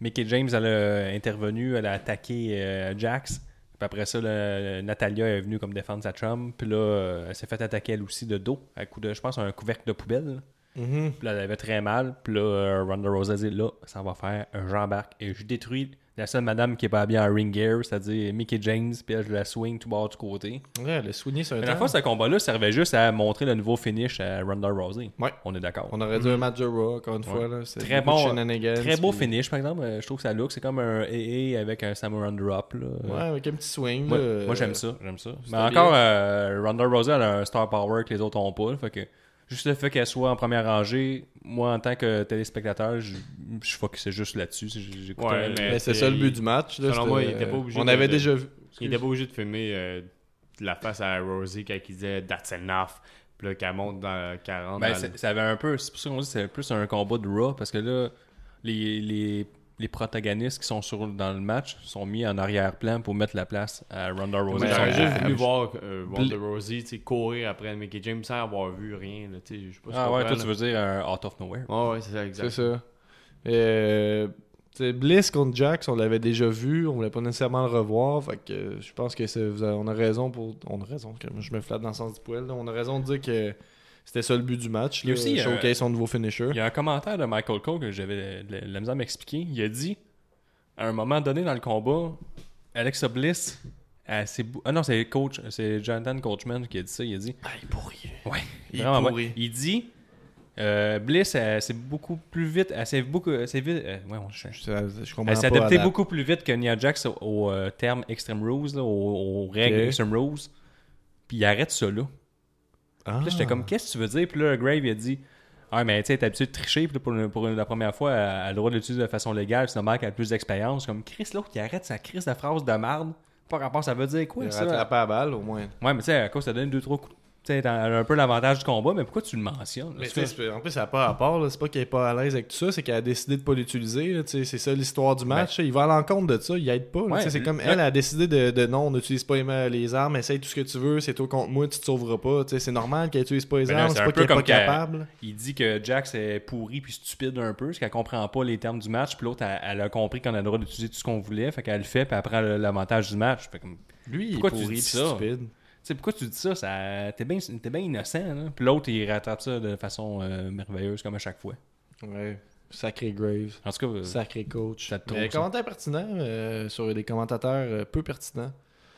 S4: Mickey James, elle a intervenu, elle a attaqué euh, Jax. Puis après ça, là, Natalia est venue comme défendre sa chum. Puis là, euh, elle s'est fait attaquer elle aussi de dos, à coup de, je pense, un couvercle de poubelle. Puis là, elle avait très mal. Puis là, euh, Ronda Rousey a dit, là, ça va faire, un j'embarque. Et je détruis la seule madame qui est pas habillée en ring gear, c'est-à-dire Mickey James. Puis là, je la swing tout bord du côté.
S3: Ouais, le soigner sur un
S4: Mais la fois, ce combat-là servait juste à montrer le nouveau finish à Ronda Rousey.
S3: Ouais.
S4: On est d'accord.
S3: On aurait dit un match de Raw, encore une fois. Là. C'était
S4: Très
S3: beaucoup de
S4: bon,
S3: shenanigans,
S4: Très beau
S3: puis-
S4: finish, par exemple. Euh, Je trouve que ça look. C'est comme un AA avec un Samurai Drop. Là.
S3: Ouais, avec un petit swing.
S4: Moi,
S3: là. euh,
S4: moi, j'aime ça. J'aime ça. Mais
S3: bien.
S4: encore, euh, Ronda Rousey, elle a un star power que les autres ont pas. Fait que, juste le fait qu'elle soit en première rangée, moi, en tant que téléspectateur, je, je focusais juste là-dessus. J'ai- j'écoutais-
S5: Ouais, mais-
S3: Mais c'est ça le but du match. là,
S5: Selon
S3: c'était- euh,
S5: moi, il était pas obligé
S3: On
S5: de-
S3: avait
S5: de-
S3: déjà vu.
S5: Il était pas obligé de filmer euh, la face à Rosie quand il disait That's enough. Puis là, qu'elle monte dans 40.
S4: Ben,
S5: dans le-
S4: c'est- ça avait un peu. C'est pour ça qu'on dit que c'est plus un combat de Raw parce que là, les, les, les protagonistes qui sont sur, dans le match sont mis en arrière-plan pour mettre la place à Ronda Rousey.
S5: Mais
S4: Ils sont-
S5: j'aurais juste voulu
S3: euh,
S5: voir euh, Ronda Rosie tu sais, courir après Mickey James sans avoir vu rien. Là, tu sais, je sais pas si
S4: Ah
S5: tu
S4: ouais,
S5: comprends,
S4: toi, tu
S5: là.
S4: veux dire un out of nowhere.
S5: Ouais, ouais, c'est ça, exact.
S3: C'est ça. Euh, tu sais, Bliss contre Jax, on l'avait déjà vu, on voulait pas nécessairement le revoir. Fait que euh, je pense que c'est- vous avez- on a raison pour. On a raison, que je me flatte dans le sens du poil. là. On a raison de dire que C'était ça le but du match.
S4: Il
S3: Là,
S4: y a aussi, euh,
S3: showcase son nouveau finisher.
S4: Il y a un commentaire de Michael Cole que j'avais de la- de la misère à m'expliquer. Il a dit, à un moment donné dans le combat, Alexa Bliss, elle s'est bou- Ah non, c'est coach, c'est Jonathan Coachman qui a dit ça. Il a dit...
S3: Ah, il est pourri.
S4: Ouais,
S3: Il est
S4: vraiment,
S3: pourri.
S4: ouais. Il dit... euh, Bliss, elle s'est beaucoup plus vite... Elle s'est beaucoup... Elle s'est vite... euh, ouais, on- je-
S3: Je, je- je comprends
S4: elle s'est
S3: pas à
S4: adaptée
S3: la-
S4: beaucoup plus vite que Nia Jax au, au, euh, terme Extreme Rules, là, aux, aux règles
S3: Ok.
S4: Extreme Rules. Puis il arrête ça là.
S3: Ah.
S4: Puis là, j'étais comme, qu'est-ce que tu veux dire? Puis là, Grave, il a dit, ah, mais tu sais, t'es habitué de tricher. Puis là, pour, pour la première fois, elle, elle a le droit de l'utiliser de façon légale. C'est normal qu'elle a plus d'expérience. Comme Chris, l'autre, qui arrête sa crise de phrase de marde. Par rapport, ça veut dire quoi,
S3: Il
S4: ça?
S3: rattrapait la balle, au moins.
S4: Ouais, mais tu sais, à cause, ça donne deux, trois coups. Tu sais, t'en- elle a un peu l'avantage du combat, mais pourquoi tu le mentionnes?
S3: Mais tu sais, c'est- en plus, ça n'a pas rapport. là. C'est pas qu'elle est pas à l'aise avec tout ça, c'est qu'elle a décidé de pas l'utiliser. là. Tu sais, C'est ça l'histoire du match. là. Il va à l'encontre de ça, il aide pas. là.
S4: Ben. Ouais,
S3: Tu sais, c'est
S4: le-
S3: comme
S4: le-
S3: elle a décidé de, de non, on n'utilise pas les ma- les armes, essaye tout ce que tu veux, c'est toi contre moi, tu te sauveras pas. Tu sais, C'est normal qu'elle utilise pas les
S4: Mais là,
S3: armes,
S4: Ben c'est
S3: c'est
S4: un
S3: pas
S4: peu
S3: qu'elle est pas
S4: comme qu'elle-
S3: capable.
S4: Il dit que Jax est pourri puis stupide un peu, parce qu'elle comprend pas les termes du match. Puis l'autre, elle, elle a compris qu'on a le droit d'utiliser tout ce qu'on voulait. Fait qu'elle le fait, puis elle prend le- l'avantage du match. Fait comme,
S3: Lui, il est
S4: Pourquoi tu
S3: pourri,
S4: dis
S3: pis
S4: ça?
S3: stupide.
S4: Tu sais, pourquoi tu dis ça? ça T'es bien ben innocent. Là. Puis l'autre, il rattrape ça de façon euh, merveilleuse, comme à chaque fois.
S3: Ouais. Sacré Graves.
S4: En tout cas, euh,
S3: Sacré coach.
S4: Ça te trouve,
S3: Mais
S4: ça.
S3: commentaire pertinent euh, sur des commentateurs euh, peu pertinents.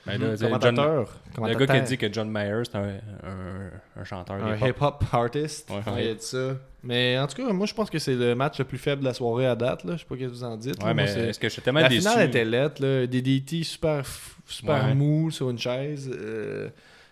S4: ben
S3: hum,
S4: là, John-
S3: Commentateurs.
S4: le gars qui a dit que John Mayer, c'est un, un, un chanteur
S3: un
S4: hip-hop.
S3: hip-hop artist.
S4: Ouais,
S3: Ouais,
S4: ouais.
S3: il a dit ça. Mais en tout cas, moi, je pense que c'est le match le plus faible de la soirée à date. Là. Je sais pas ce que vous en dites. là.
S4: Ouais, mais
S3: Moi, c'est-
S4: est-ce que je suis tellement
S3: la
S4: déçu?
S3: finale était lette. Là. Des DT super, f- super
S4: Ouais.
S3: mous sur une chaise. euh,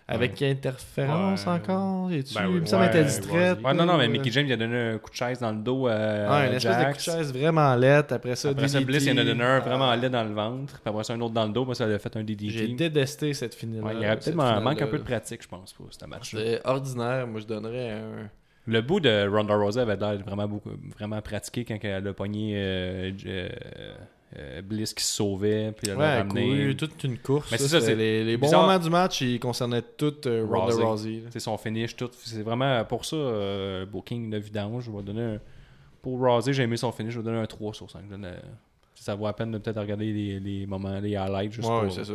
S3: avec interférence
S4: Ouais.
S3: encore. Et tu,
S5: Ben
S3: il
S5: oui,
S3: me semble
S4: ouais,
S3: qu'elle était distraite.
S4: Ouais, Ah, non, non, mais Mickey
S3: James.
S4: James, il a donné un coup de chaise dans le dos à
S3: euh. Ouais, une espèce de coup de
S4: Jax.
S3: chaise vraiment lette. Après ça,
S4: Après ça,
S3: DDT.
S4: Bliss, il en a donné un vraiment
S3: Ah,
S4: laid dans le ventre. Puis après ça, un autre dans le dos. Parce qu'elle a fait un DDT.
S3: J'ai détesté cette finale.
S4: Ouais, il y aurait peut-être un manque un peu de pratique, je pense, pour ce match
S3: C'est ordinaire. Moi, je donnerais un.
S4: Le bout de Ronda Rousey avait l'air vraiment, beaucoup, vraiment pratiqué quand elle a pogné euh, euh, euh, Bliss qui se sauvait, puis elle
S3: Ouais,
S4: l'a
S3: elle a
S4: ramené.
S3: couru toute une course.
S4: Mais
S3: ça,
S4: c'est ça,
S3: c'était
S4: c'est
S3: les, les bons
S4: bizarre.
S3: moments du match, ils concernaient tout euh, Ronda
S4: Rousey.
S3: Rousey. là.
S4: C'est son finish, tout. C'est vraiment pour ça, euh, Booking de vidange. Je vais donner un. Pour Rousey, j'ai aimé son finish, je vais donner un 3 sur 5. Je donne, euh, ça vaut la peine de peut-être regarder les, les moments, les highlights. Juste
S3: Ouais,
S4: pour-
S3: ouais, c'est ça.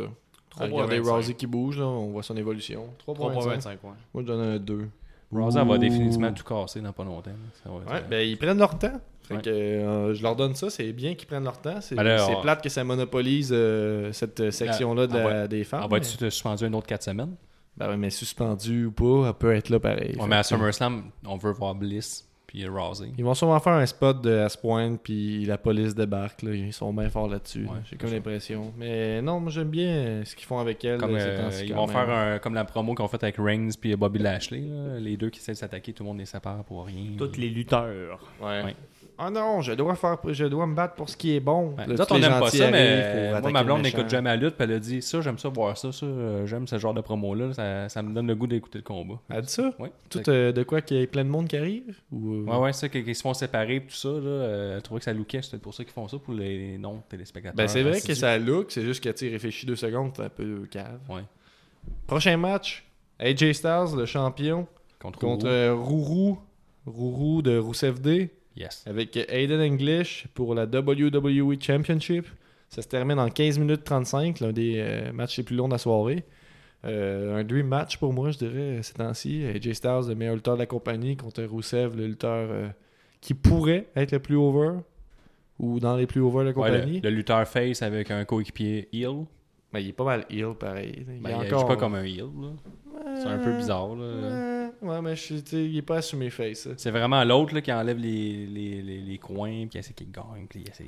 S5: Trois
S3: Ah, Regardez
S5: points vingt-cinq.
S3: Rousey qui bouge, là, on voit son évolution. 3.25.
S5: 3.25, ouais.
S3: Moi, je donne un 2.
S4: Rousey elle va
S3: Ouh.
S4: définitivement tout casser dans pas longtemps. Ça va être,
S3: Ouais,
S4: euh,
S3: ben, ils prennent leur temps. Fait
S4: Ouais.
S3: que euh, je leur donne ça, c'est bien qu'ils prennent leur temps. C'est
S4: Ben là,
S3: c'est
S4: on-
S3: plate que ça monopolise euh, cette euh, section-là de
S4: Ah,
S3: la- des femmes.
S4: elle va-tu te suspendu une autre 4 semaines?
S3: mais... Ben ouais, mais suspendue ou pas, elle peut être là pareil.
S4: Ouais,
S3: Fait
S4: mais à
S3: que-
S4: SummerSlam, on veut voir Bliss puis Rousey.
S3: Ils vont sûrement faire un spot de, à ce point, puis la police débarque. là. Ils sont bien forts là-dessus.
S4: Ouais,
S3: J'ai comme l'impression. Mais non, moi j'aime bien euh, ce qu'ils font avec elle.
S4: Comme,
S3: euh, ces
S4: euh,
S3: temps-ci,
S4: ils
S3: quand
S4: vont
S3: même.
S4: faire un- comme la promo qu'on fait avec Reigns puis Bobby Lashley. là. Les deux qui essaient de s'attaquer, tout le monde les sépare pour rien.
S5: Tous les lutteurs.
S3: Ouais.
S4: Ouais.
S3: Ah non, je dois, faire, je dois me battre pour ce qui est bon.
S4: Ouais.
S3: Là,
S4: Nous autres,
S3: tous
S4: on
S3: les
S4: n'aime pas
S3: gentils
S4: ça,
S3: arrivent
S4: mais
S3: pour
S4: moi,
S3: attaquer
S4: ma
S3: le
S4: blonde
S3: méchant.
S4: n'écoute jamais la lutte, puis elle a dit ça, j'aime ça voir ça, ça, euh, j'aime ce genre de promo-là, ça, ça me donne le goût d'écouter le combat.
S3: Elle dit ça
S4: Ouais,
S3: Tout
S4: Fait
S3: euh, de quoi qu'il y ait plein de monde qui arrive Ou, euh,
S4: que- ouais, ouais, ça, qu'ils qu'ils se font séparer, puis tout ça, là, euh, elle trouvait que ça lookait, c'est pour ça qu'ils font ça, pour les non-téléspectateurs.
S3: Ben, c'est vrai
S4: assidus.
S3: que ça look, c'est juste que tu réfléchis deux secondes, t'es un peu cave.
S4: Ouais.
S3: Prochain match AJ Styles, le champion,
S4: Contre,
S3: contre
S4: Wu.
S3: euh, Rourou. Rourou de Rousseff D.
S4: Yes.
S3: avec Aiden English pour la WWE Championship. Ça se termine en 15 minutes 35, l'un des euh, matchs les plus longs de la soirée. Euh, un dream match pour moi, je dirais, euh, ces temps-ci. AJ Styles, le meilleur lutteur de la compagnie, contre Rousseff, le lutteur euh, qui pourrait être le plus over ou dans les plus over de la
S4: Ouais,
S3: compagnie.
S4: le, le lutteur face avec un coéquipier heel.
S3: Mais il est pas mal heel, pareil. Il
S4: Ben,
S3: est
S4: il agit
S3: encore...
S4: pas comme un heel, là. C'est un peu bizarre, là.
S3: Ouais, Euh, ouais, mais je, suis- tu sais, il est pas assumé face. ça.
S4: C'est vraiment l'autre là, qui enlève les, les, les, les coins, puis il essaie qu'il gagne, puis il essaie.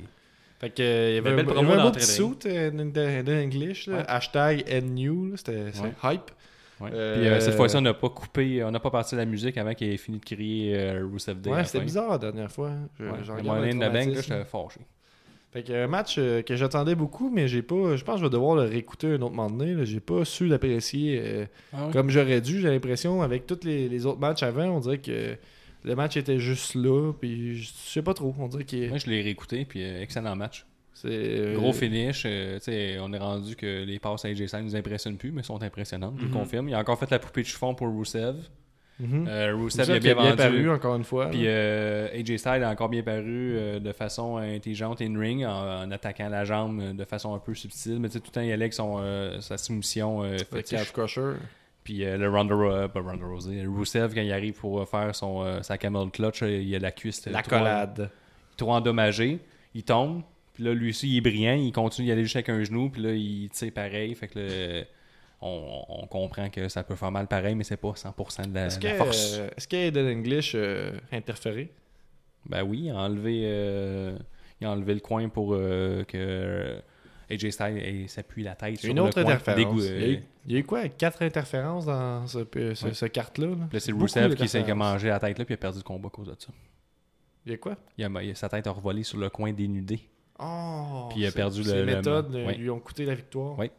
S3: Fait que, euh, il y avait
S4: Belle
S3: un, beau- il y
S4: promo
S3: avait un beau
S4: d'entrée
S3: petit
S4: de ring.
S3: suit euh, de- de English, là.
S4: Ouais.
S3: hashtag NNew, là, c'était c'est
S4: Ouais.
S3: hype.
S4: Ouais.
S3: Euh,
S4: Puis euh, cette fois-ci, on n'a pas coupé, on n'a pas parti la musique avant qu'il ait fini de crier euh, Rusev Day. à
S3: Ouais,
S4: la
S3: c'était
S4: fin.
S3: bizarre la dernière fois. hein. Je,
S4: Ouais.
S3: j'en
S4: Le
S3: regarde un
S4: Money in the Bank, là,
S3: traumatisme.
S4: j'étais fâché.
S3: Fait que un match euh, que j'attendais beaucoup, mais j'ai pas. Je pense que je vais devoir le réécouter un autre moment donné. là. J'ai pas su l'apprécier euh, comme j'aurais dû. J'ai l'impression, avec tous les, les autres matchs avant, on dirait que le match était juste là. Puis je sais pas trop. On dirait que
S4: Moi, je l'ai réécouté, puis euh, excellent match.
S3: c'est. euh,
S4: Gros finish. euh, tu sais, on est rendu que les passes à AJ ne nous impressionnent plus, mais sont impressionnantes. Je le confirme. Il a encore fait la poupée de chiffon pour Rusev.
S3: mhm.
S4: Euh,
S3: C'est
S4: Rusev,
S3: ça
S4: il a
S3: qui
S4: bien,
S3: a bien
S4: vendu.
S3: paru encore une fois.
S4: Puis
S3: là.
S4: euh, AJ Styles a encore bien paru euh, de façon intelligente in-ring en, en attaquant la jambe euh, de façon un peu subtile. Mais tu sais, tout le temps, il allait avec son, euh, sa soumission euh,
S3: Fait que
S4: fétiche.
S3: Calf Crusher.
S4: Puis euh, le Ronda, Ro- pas Ronda Rousey, Rusev, quand il arrive pour euh, faire son, euh, sa camel clutch, euh, il a la cuisse euh,
S3: La
S4: trop-
S3: collade.
S4: trop endommagé. Il tombe. Puis là, lui aussi, il est brillant. Il continue d'y aller juste avec un genou. Puis là, il tire pareil. Fait que là, on, on comprend que ça peut faire mal pareil, mais c'est pas 100% de la,
S3: Est-ce que,
S4: la force.
S3: euh, est-ce que Aiden English euh, a interféré
S4: Ben oui, il a enlevé, euh, il a enlevé le coin pour euh, que AJ Styles ait- s'appuie la tête
S3: C'est
S4: sur
S3: une
S4: le
S3: autre hein.
S4: coin.
S3: interférence.
S4: Dégoût- euh,
S3: il, y a eu, il y a eu quoi Quatre interférences dans ce, euh, ce-
S4: Ouais.
S3: ce carte-là là?
S4: Puis là, c'est
S3: Beaucoup
S4: Rusev qui s'est
S3: d'interférences.
S4: mangé la tête là, puis il a perdu le combat à cause de ça.
S3: Il y a quoi
S4: Il a, il a- sa tête a revolé sur le coin dénudé.
S3: Oh,
S4: Puis il a
S3: ces-
S4: perdu
S3: ces
S4: le- le-
S3: méthodes euh,
S4: ouais.
S3: lui ont coûté la victoire.
S4: Ouais.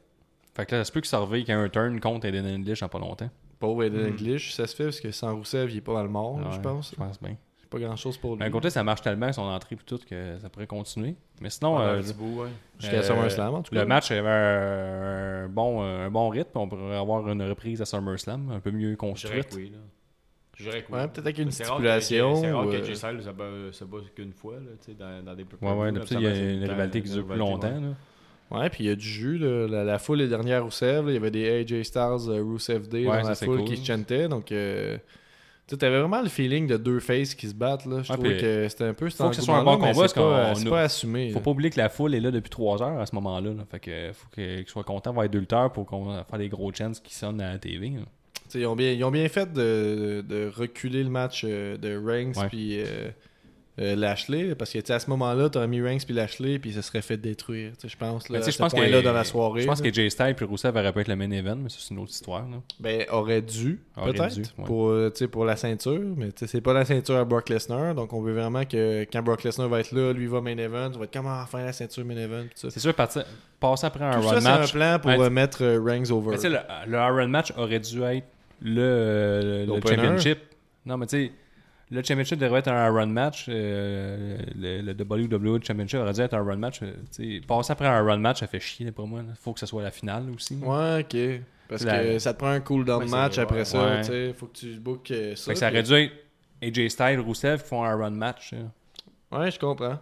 S4: Fait que là, ça se peut que ça revive qu'il y a un turn contre Eden English dans pas longtemps.
S3: Pauvre Aiden English, ça se fait parce que sans Rousseff, il est pas mal mort, là, je
S4: Ouais,
S3: pense.
S4: Je pense bien.
S3: C'est pas grand-chose pour lui.
S4: D'un côté, ça marche tellement son entrée puis tout que ça pourrait continuer. Mais sinon, euh,
S3: Jusqu'à
S4: euh,
S3: SummerSlam, Ah, ben, en tout cas.
S4: le match avait un, un bon, un bon rythme. On pourrait avoir une reprise à SummerSlam, un peu mieux
S5: Je dirais
S4: construite.
S5: que oui. là. Je dirais que oui.
S3: Ouais, peut-être avec une
S5: C'est rare que-
S3: stipulation.
S5: C'est rare
S3: ou,
S5: que
S3: euh,
S5: AJ Styles se bat- se bat qu'une fois là, tu sais, dans, dans des
S4: Ouais, ouais,
S5: là,
S4: d'habitude, il y a
S5: ça, c'est
S4: une
S5: temps-
S4: rivalité qui dure plus
S5: rivalité,
S4: longtemps.
S5: ouais.
S4: là.
S3: Ouais, puis il y a du jus. là. La, la foule est dernière Rousseff. là. Il y avait des AJ Stars, euh, Rousseff Day
S4: Ouais,
S3: dans
S4: ça,
S3: la
S4: c'est
S3: foule
S4: cool.
S3: qui se chantait. Donc, euh, tu sais, t'avais vraiment le feeling de deux faces qui se battent. Là. Je
S4: Ouais,
S3: trouvais
S4: puis
S3: que c'était un peu. cet
S4: faut que ce soit un
S3: engouement-là,
S4: bon
S3: mais
S4: combat,
S3: C'est
S4: parce
S3: pas,
S4: qu'on-
S3: c'est
S4: on-
S3: pas assumé.
S4: Faut
S3: là.
S4: pas oublier que la foule est là depuis 3 heures à ce moment-là. là. Fait que faut que- qu'ils soient contents d'avoir deux lutteurs pour qu'on fasse des gros chances qui sonnent à la TV. là.
S3: Tu sais, Ils ont, bien, ils ont bien fait de, de reculer le match euh, de Ranks
S4: Ouais.
S3: puis euh, euh, Lashley. Parce que tu sais, à ce moment-là, t'aurais mis Ranks puis Lashley puis ça serait fait détruire. tu sais, Je pense là,
S4: Mais Ben, tu
S3: à
S4: sais,
S3: ce
S4: je pense que
S3: point-là dans la soirée.
S4: Je pense
S3: là.
S4: que Jay Styles et Rousseff auraient pu être le main event, mais ça, c'est une autre histoire. là.
S3: Ben, aurait dû,
S4: Aurait
S3: peut-être,
S4: dû, ouais.
S3: pour, euh, tu sais, pour la ceinture, mais tu sais, c'est pas la ceinture à Brock Lesnar, donc on veut vraiment que quand Brock Lesnar va être là, lui va main event, on va être comme ah, enfin la ceinture main event, tout ça.
S4: C'est sûr, partir- passer après un
S3: Tout
S4: run
S3: ça, c'est un
S4: match.
S3: plan pour
S4: Ouais,
S3: euh, mettre euh, Ranks over.
S4: Mais tu sais, le, le Iron Match aurait dû être le, euh, le- le
S3: L'opener.
S4: championship. Non, mais tu sais, le championship devrait être un Iron Match. euh, le, le WWE Championship aurait dû être un Iron Match. euh, tu sais, passer après un Iron Match, ça fait chier là, pour moi. Il faut que ce soit la finale aussi.
S3: Ouais, ok. Parce
S4: La-
S3: que ça te prend un cool-down
S5: Ouais, c'est
S3: match
S5: vrai,
S3: après
S5: ouais.
S3: ça,
S4: Ouais.
S3: tu sais, faut que tu bookes euh, ça.
S4: Fait que ça
S3: puis-
S4: aurait dû être AJ Styles, Rousseff qui font un Iron Match. là.
S3: Ouais, je comprends.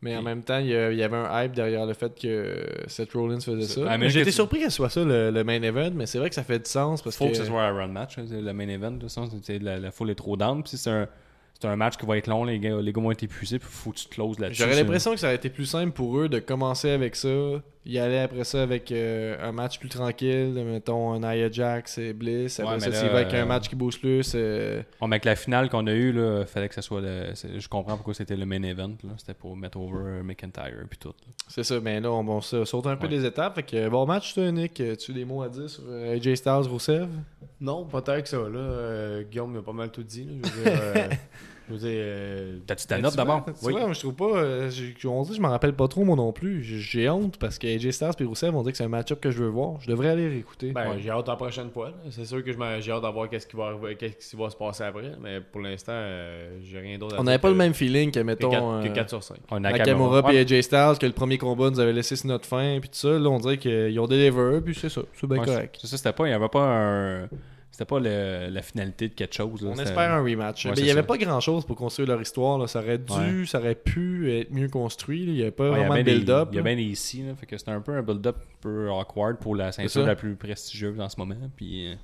S3: Mais en
S4: Puis-
S3: même temps, il y, a- il y avait un hype derrière le fait que Seth Rollins faisait ça.
S4: C'est- Ah, mais
S3: Mais
S4: que
S3: J'étais
S4: tu-
S3: surpris que ce soit ça le, le main event, mais c'est vrai que ça fait du sens parce
S4: faut que
S3: que
S4: ce soit un run match, hein, c'est le main event. De toute façon, c'est- la, la foule est trop down. Puis si c'est un, c'est un match qui va être long, les gars, les gars vont être épuisés. Puis faut que tu te closes là-dessus.
S3: J'aurais
S4: c'est-
S3: l'impression que ça aurait été plus simple pour eux de commencer avec ça, y aller après ça avec euh, un match plus tranquille, mettons un Nia Jax et Bliss, après
S4: Ouais,
S3: ça
S4: mais
S3: c'est
S4: là,
S3: avec un
S4: euh,
S3: match qui bouge plus. euh,
S4: Bon, mais avec la finale qu'on a eue, là, fallait que ça soit le- c'est- Je comprends pourquoi c'était le main event. là. C'était pour mettre over McIntyre. Puis tout. là.
S3: C'est ça, mais là on, on se saute un peu
S4: Ouais.
S3: des étapes. Fait que bon match, toi Nick, tu as des mots à dire sur euh, AJ Styles, Rousseff
S5: Non, pas tant que ça. Là. Euh, Guillaume a pas mal tout dit. Là. Je veux dire, euh, je veux dire, euh,
S4: T'as-tu ta
S3: Mais
S4: note
S3: tu vois-
S4: d'abord
S3: Tu vois, moi, je trouve pas. euh, j'ai- on dit, je m'en rappelle pas trop moi non plus. J'ai- J'ai honte parce que AJ Styles et Rousseff on dit que c'est un match-up que je veux voir. Je devrais aller réécouter.
S5: ben,
S3: Ouais.
S5: j'ai hâte à la prochaine fois. là. C'est sûr que je m'en- j'ai hâte d'avoir qu'est-ce qui va arriver- qu'est-ce qui va se passer après. Mais pour l'instant, euh, j'ai rien d'autre. à
S3: On
S5: dire
S3: n'avait pas
S5: que-
S3: le même feeling que
S5: que,
S3: mettons.
S5: 4,
S3: euh,
S5: sur 5.
S4: On a
S3: Nakamura puis
S4: Ouais,
S3: AJ Styles, que le premier combat nous avait laissé sur notre fin, puis tout ça. Là, on dirait qu'ils ont deliver, puis c'est ça. C'est bien
S4: ouais,
S3: correct.
S4: C'est ça, c'était pas. Il y avait pas un. C'était pas le- la finalité de quelque chose. là.
S3: On
S4: C'était-
S3: espère un rematch.
S4: Ouais,
S3: mais il
S4: c'est
S3: n'y avait
S4: ça.
S3: pas grand-chose pour construire leur histoire. là. Ça aurait dû, ça aurait pu être mieux construit. là. Il n'y avait pas
S4: Ouais, il y a
S3: vraiment de
S4: bien des-
S3: build-up.
S4: Il y a
S3: là.
S4: bien des ici, là, fait que c'était un peu un build-up un peu awkward pour la ceinture
S3: ça.
S4: la plus prestigieuse en ce moment. Puis euh,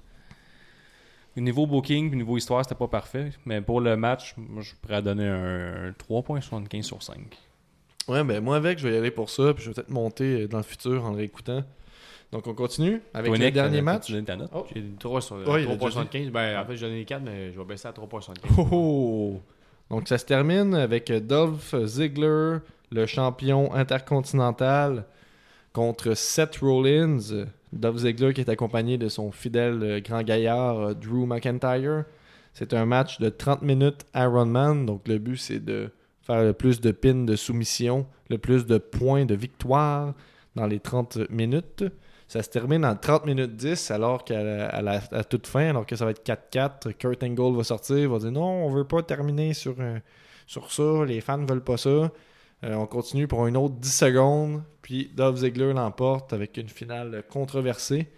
S4: au niveau booking, puis niveau histoire, c'était pas parfait. Mais pour le match, moi je pourrais donner un 3.75 sur 5.
S3: Ouais, ben moi avec, je vais y aller pour ça, puis je vais peut-être monter euh, dans le futur en le réécoutant. Donc on continue avec
S4: Toi,
S3: le
S4: Nick,
S3: dernier
S4: t'as-
S3: match.
S4: t'as-tu donné ta note?
S5: J'ai une 3 sur
S3: Ouais, il a
S5: 3.75. Ben, en fait, j'ai donné 4, mais je vais baisser à 3.75.
S3: Oh, oh. Donc ça se termine avec Dolph Ziggler, le champion intercontinental, contre Seth Rollins. Dolph Ziggler qui est accompagné de son fidèle euh, grand gaillard euh, Drew McIntyre. C'est un match de 30 minutes Ironman. Donc le but c'est de faire le plus de pins de soumission, le plus de points de victoire dans les 30 minutes. Ça se termine en 30 minutes 10, alors qu'à la- à la- à toute fin, alors que ça va être 4-4, Kurt Angle va sortir, va dire non, on veut pas terminer sur, euh, sur ça, les fans veulent pas ça. Euh, on continue pour une autre 10 secondes, puis Dolph Ziggler l'emporte avec une finale controversée.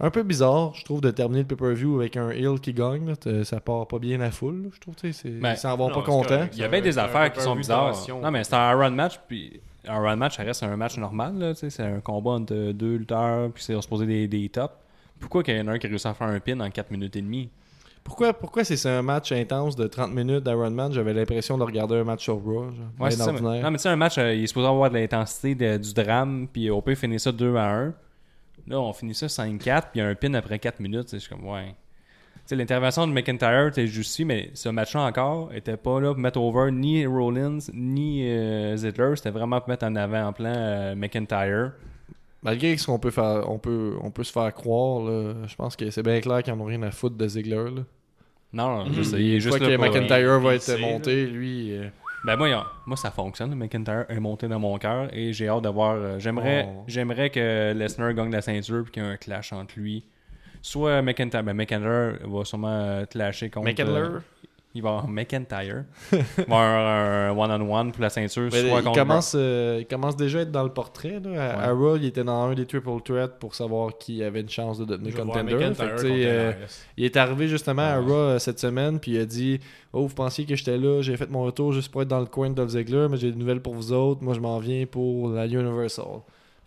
S3: Un peu bizarre, je trouve, de terminer le pay-per-view avec un heel qui gagne. là. Euh, Ça part pas bien la foule, là, je trouve. tu sais, c'est-
S4: Ben,
S3: Ils s'en vont
S5: non,
S3: pas
S5: c'est
S3: contents.
S5: correct.
S4: Il y a
S5: Ça,
S4: bien des
S5: c'est un
S4: affaires qui
S5: peu
S4: sont
S5: vu
S4: bizarres.
S5: tension.
S4: Non, mais c'est un round match, puis un round match, ça reste un match normal. là, tu sais, C'est un combat entre deux lutteurs, puis c'est supposé des, des tops. Pourquoi qu'il y en a un qui réussit à faire un pin en 4 minutes et demie
S3: Pourquoi, pourquoi c'est c'est un match intense de 30 minutes d'Iron Man J'avais l'impression de regarder un match sur Raw. genre,
S4: Ouais,
S3: bien
S4: c'est ça. mais-
S3: ordinaire.
S4: Non, mais tu sais, un match, euh, il est supposé avoir de l'intensité, de- du drame, puis on peut finir ça 2 à 1. Là, on finit ça 5-4, puis il y a un pin après 4 minutes. c'est- Je suis comme, ouais. Tu sais, l'intervention de McIntyre était justifiée, mais ce match-là encore était pas là pour mettre over ni Rollins, ni euh, Ziggler. C'était vraiment pour mettre en avant en plan euh, McIntyre.
S3: Malgré ce qu'on peut faire, on peut, on peut se faire croire, là, je pense que c'est bien clair qu'ils n'en ont rien à foutre de Ziggler. Là.
S4: Non, non, juste, il est
S3: Une
S4: juste
S3: fois
S4: là
S3: Mhm. que
S4: pour-
S3: McIntyre va
S5: il
S3: être
S5: sait,
S3: monté, lui. euh,
S4: Ben moi, il y a- moi, ça fonctionne. Le McIntyre est monté dans mon cœur et j'ai hâte d'avoir. euh, j'aimerais,
S3: Oh.
S4: j'aimerais que Lesnar gagne la ceinture puis qu'il y ait un clash entre lui. Soit McIntyre, ben McIntyre va sûrement euh, clasher contre. euh,
S3: McIntyre.
S4: il va McIntyre. il va avoir un one on one pour la ceinture.
S3: Mais
S4: soit
S3: ben, il,
S4: contre.
S3: commence, euh, il commence déjà à être dans le portrait. Là. À, à Raw, il était dans un des triple threats pour savoir qui avait une chance de devenir
S5: Je vais voir
S3: contender.
S5: McIntyre
S3: Fait que, tu
S5: contre
S3: sais, euh,
S4: Ah,
S5: Elias.
S3: il est arrivé justement à Raw euh, cette semaine, puis il a dit Oh, vous pensiez que j'étais là, j'ai fait mon retour juste pour être dans le coin de Dolph Ziggler, mais j'ai des nouvelles pour vous autres. Moi, je m'en viens pour la Universal.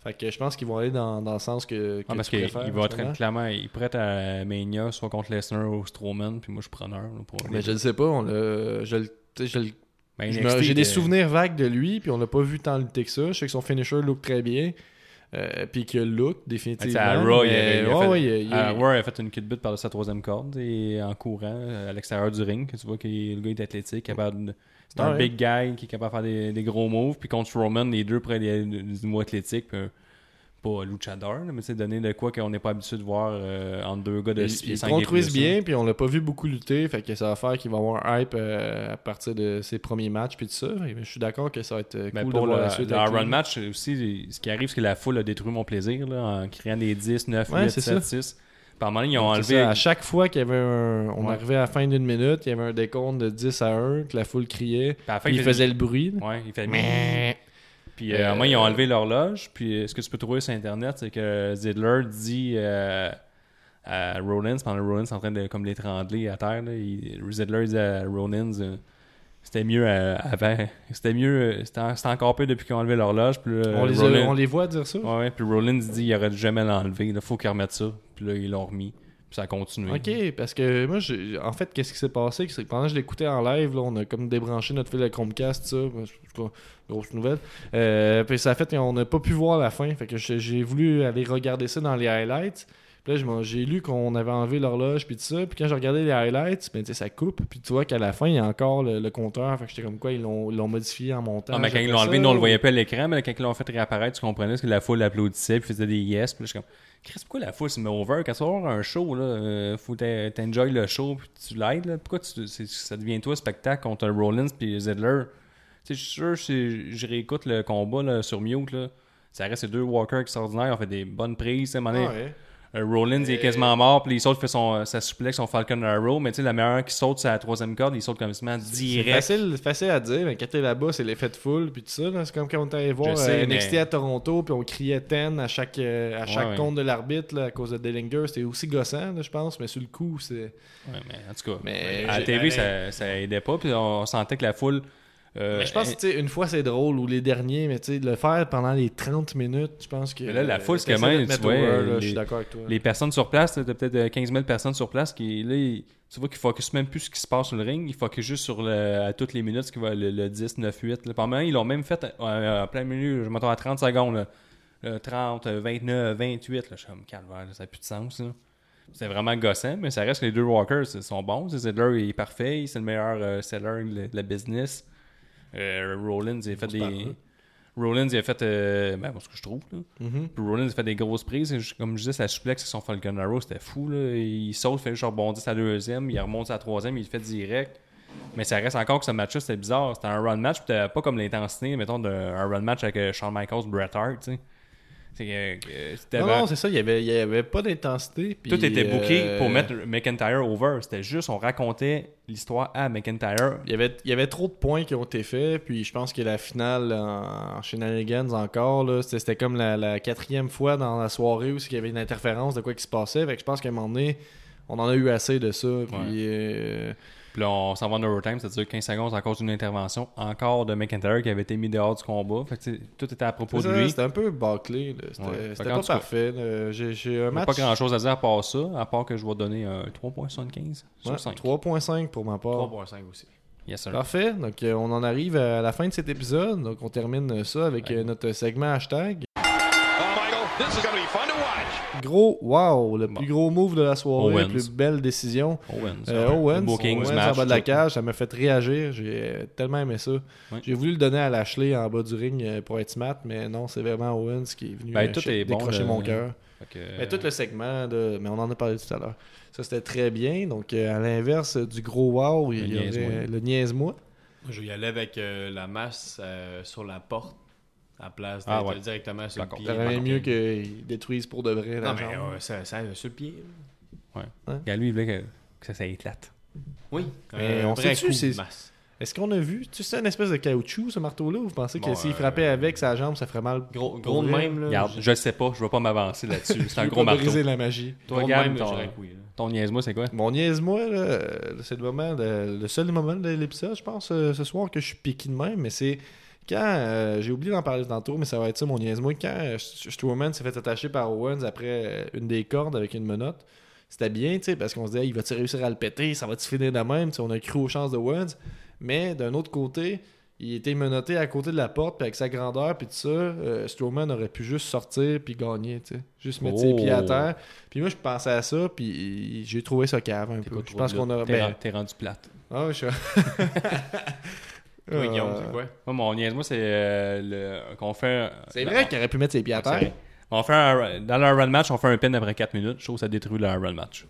S3: Fait que je pense qu'ils vont aller dans, dans le sens que. que
S4: Ah, parce
S3: tu
S4: qu'il
S3: préfères,
S4: il va être
S3: justement.
S4: clairement, il prête à Mania, soit contre Lesnar ou Strowman, puis moi je suis preneur. là, pour
S3: Mais je le sais pas, on l'a- je le- tu sais, je le
S4: Ben,
S3: Je
S4: NXT,
S3: me- J'ai des
S4: euh,
S3: souvenirs vagues de lui, puis on l'a pas vu tant lutter que ça. Je sais que son finisher look très bien, euh, puis que look
S4: tu
S3: définitivement.
S4: sais, À Raw, il,
S3: mais-
S4: avait, il a
S3: ouais,
S4: fait,
S3: ouais, il- il-
S4: à Raw, il Euh, a fait une cutbit par sa troisième corde et en courant euh, à l'extérieur du ring. que Tu vois que le gars est athlétique, capable de- C'est un
S3: Ouais.
S4: big guy qui est capable de faire des, des gros moves. Puis contre Roman, les deux près des, des mots athlétiques. Puis, euh, pas luchador, là, mais c'est donné de quoi qu'on n'est pas habitué de voir euh, entre deux gars de
S3: ils-
S4: six pieds
S3: ils
S4: cinq et
S3: construisent
S4: plus,
S3: bien, puis on l'a pas vu beaucoup lutter. Fait que ça va faire qu'il va avoir un hype euh, à partir de ses premiers matchs, puis tout ça. Fait que Je suis d'accord que ça va être euh,
S4: Mais
S3: cool
S4: Ben, pour
S3: de voir
S4: le,
S3: la suite.
S4: le
S3: avec
S4: Iron
S3: lui.
S4: Match euh, aussi, ce qui arrive, c'est que la foule a détruit mon plaisir là, en créant des 10, 9,
S3: Ouais,
S4: 8,
S3: c'est
S4: 7,
S3: ça.
S4: 6. Par moment, donné, ils ont
S3: C'est
S4: enlevé.
S3: ça, à chaque fois qu'il y avait un. On
S4: Ouais.
S3: arrivait à la fin d'une minute, il y avait un décompte de 10 à 1, que la foule criait,
S4: Puis à la fin,
S3: puis
S4: ils
S3: il faisait le bruit. là.
S4: Ouais, il fait. Puis
S3: Euh,
S4: euh, moi, ils ont enlevé l'horloge. Puis euh, ce que tu peux trouver sur Internet, c'est que Zidler dit euh, à Rollins, pendant que Rollins est en train de comme l'étrangler à terre, là, il- Zidler dit à Rollins, euh, c'était mieux euh, avant, c'était mieux, euh, c'était en- c'était encore pire depuis qu'ils ont enlevé l'horloge. Puis euh,
S3: On les, a-
S4: Rollins-
S3: on les voit dire ça.
S4: Ouais, ouais, puis Rollins dit il aurait jamais l'enlever, il faut qu'ils remettent ça. Puis là, ils l'ont remis. Puis ça a continué.
S3: Ok, parce que moi, j'ai- en fait, qu'est-ce qui s'est passé? C'est que pendant que je l'écoutais en live, là, on a comme débranché notre fil de Chromecast, ça. Je sais pas, grosse nouvelle. Euh, puis ça a fait qu'on n'a pas pu voir la fin. Fait que j'ai j'ai voulu aller regarder ça dans les highlights. Puis là, je m'en- j'ai lu qu'on avait enlevé l'horloge, puis tout ça. Puis quand j'ai regardé les highlights, ben, tu sais, ça coupe. Puis tu vois qu'à la fin, il y a encore le, le compteur. Fait que j'étais comme quoi, ils l'ont ils l'ont modifié en montant.
S4: Non, Ah, mais quand ils l'ont enlevé, nous, on le voyait pas à l'écran, mais quand ils l'ont fait réapparaître, tu comprenais parce que la foule applaudissait, puis faisait des yes, puis là, je suis comme, Chris, pourquoi la foule se met over? Quand tu vas voir un show, là, euh, faut que t'a- t'enjoy le show, puis tu l'aides, là. Pourquoi tu, c'est- ça devient toi, spectacle, contre Rollins, puis Zedler? Tu sais, je suis sûr, si je réécoute le combat, là, sur mute, là, ça reste ces deux walkers extraordinaires, ont fait des bonnes prises, tu sais, à
S3: Ah
S4: un moment donné, euh, Rollins il est quasiment mort, puis il saute, fait son, euh, sa suplex, son Falcon Arrow, mais tu sais, la meilleure qui saute, c'est la troisième corde, il saute comme ça, direct.
S3: Facile, facile à dire, mais quand t'es là-bas, c'est l'effet de foule, puis tout ça. là. C'est comme quand on était allé voir
S4: sais,
S3: euh, NXT
S4: mais-
S3: à Toronto, puis on criait 10 à chaque, euh, à chaque
S4: ouais.
S3: compte de l'arbitre là, à cause de Dellinger. C'était aussi gossant, là, je pense, mais sur le coup, c'est.
S4: Ouais, mais en tout cas, euh,
S3: Mais
S4: à la
S3: j'ai-
S4: TV, ça, ça aidait pas. Puis on sentait que la foule. euh,
S3: Mais je pense que, tu sais, une fois c'est drôle, ou les derniers, mais tu sais, le faire pendant les 30 minutes, je pense que.
S4: Mais là, la
S3: euh,
S4: foule, c'est
S3: t'essaies
S4: comment,
S3: de te
S4: tu
S3: mettre
S4: vois,
S3: over, là,
S4: les-
S3: Je suis d'accord avec toi.
S4: eh, les personnes sur place, là, t'as peut-être euh, 15 000 personnes sur place qui, là, ils- tu vois qu'ils focusent même plus ce qui se passe sur le ring. Ils focusent juste sur le- à toutes les minutes, ce qui va le, le 10, 9, 8. Là. Par moment, ils l'ont même fait euh, euh, en plein milieu, je m'entends à 30 secondes. là. Le 30, euh, 29, 28. Là, je suis comme calvaire, là, ça n'a plus de sens. là. C'est vraiment gossant, mais ça reste que les deux Walkers ils sont bons. C'est Zedler est parfait, c'est le meilleur euh, seller de la- de la business. Euh, Rollins, il a fait des. Rollins, il a fait. euh, ben, ce que je trouve. Là.
S3: Mm-hmm.
S4: Puis Rollins, il a fait des grosses prises. Et je- Comme je disais, sa suplex et son Falcon Arrow, c'était fou. Là. Il saute, fait juste rebondir sa deuxième, il remonte sa troisième, il le fait direct. Mais ça reste encore que ce match-là, c'était bizarre. C'était un run match, puis t'avais pas comme l'intensité, mettons, d'un run match avec euh, Shawn Michaels, Bret Hart, tu sais. C'est que, euh, c'était
S3: Non,
S4: vraiment-
S3: non, c'est ça, il n'y avait, il y avait pas d'intensité. puis,
S4: tout était booké
S3: euh,
S4: pour mettre McIntyre over. C'était juste, on racontait l'histoire à McIntyre.
S3: Il y, avait, il y avait trop de points qui ont été faits, puis je pense que la finale en, en shenanigans encore, là, c'était, c'était comme la, la quatrième fois dans la soirée où il y avait une interférence de quoi qui se passait. Fait que je pense qu'à un moment donné, on en a eu assez de ça. Puis, euh,
S4: Puis là, on s'en va en overtime, c'est-à-dire 15 secondes à cause d'une intervention encore de McIntyre qui avait été mis dehors du combat. Fait que, tu sais, tout était à propos
S3: C'est
S4: de
S3: ça,
S4: lui.
S3: C'était un peu bâclé. là. C'était
S4: Ouais. Fait
S3: c'était
S4: qu'en
S3: pas
S4: tout cas,
S3: parfait. là. J'ai- J'ai un
S4: Il n'y a
S3: match.
S4: pas grand-chose à dire à part ça, à part que je vais donner un 3.75
S3: Ouais,
S4: sur 5.
S3: 3.5 pour ma part.
S5: 3.5 aussi.
S4: Yes, sir.
S3: Parfait. Donc, euh, on en arrive à la fin de cet épisode. Donc, on termine ça avec euh, notre segment hashtag. Gros wow, le plus gros move de la soirée, la
S4: Owens.
S3: plus belle décision.
S4: Owens.
S3: Euh,
S4: ouais.
S3: Owens,
S4: Bookings,
S3: Owens
S4: match,
S3: en bas de la
S4: tout.
S3: cage, ça m'a fait réagir. J'ai euh, tellement aimé ça. J'ai voulu le donner à Lashley en bas du ring euh, pour être smart, mais non, c'est vraiment Owens qui est venu
S4: Ben,
S3: euh,
S4: tout
S3: ch-
S4: est bon, Euh,
S3: décrocher
S4: le-
S3: mon cœur.
S4: Fait que,
S3: Mais tout le segment, là, mais on en a parlé tout à l'heure. Ça, c'était très bien. Donc, euh, à l'inverse du gros wow, il y
S4: Le
S3: aurait
S4: niaise-moi.
S3: euh, le niaise-moi.
S5: Moi, je vais y aller avec euh, la masse euh, sur la porte, à la place d'être
S4: Ah, ouais.
S5: directement sur le
S4: D'accord.
S5: pied.
S3: Ça aurait mieux qu'ils détruisent pour de vrai la
S5: Non, mais
S3: jambe.
S5: euh, ça, ça, sur le pied. là.
S4: Regarde, lui, il voulait que, que ça, ça éclate.
S5: Oui.
S3: Mais
S5: un
S3: on
S5: vrai
S3: sait-tu,
S5: coup de
S3: c'est-
S5: masse.
S3: Est-ce qu'on a vu Tu sais, c'est une espèce de caoutchouc, ce marteau-là Vous pensez que
S5: Bon,
S3: s'il
S5: euh,
S3: frappait avec sa jambe, ça ferait mal
S5: Gros,
S3: Pour
S5: gros de
S3: vrai.
S5: même, là.
S4: Regarde, je le sais pas, je vais pas m'avancer là-dessus. C'est un
S3: Tu
S4: gros
S3: peux pas
S4: marteau.
S3: briser la magie.
S5: Gros de
S4: Regarde
S5: même, là,
S4: ton-
S5: j'aurais couillé, là.
S4: Ton niaise-moi, c'est quoi?
S3: Mon niaise-moi, là, euh, c'est le moment, de- le seul moment de l'épisode, je pense, euh, ce soir, que je suis piqué de même, mais c'est quand, euh, j'ai oublié d'en parler tantôt, mais ça va être ça, mon niaise-moi, quand euh, Strowman s'est fait attacher par Owens après euh, une des cordes avec une menotte, c'était bien, tu sais, parce qu'on se disait, il va-tu réussir à le péter, ça va-tu finir de même, tu sais, on a cru aux chances de Owens, mais d'un autre côté, il était menotté à côté de la porte, puis avec sa grandeur, puis tout ça, euh, Strowman aurait pu juste sortir, puis gagner, tu sais, juste mettre ses
S4: Oh.
S3: pieds à terre. Puis moi, je pensais à ça, puis j'ai trouvé ça cave un peu.
S4: T'écoutes
S3: Je
S4: trop
S3: pense
S4: de
S3: qu'on a.
S4: lutte. T'es
S3: Ben,
S4: ren- T'es rendu plate.
S3: ah, je suis.
S5: Toi, Guillaume,
S3: Euh,
S5: c'est quoi?
S4: Moi, mon niaise-moi, c'est euh, le- qu'on fait.
S3: C'est vrai qu'il aurait pu mettre ses
S4: Ah,
S3: pieds à terre.
S4: On fait un- dans le run match, on fait un pin après 4 minutes. Je trouve que ça détruit le run match.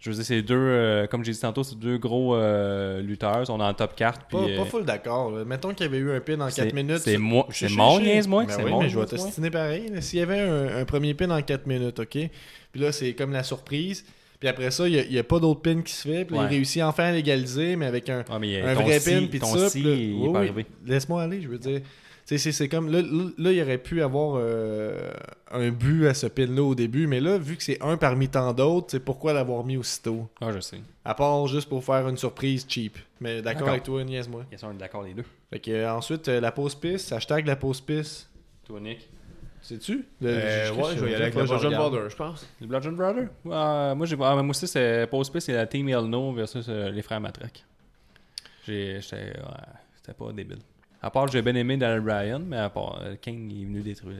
S4: Je veux dire, c'est deux, euh, comme j'ai dit tantôt, c'est deux gros euh, lutteurs. On est en top carte. Puis,
S3: Pas,
S4: euh,
S3: pas full d'accord. là. Mettons qu'il y avait eu un pin en
S4: c'est-
S3: 4 minutes.
S4: C'est moi,
S3: Je
S4: c'est
S3: sais,
S4: mon
S3: je sais.
S4: niaise-moi.
S3: Ben
S4: c'est
S3: oui,
S4: mon
S3: mais je vais
S4: niaise-moi.
S3: t'ostiner pareil. là. S'il y avait un, un premier pin en 4 minutes, OK? Puis là, c'est comme la surprise. Puis après ça, il n'y a, pas d'autre pin qui se fait. Puis là, il
S4: Ouais.
S3: réussit enfin à l'égaliser, mais avec un,
S4: Ah, mais
S3: un
S4: ton
S3: vrai
S4: si-
S3: pin. Puis
S4: ton
S3: tout ça.
S4: si,
S3: puis là-
S4: il est
S3: oui,
S4: pas
S3: oui.
S4: arrivé.
S3: Laisse-moi aller, je veux dire. Tu sais, C'est c'est comme. Là, là- là, il aurait pu avoir euh, un but à ce pin-là au début. Mais là, vu que c'est un parmi tant d'autres, c'est pourquoi l'avoir mis aussitôt?
S4: Ah, je sais.
S3: À part juste pour faire une surprise cheap. Mais d'accord
S4: D'accord.
S3: avec toi, niaise-moi.
S4: Yes, on est d'accord les deux.
S3: Fait que, euh, ensuite, euh, la pause piste, hashtag la pause piste.
S4: Toi, Nick.
S3: Sais-tu?
S5: Euh, ouais, je vais y aller avec le John Border, je pense.
S4: Les Bludgeon Brothers? Ouais, euh, moi, j'ai, ah, mais moi aussi, c'est Pause P, c'est la Team Elno versus euh, les frères Matraque. J'ai, j'étais, ouais, c'était pas débile. À part, j'ai bien aimé Daniel Bryan, mais à part, euh, King il est venu détruire.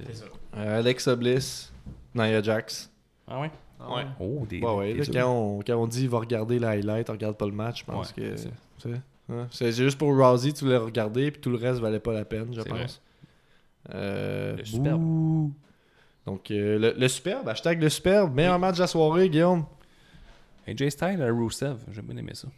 S3: Euh, Alexa Bliss, Nia Jax.
S4: Ah ouais?
S5: ouais.
S4: Oh, des.
S3: Ouais, Bah ouais,
S4: des
S3: là,
S4: autres.
S3: quand, on, quand on dit il va regarder la highlight, on regarde pas le match, je pense
S4: Ouais,
S3: que.
S4: c'est ça.
S3: tu sais, hein. C'est juste pour Rousey, tu voulais regarder, puis tout le reste valait pas la peine, je
S4: C'est vrai.
S3: pense. Euh,
S4: Le superbe.
S3: bouh. Donc, euh, le, le superbe, hashtag le superbe, meilleur match de la soirée, Guillaume.
S4: AJ Styles à Rusev, j'ai bien aimé ça.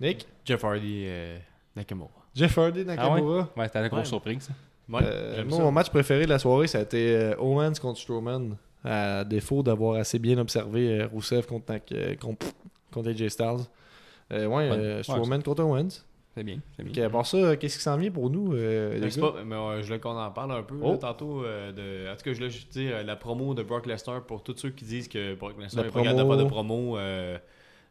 S3: Nick,
S5: Jeff Hardy, euh, Nakamura.
S3: Jeff Hardy,
S4: Ah ouais?
S3: Nakamura.
S4: Ouais, c'était la grosse
S5: Ouais.
S4: surprise. ça.
S5: Ouais,
S3: Euh,
S5: j'aime
S3: moi,
S5: ça.
S3: mon match préféré de la soirée, ça a été euh, Owens contre Strowman, à défaut d'avoir assez bien observé euh, Rousseff contre, Nak- euh, contre, contre AJ Styles. Euh, ouais,
S4: Ouais.
S3: euh,
S4: Ouais,
S3: Strowman contre Owens.
S4: C'est bien, c'est bien.
S3: Ok, à part ça, euh, qu'est-ce qui s'en vient pour nous, euh, les
S5: Mais, c'est
S3: gars?
S5: pas- mais, euh, je voulais qu'on en parle un peu là,
S3: Oh.
S5: tantôt. euh, de, en tout cas, je voulais juste dire euh, la promo de Brock Lesnar pour tous ceux qui disent que Brock Lesnar
S3: La
S5: n'est pas capable de
S3: promo.
S5: faire de promo euh,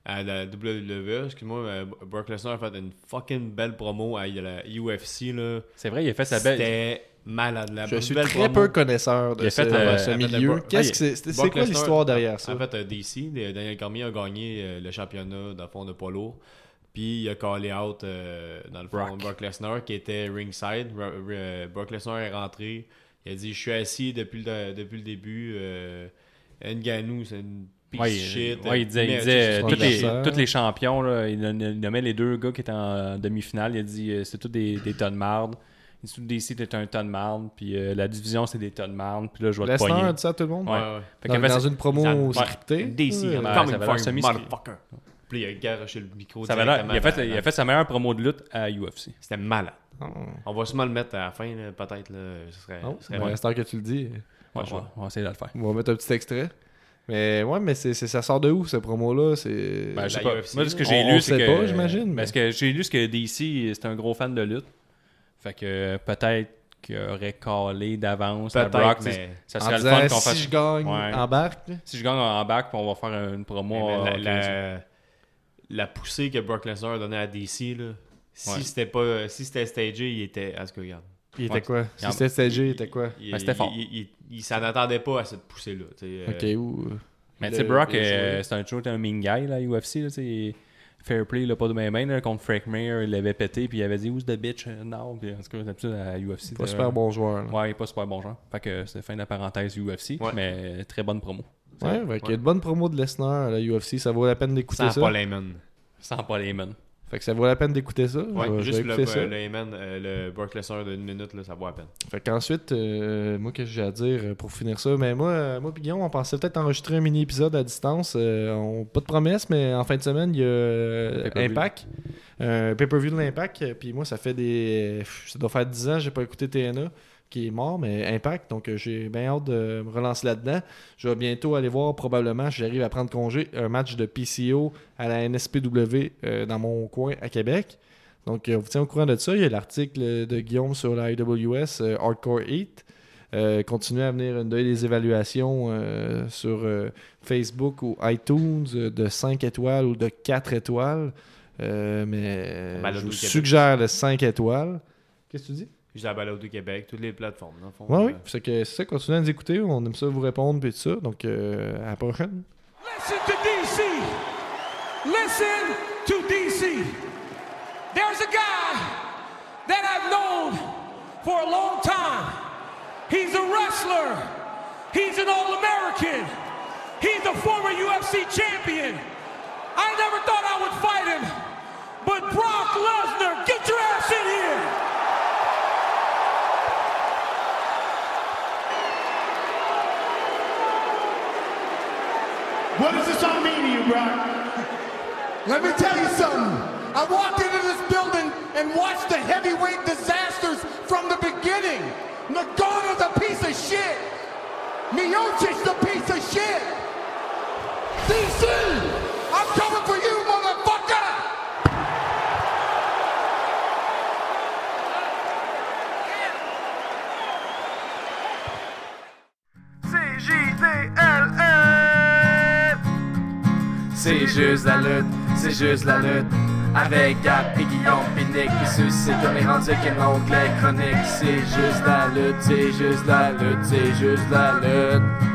S5: à la E, WWE. Excuse-moi, mais euh, Brock Lesnar a fait une fucking belle promo à la UFC. Là.
S4: C'est vrai, il a fait sa belle.
S5: C'était malade. La
S3: Je suis
S5: belle
S3: très
S5: promo.
S3: peu connaisseur de
S4: Il a
S3: ce,
S4: fait, euh,
S3: ce
S5: la- la-
S3: milieu.
S5: la-
S3: Qu'est-ce
S5: Ah,
S3: que c'est- c'est
S5: Brock
S3: c'est quoi
S5: Lesnar-
S3: l'histoire derrière
S4: Ah,
S3: ça?
S5: En fait, euh, DC, les- Daniel Cormier a gagné euh, le championnat dans le fond de poids lourd. Puis il a callé out euh, dans le fond
S4: Brock.
S5: Brock, Lesnar qui était ringside. Ro- ro- euh, Brock Lesnar est rentré. Il a dit Je suis assis depuis le, depuis le début. Euh, Nganou, c'est une piece
S4: Ouais,
S5: of shit.
S4: ouais, il disait, il
S5: Mais-
S4: disait, euh,
S3: son
S4: tous, les,
S3: adversaire.
S4: tous les champions, là, il nommait- il nommait les deux gars qui étaient en demi-finale, il a dit euh, c'est tous des, des tonnes de marde. Il dit tout DC était un tonne de marde, puis euh, la division c'est des tonnes de marde, puis là je vais te
S3: Lesnar
S4: pogner.
S3: a dit ça à tout le monde?
S5: Ouais,
S4: Ouais.
S5: ouais.
S4: Fait
S3: Dans,
S4: qu'elle fait-
S3: dans une promo
S4: ouais.
S3: scriptée?
S5: DC,
S3: Ouais.
S5: I'm
S4: Ouais, ça
S5: coming
S4: avait l'air
S5: for you,
S4: semi-
S5: motherfucker. Puis il a garoché le micro.
S4: Ça avait l'air- il, a
S5: directement
S4: fait, il
S5: dans-
S4: a fait sa meilleure promo de lutte à UFC.
S5: C'était malade.
S3: Ah,
S5: On va sûrement le mettre à la fin, là, peut-être. là, Ce serait,
S4: Oh,
S3: non,
S5: ce serait
S3: ouais, Ah, c'est tant que tu le dis.
S4: Ouais, ouais, on va essayer de le faire.
S3: On va mettre un petit extrait. Mais ouais, mais c'est c'est- ça sort de où, ce promo-là? C'est...
S4: Ben, je sais
S5: la
S4: pas.
S5: UFC,
S4: Moi, ce que
S5: là.
S4: j'ai
S3: On- on
S4: lu, c'est
S3: sait
S4: que.
S3: pas, j'imagine, mais-
S4: Parce que j'ai lu ce que DC, c'est un gros fan de lutte. Fait que euh, peut-être qu'il aurait callé d'avance à
S5: Peut-être,
S4: Brock.
S5: mais-
S4: c'est- Ça
S3: En
S4: serait le
S3: disant,
S4: fun qu'on
S3: si
S4: fasse.
S3: je gagne,
S4: Ouais.
S3: embarque.
S4: Si je gagne en bac, puis on va faire une promo.
S5: Mais
S4: euh,
S5: la- la- la poussée que Brock Lesnar a donnée à DC, là, si
S4: Ouais.
S5: c'était pas. Si c'était stagé, il était. À ce que regarde.
S3: Il était
S4: Ouais.
S3: quoi Si
S4: en-
S3: c'était stagé, il était quoi
S5: Il-
S4: Ben, c'était fort.
S5: Il, il- il s'en attendait pas à cette poussée-là. tu sais, euh,
S3: Ok, où
S4: Mais
S3: Il
S4: tu sais,
S3: l'a-
S4: Brock,
S3: il l'a
S4: euh,
S3: joué.
S4: c'est un, toujours un mean guy, là, UFC. Là, tu sais. fair play, il a pas de main main. là, Contre Frank Mir, il l'avait pété, puis il avait dit Who's the bitch uh, now? Puis, en tout cas, d'habitude, à UFC.
S3: euh, Pas
S4: t'as-
S3: super bon hein. joueur. là.
S4: euh, Ouais, il est pas super bon genre. Fait que c'est fin de la parenthèse UFC,
S5: Ouais.
S4: mais euh, très bonne promo.
S3: Ouais, fait qu'il y a de bonnes promos de Lesnar à la UFC, ça vaut la peine d'écouter
S5: Sans
S3: ça.
S5: Paul Heyman.
S4: Sans Paul Heyman.
S3: Fait que ça vaut la peine d'écouter ça.
S5: Ouais,
S3: je vais, je vais
S5: juste le,
S3: écouter ça.
S5: le Heyman, euh, le Brock Lesnar d'une minute, là, ça vaut à peine.
S3: Fait qu'ensuite, euh, moi, qu'est-ce que j'ai à dire euh, pour finir ça? Mais moi, euh, moi pis Guillaume, on pensait peut-être enregistrer un mini-épisode à distance. Euh, on- pas de promesse, mais en fin de semaine, il y a euh,
S4: Pay-per-view.
S3: Impact. Un pay-per-view de l'Impact. Euh, Puis moi, ça fait des. pff, Ça doit faire 10 ans que j'ai pas écouté TNA, qui est mort, mais Impact. Donc, euh, j'ai bien hâte de me relancer là-dedans. Je vais bientôt aller voir, probablement, si j'arrive à prendre congé, un match de PCO à la NSPW euh, dans mon coin à Québec. Donc, euh, on vous tient au courant de ça. Il y a l'article de Guillaume sur la IWS, euh, Hardcore Heat. Euh, continuez à venir donner des évaluations euh, sur euh, Facebook ou iTunes euh, de 5 étoiles ou de 4 étoiles. Euh, mais
S5: Balado
S3: je vous
S5: du Québec.
S3: suggère le 5 étoiles. Qu'est-ce que tu dis?
S5: Juste la balade du Québec, toutes les plateformes, dans le fond.
S3: Ouais, oui.
S5: Euh,
S3: C'est que c'est ça, continuez à nous écouter. On aime ça vous répondre et tout ça. Donc, euh, à la prochaine.
S7: Listen to DC. Listen to DC. There's a guy that I've known for a long time. He's a wrestler. He's an All-American. He's a former UFC champion. I never thought I would fight him, but Brock Lesnar, get your ass in here.
S8: What does this all mean to you, Brock?
S9: Let me tell you something. I walked into this building and watched the heavyweight disasters from the beginning. Nagano's a piece of shit. Miocic's a piece of shit. DC, I'm coming for you, motherfucker.
S1: C'est JDLL.
S2: E. C'est juste la lutte, c'est juste la lutte. Avec Gap et Guillaume Pinique, qui suscite comme les rendus qui montent les chroniques. C'est juste la lutte, c'est juste la lutte, c'est juste la lutte.